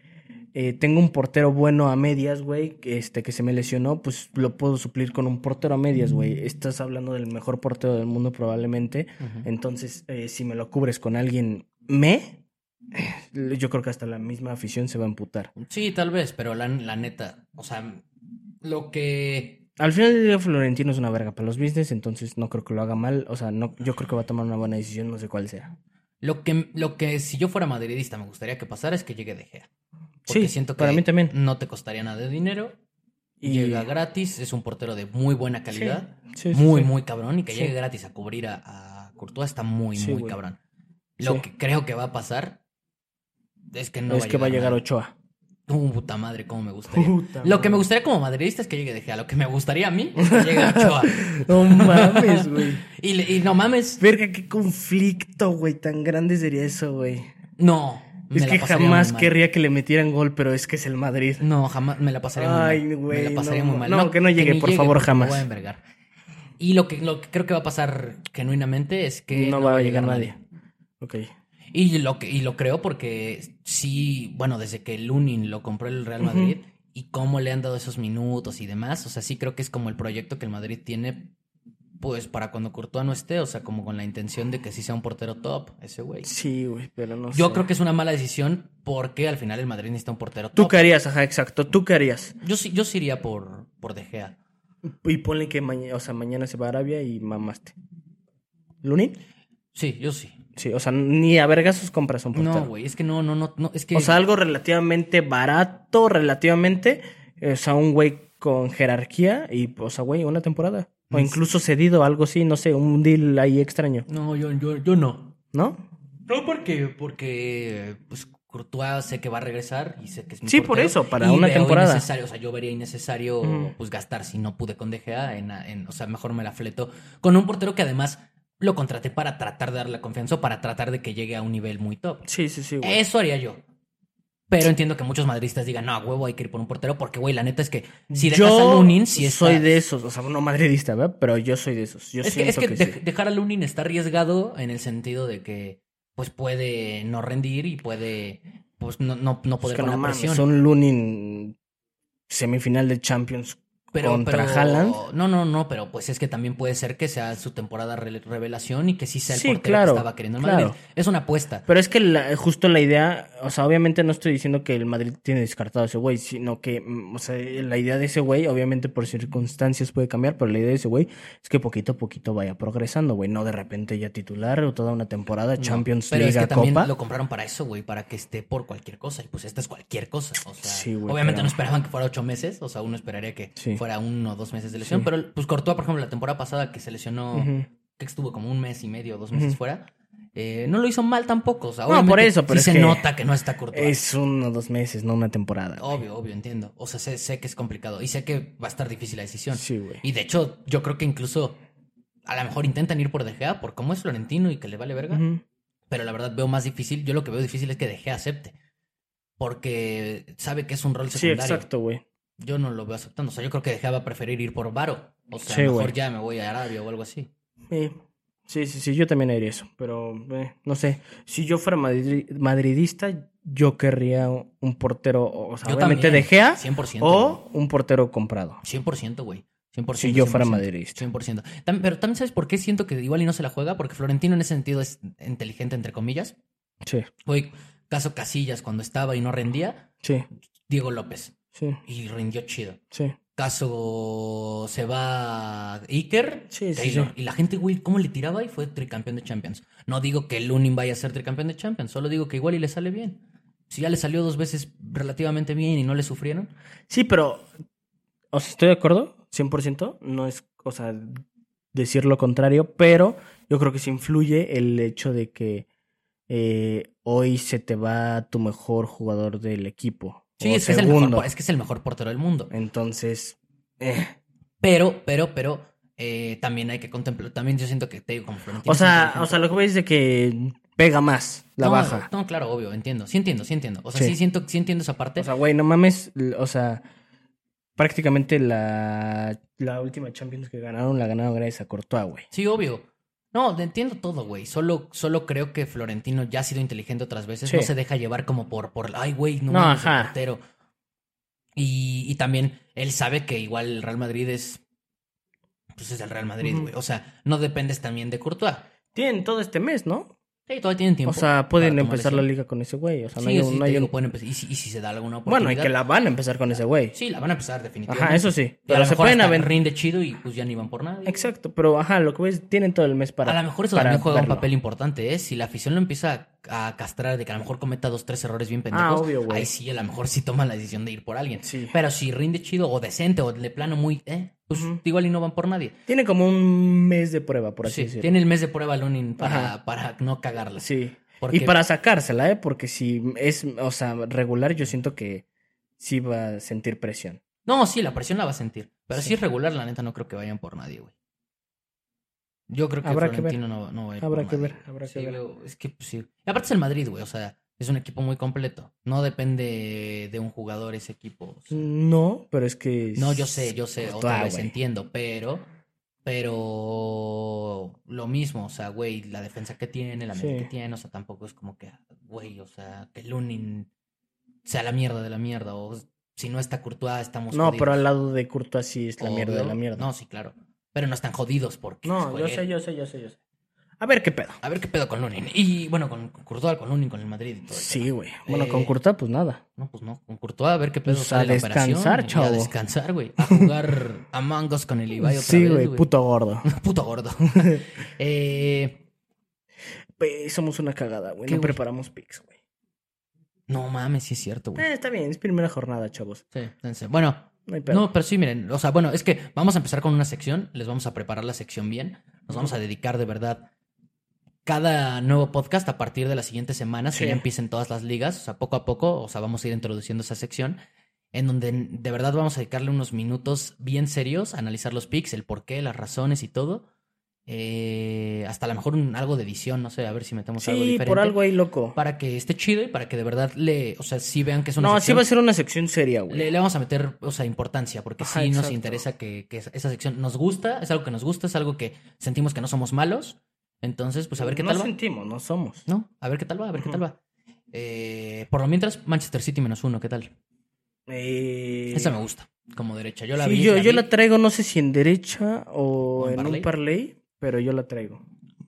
B: eh, tengo un portero bueno a medias, güey, que, este, que se me lesionó, pues lo puedo suplir con un portero a medias, güey. Estás hablando del mejor portero del mundo probablemente.
A: Ujú.
B: Entonces, eh, si me lo cubres con alguien me, eh, yo creo que hasta la misma afición se va a emputar.
A: Sí, tal vez, pero la, la neta, o sea, lo que...
B: Al final del día, Florentino es una verga para los business, entonces no creo que lo haga mal. O sea, no, yo creo que va a tomar una buena decisión, no sé cuál sea.
A: Lo que, lo que si yo fuera madridista me gustaría que pasara es que llegue De Gea. Porque
B: Sí,
A: siento que
B: para mí también.
A: no te costaría nada de dinero.
B: Y-
A: Llega gratis, es un portero de muy buena calidad.
B: Sí, sí,
A: muy,
B: sí.
A: muy cabrón. Y que
B: Sí.
A: llegue gratis a cubrir a, a Courtois está muy,
B: Sí,
A: muy
B: güey.
A: cabrón. Lo
B: Sí.
A: que creo que va a pasar es que no
B: es que va a llegar
A: nadie.
B: Ochoa.
A: Uh, puta madre, cómo me gustaría.
B: Puta
A: Lo que me
B: madre.
A: gustaría como madridista es que llegue De Gea. Lo que me gustaría a mí es que llegue Ochoa.
B: No mames, güey.
A: Y, le- y no mames,
B: Verga, qué conflicto, güey. Tan grande sería eso, güey.
A: no. me
B: Es
A: la
B: que
A: pasaría muy
B: jamás
A: mal.
B: querría que le metieran gol, pero es que es el Madrid.
A: No, jamás me la pasaría muy
B: Ay,
A: mal.
B: güey,
A: me la pasaría
B: no,
A: muy mal.
B: no, que no llegue,
A: ni
B: por favor,
A: porque me
B: jamás.
A: voy a envergar. Y lo que, lo que creo que va a pasar genuinamente es que
B: Eh, no, va a llegar nadie. Ok.
A: Y lo, que, y lo creo porque sí, bueno, desde que Lunin lo compró el Real
B: Ujú.
A: Madrid y cómo le han dado esos minutos y demás, o sea, sí creo que es como el proyecto que el Madrid tiene, pues para cuando Courtois no esté, o sea, como con la intención de que sí sea un portero top, ese güey.
B: Sí, güey, pero no
A: Yo
B: sé.
A: creo que es una mala decisión porque al final el Madrid necesita un portero
B: Tú
A: top.
B: qué harías, ajá, exacto. Tú qué harías.
A: Yo sí, yo sí iría por, por De Gea.
B: Y ponle que mañana, o sea, mañana se va a Arabia y mamaste. ¿Lunin?
A: Sí, yo sí.
B: Sí, o sea, ni a verga sus compras un portero.
A: No, güey, es que no, no, no, no, es que...
B: O sea, algo relativamente barato, relativamente. eh, O sea, un güey con jerarquía y, o sea, güey, una temporada. O incluso cedido, algo así, no sé, un deal ahí extraño,
A: no, yo, yo, yo no.
B: ¿no?
A: No, porque, porque pues Courtois sé que va a regresar y sé que es mi
B: Sí, por
A: portero,
B: eso, para
A: y
B: una
A: veo
B: temporada.
A: innecesario, o sea, yo vería innecesario
B: Mm.
A: pues gastar si no pude con De Gea en, en- o sea, mejor me la fleto con un portero que además lo contraté para tratar de darle la confianza o para tratar de que llegue a un nivel muy top.
B: Sí, sí, sí, güey.
A: Eso haría yo. Pero entiendo que muchos madristas digan, no, a huevo, hay que ir por un portero, porque, güey, la neta es que si dejas a Lunin, si está...
B: soy de esos, o sea, no madridista, ¿verdad? Pero yo soy de esos. Yo
A: Es que, es
B: siento
A: que
B: que,
A: dej-
B: sí.
A: dejar a Lunin está arriesgado en el sentido de que, pues, puede no rendir y puede, pues, no, no, no
B: Es
A: poder
B: que
A: con
B: no
A: la
B: mames,
A: presión.
B: son Lunin semifinal de Champions.
A: pero,
B: contra
A: pero-
B: Haaland.
A: No, no, no, pero pues es que también puede ser que sea su temporada re- revelación y que sí sea el
B: Sí,
A: portero
B: claro,
A: que estaba queriendo el
B: claro.
A: Madrid. Es una apuesta.
B: Pero es que la- justo la idea, o sea, obviamente no estoy diciendo que el Madrid tiene descartado a ese güey, sino que, mm, o sea, la idea de ese güey, obviamente por circunstancias puede cambiar, pero la idea de ese güey es que poquito a poquito vaya progresando, güey, no de repente ya titular o toda una temporada,
A: No,
B: Champions
A: pero
B: League,
A: es que también
B: Copa.
A: lo compraron para eso, güey, para que esté por cualquier cosa. Y pues esta es cualquier cosa. O sea,
B: Sí, güey,
A: obviamente
B: pero-
A: no esperaban que fuera ocho meses. O sea, uno esperaría que
B: Sí.
A: fuera uno o dos meses de lesión.
B: Sí.
A: Pero pues Courtois, por ejemplo, la temporada pasada que se lesionó,
B: Ujú.
A: que estuvo como un mes y medio o dos meses
B: Ujú.
A: fuera, eh, no lo hizo mal tampoco. O sea,
B: No,
A: obviamente
B: por eso, pero
A: sí
B: es
A: se
B: que
A: nota que no está Courtois.
B: Es uno o dos meses, no una temporada. güey.
A: Obvio, obvio, entiendo. O sea, sé, sé que es complicado y sé que va a estar difícil la decisión.
B: Sí, güey.
A: Y de hecho, yo creo que incluso a lo mejor intentan ir por De Gea por cómo es Florentino y que le vale verga.
B: Ujú.
A: Pero la verdad veo más difícil, yo lo que veo difícil es que De Gea acepte. Porque sabe que es un rol
B: Sí,
A: secundario.
B: exacto, güey.
A: Yo no lo veo aceptando. O sea, yo creo que De Gea va a preferir ir por Varo. O sea,
B: Sí,
A: a lo mejor
B: güey.
A: ya me voy a Arabia o algo así.
B: Eh, sí, sí, sí, yo también haría eso, pero eh, no sé, si yo fuera madri- madridista, yo querría un portero, o sea,
A: Yo
B: obviamente
A: también,
B: de Gea
A: 100%. güey.
B: o un portero comprado.
A: 100%, güey. 100%,
B: Si yo fuera
A: 100%.
B: madridista.
A: 100%. Tam- pero también sabes por qué siento que igual y no se la juega, porque Florentino en ese sentido es inteligente, entre comillas.
B: Sí,
A: Güey, caso Casillas cuando estaba y no rendía,
B: sí,
A: Diego López.
B: sí,
A: Y rindió chido.
B: sí.
A: Caso se va Iker,
B: Sí, sí,
A: Taylor.
B: sí.
A: Y la gente, güey, ¿cómo le tiraba? Y fue tricampeón de Champions. No digo que Lunin vaya a ser tricampeón de Champions, solo digo que igual y le sale bien. Si ya le salió dos veces relativamente bien y no le sufrieron,
B: Sí, pero, o sea, estoy de acuerdo, 100%, no es, o sea, decir lo contrario, pero yo creo que sí influye el hecho de que eh, hoy se te va tu mejor jugador del equipo.
A: sí,
B: o
A: es que, es, el
B: segundo.
A: mejor, es que es el mejor portero del mundo.
B: Entonces, eh,
A: Pero, pero, pero, eh, también hay que contemplar. También yo siento que te digo, como Florentino
B: o
A: es
B: sea,
A: inteligente.
B: o sea, lo que voy es de que pega más la
A: No,
B: baja.
A: No, claro, obvio, entiendo. Sí entiendo, sí entiendo. O sea,
B: Sí.
A: sí, siento, sí entiendo esa parte.
B: O sea, güey, no mames, l- o sea, prácticamente la, la última Champions que ganaron la ganaron gracias a Courtois, güey.
A: Sí, obvio. No, te entiendo todo, güey. Solo, solo creo que Florentino ya ha sido inteligente otras veces.
B: Sí.
A: No se deja llevar como por, por ay, güey, no,
B: No,
A: mames, el
B: ajá.
A: portero. Y, y también él sabe que igual el Real Madrid es. Pues es el Real Madrid,
B: Ujú.
A: güey. O sea, no dependes también de Courtois.
B: Tienen todo este mes, ¿no?
A: Sí, todavía tienen tiempo.
B: O sea, pueden
A: para
B: empezar la
A: tomar
B: liga con ese güey. O sea, no
A: decisión. Sí,
B: hay un-
A: sí,
B: no
A: te
B: hay un-
A: digo, pueden empezar. Y si, y si se da alguna oportunidad.
B: Bueno, y que la van a empezar con ese güey.
A: Sí, la van a empezar definitivamente.
B: Ajá, eso sí.
A: Y a
B: Pero
A: lo
B: se
A: mejor
B: pueden
A: hasta
B: aventar.
A: rinde chido y pues ya ni van por nadie.
B: Exacto, pero ajá, lo que voy es, tienen todo el mes para.
A: a lo mejor eso
B: para
A: también juega
B: verlo.
A: un papel importante, ¿eh? Si la afición lo empieza a, a castrar de que a lo mejor cometa dos, tres errores bien pendejos,
B: Ah, obvio, güey.
A: ahí sí, a lo mejor sí toma la decisión de ir por alguien.
B: Sí.
A: Pero si rinde chido o decente o de plano muy, ¿eh? Pues
B: Ujú.
A: igual y no van por nadie.
B: Tiene como un mes de prueba, por
A: Sí,
B: así decirlo.
A: tiene el mes de prueba Lunin para,
B: Ajá.
A: para no cagarla.
B: Sí.
A: Porque-
B: Y para sacársela, ¿eh? Porque si es, o sea, regular, yo siento que sí va a sentir presión.
A: No, sí, la presión la va a sentir. Pero si
B: Sí.
A: es regular, la neta, no creo que vayan por nadie, güey. Yo creo que
B: Habrá que ver.
A: Florentino no, no va a ir
B: Habrá
A: por
B: que
A: nadie,
B: ver,
A: güey.
B: habrá que
A: Sí,
B: ver.
A: luego, es que, pues, sí. Y aparte es el Madrid, güey. O sea, es un equipo muy completo. No depende de un jugador ese equipo. o sea.
B: No, pero es que.
A: No, yo sé, yo sé,
B: Courtois,
A: otra vez
B: pues, güey.
A: entiendo, pero. Pero lo mismo, o sea, güey, la defensa que tiene, la media
B: Sí.
A: que tiene, o sea, tampoco es como que, güey, o sea, que Lunin sea la mierda de la mierda, o si no está Courtois, estamos
B: No, pero
A: jodidos.
B: al lado de Courtois sí es la mierda de
A: Obvio.
B: la mierda.
A: No, sí, claro. Pero no están jodidos porque.
B: No,
A: pues,
B: yo
A: güey,
B: sé, yo sé, yo sé, yo sé. A ver qué pedo.
A: A ver qué pedo con Lunin. Y bueno, con, con Courtois, con Lunin, con el Madrid y todo eso.
B: Sí, güey. Bueno,
A: Eh,
B: con Courtois, pues nada.
A: No, pues no. Con Courtois, a ver qué pedo
B: Pues,
A: sale
B: a
A: la
B: descansar,
A: operación. y
B: chavo.
A: A descansar, güey. A jugar a mangos con el Ibai otra
B: Sí,
A: vez,
B: güey, puto gordo.
A: Puto gordo. eh,
B: Pe- Somos una cagada, güey.
A: ¿Qué,
B: No
A: güey?
B: preparamos picks, güey.
A: no mames, sí es cierto, güey.
B: Eh, está bien, es primera jornada, chavos.
A: Sí, dense. Bueno,
B: No hay pedo.
A: no, pero sí, miren. O sea, bueno, es que vamos a empezar con una sección. Les vamos a preparar la sección bien. Nos vamos a dedicar de verdad cada nuevo podcast a partir de las siguientes semanas,
B: Sí.
A: que ya empiecen todas las ligas. O sea, poco a poco, o sea, vamos a ir introduciendo esa sección. En donde de verdad vamos a dedicarle unos minutos bien serios a analizar los picks, el porqué, las razones y todo. eh, hasta a lo mejor un- algo de edición, no sé, a ver si metemos algo
B: Sí,
A: diferente.
B: por algo ahí loco.
A: Para que esté chido y para que de verdad le, o sea, sí vean que es una
B: No, sí
A: sección-
B: va a ser una sección seria, güey.
A: le, le vamos a meter, o sea, importancia, porque
B: Ajá,
A: sí nos
B: exacto.
A: interesa que, que esa esa sección nos gusta, es algo que nos gusta, es algo que sentimos que no somos malos. Entonces, pues a ver qué
B: no
A: tal va.
B: sentimos, no somos.
A: No, a ver qué tal va, a ver qué tal
B: Ujú.
A: va. Eh, por lo mientras, Manchester City menos uno, ¿qué tal?
B: Eh,
A: Esa me gusta, como derecha. Yo la
B: sí,
A: vi.
B: yo, yo
A: vi.
B: la traigo, no sé si en derecha o,
A: ¿O en
B: en un parlay, pero yo la traigo.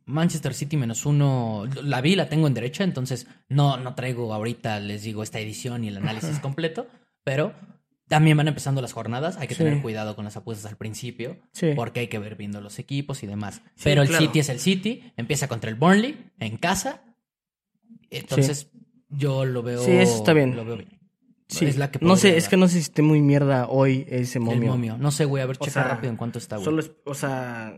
A: Manchester City menos uno, la vi, la tengo en derecha, entonces no, no traigo ahorita, les digo, esta edición y el análisis completo, pero también van empezando las jornadas, hay que
B: Sí.
A: tener cuidado con las apuestas al principio,
B: Sí.
A: porque hay que ver viendo los equipos y demás.
B: Sí,
A: pero el
B: claro.
A: City es el City, empieza contra el Burnley en casa, entonces yo lo veo.
B: Sí, eso está bien.
A: Lo veo bien.
B: Sí.
A: Es la que
B: no sé,
A: podría
B: es
A: dar.
B: que no sé si esté muy mierda hoy ese momio.
A: El momio. No sé, güey, a ver,
B: O
A: checa
B: sea,
A: rápido en cuánto está, güey.
B: Solo es- o sea,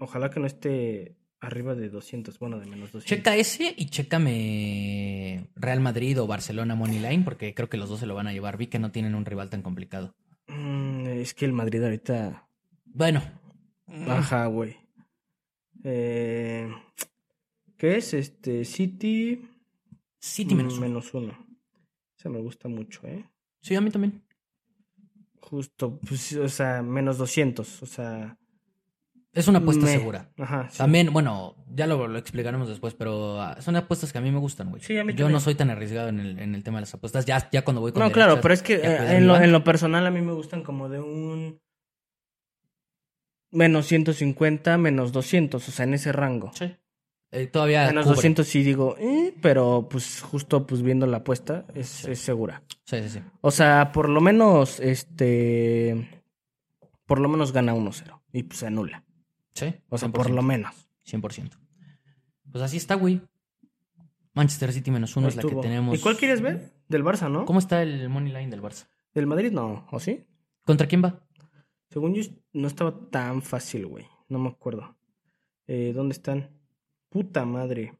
B: ojalá que no esté arriba de 200, bueno, de menos 200.
A: Checa ese y chécame Real Madrid o Barcelona Moneyline, porque creo que los dos se lo van a llevar. Vi que no tienen un rival tan complicado.
B: Mm, es que el Madrid ahorita
A: Bueno.
B: Ajá, güey. Eh, ¿Qué es? Este, City,
A: City
B: mm,
A: menos uno.
B: menos uno. Esa me gusta mucho, ¿eh?
A: Sí, a mí también.
B: Justo, pues, o sea, menos 200, o sea...
A: Es una apuesta
B: me-
A: segura.
B: Ajá, sí.
A: También, bueno, ya lo, lo explicaremos después, pero ah, son apuestas que a mí me gustan, güey.
B: Sí, a mí
A: Yo
B: también.
A: no soy tan arriesgado en el, en el tema de las apuestas. Ya, ya cuando voy con
B: No, claro,
A: derechas,
B: pero es que
A: ya pues,
B: eh,
A: cuido
B: en
A: mi
B: lo,
A: banco.
B: en lo personal a mí me gustan como de un... Menos 150, menos 200, o sea, en ese rango.
A: Sí. Eh, todavía
B: Menos
A: cubre.
B: 200 sí digo, eh, pero pues justo pues viendo la apuesta es- es segura.
A: Sí, sí, sí.
B: O sea, por lo menos, este. Por lo menos gana 1-0. Y pues se anula.
A: Sí,
B: O sea, por lo
A: 100%.
B: menos.
A: 100%. Pues así está, güey. Manchester City menos uno es la que
B: Estuvo.
A: tenemos.
B: ¿Y cuál quieres ver? Del Barça, ¿no?
A: ¿Cómo está el money line del Barça?
B: Del Madrid no, ¿o sí?
A: ¿Contra quién va?
B: Según yo, no estaba tan fácil, güey. No me acuerdo. Eh, ¿Dónde están? Puta madre.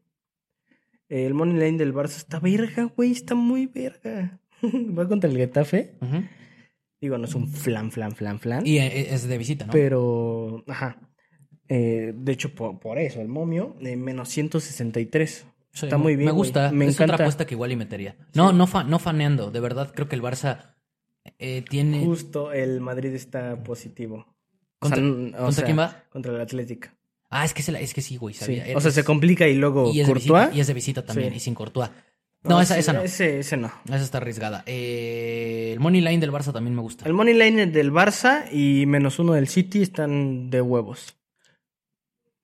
B: Eh, el Money Line del Barça está verga, güey. Está muy verga. Va contra el Getafe.
A: Ujú.
B: Digo, no es un flan, flan, flan, flan.
A: Y eh, es de visita, ¿no?
B: Pero, ajá. Eh, de hecho, por, por eso, el momio, eh, menos 163.
A: Sí,
B: está
A: me-
B: muy bien,
A: Me
B: güey.
A: gusta.
B: Me
A: es
B: encanta.
A: otra apuesta que igual y metería. No, no, fa- no faneando. De verdad, creo que el Barça eh, tiene.
B: Justo el Madrid está positivo. O
A: ¿Contra,
B: sea, n- o
A: contra
B: sea,
A: quién va?
B: Contra el Atlética.
A: Ah, es que, se la- es que sí, güey.
B: Sí.
A: Sabía.
B: O sea,
A: Es-
B: se complica y luego
A: y es, de
B: Courtois.
A: visita, y es de visita también.
B: Sí.
A: Y sin Courtois. No, esa,
B: sí,
A: esa no.
B: Ese, ese no.
A: Esa está arriesgada. Eh, el money line del Barça también me gusta.
B: El Money Line del Barça y menos uno del City están de huevos.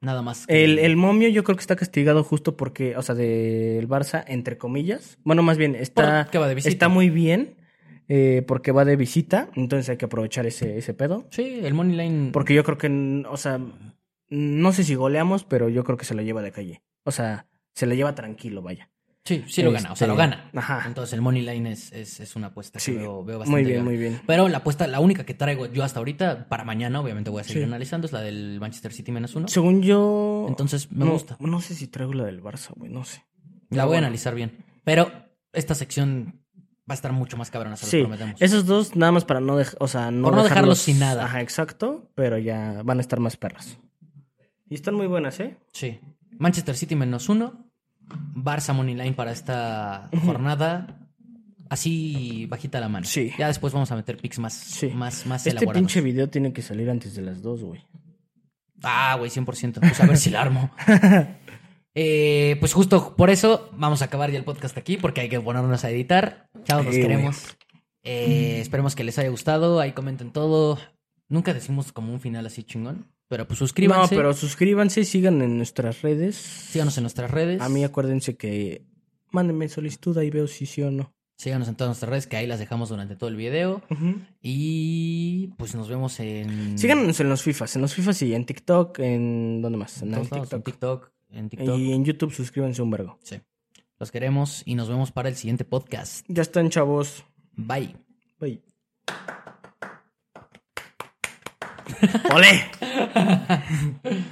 A: Nada más. que-
B: El, el momio yo creo que está castigado justo porque, o sea, del Barça, entre comillas. Bueno, más bien,
A: Por-
B: está...
A: que va de visita.
B: Está muy bien eh, porque va de visita, entonces hay que aprovechar ese, ese pedo.
A: Sí, el money line.
B: Porque yo creo que, n- o sea, no sé si goleamos, pero yo creo que se lo lleva de calle. O sea, se lo lleva tranquilo, vaya.
A: Sí, sí lo gana. O sea, lo
B: Este,
A: gana.
B: Ajá.
A: Entonces el money line es, es, es una apuesta que
B: Sí,
A: veo, veo bastante.
B: muy bien,
A: viable.
B: muy bien.
A: Pero la apuesta, la única que traigo yo hasta ahorita, para mañana, obviamente voy a seguir
B: Sí.
A: analizando, es la del Manchester City menos uno.
B: Según yo...
A: Entonces me
B: no,
A: gusta.
B: No sé si traigo la del Barça, güey, no sé.
A: La
B: Pero
A: voy a
B: bueno.
A: analizar bien. Pero esta sección va a estar mucho más cabrona, se los
B: Sí,
A: prometemos.
B: esos dos nada más para no dejar, o sea, no,
A: Por no dejarlos sin nada.
B: Ajá, exacto, pero ya van a estar más perras. Y están muy buenas, ¿eh?
A: Sí. Manchester City menos uno. Barça Money Line para esta jornada. Así bajita la mano.
B: Sí.
A: Ya después vamos a meter picks más,
B: Sí.
A: más, más
B: Este
A: elaborados.
B: pinche video tiene que salir antes de las dos, güey.
A: Ah, güey, 100%. Pues a ver si la armo. Eh, pues justo por eso vamos a acabar ya el podcast aquí porque hay que ponernos a editar. Chavos, los
B: Sí, güey.
A: queremos. Eh, esperemos que les haya gustado. Ahí comenten todo. Nunca decimos como un final así chingón. Pero pues
B: No,
A: suscríbanse.
B: pero suscríbanse, sigan en nuestras redes.
A: Síganos en nuestras redes.
B: A mí acuérdense que mándenme solicitud, ahí veo si sí o no.
A: Síganos en todas nuestras redes que ahí las dejamos durante todo el video. Y pues nos vemos en...
B: Mm. Síganos en los FIFAs, en los FIFAs y en TikTok, en... ¿Dónde más? En
A: en todos
B: el
A: lados, en
B: TikTok.
A: TikTok. En TikTok.
B: Y en YouTube suscríbanse un vergo.
A: Sí. Los queremos y nos vemos para el siguiente podcast.
B: Ya están, chavos.
A: Bye.
B: Bye. ¡Ole!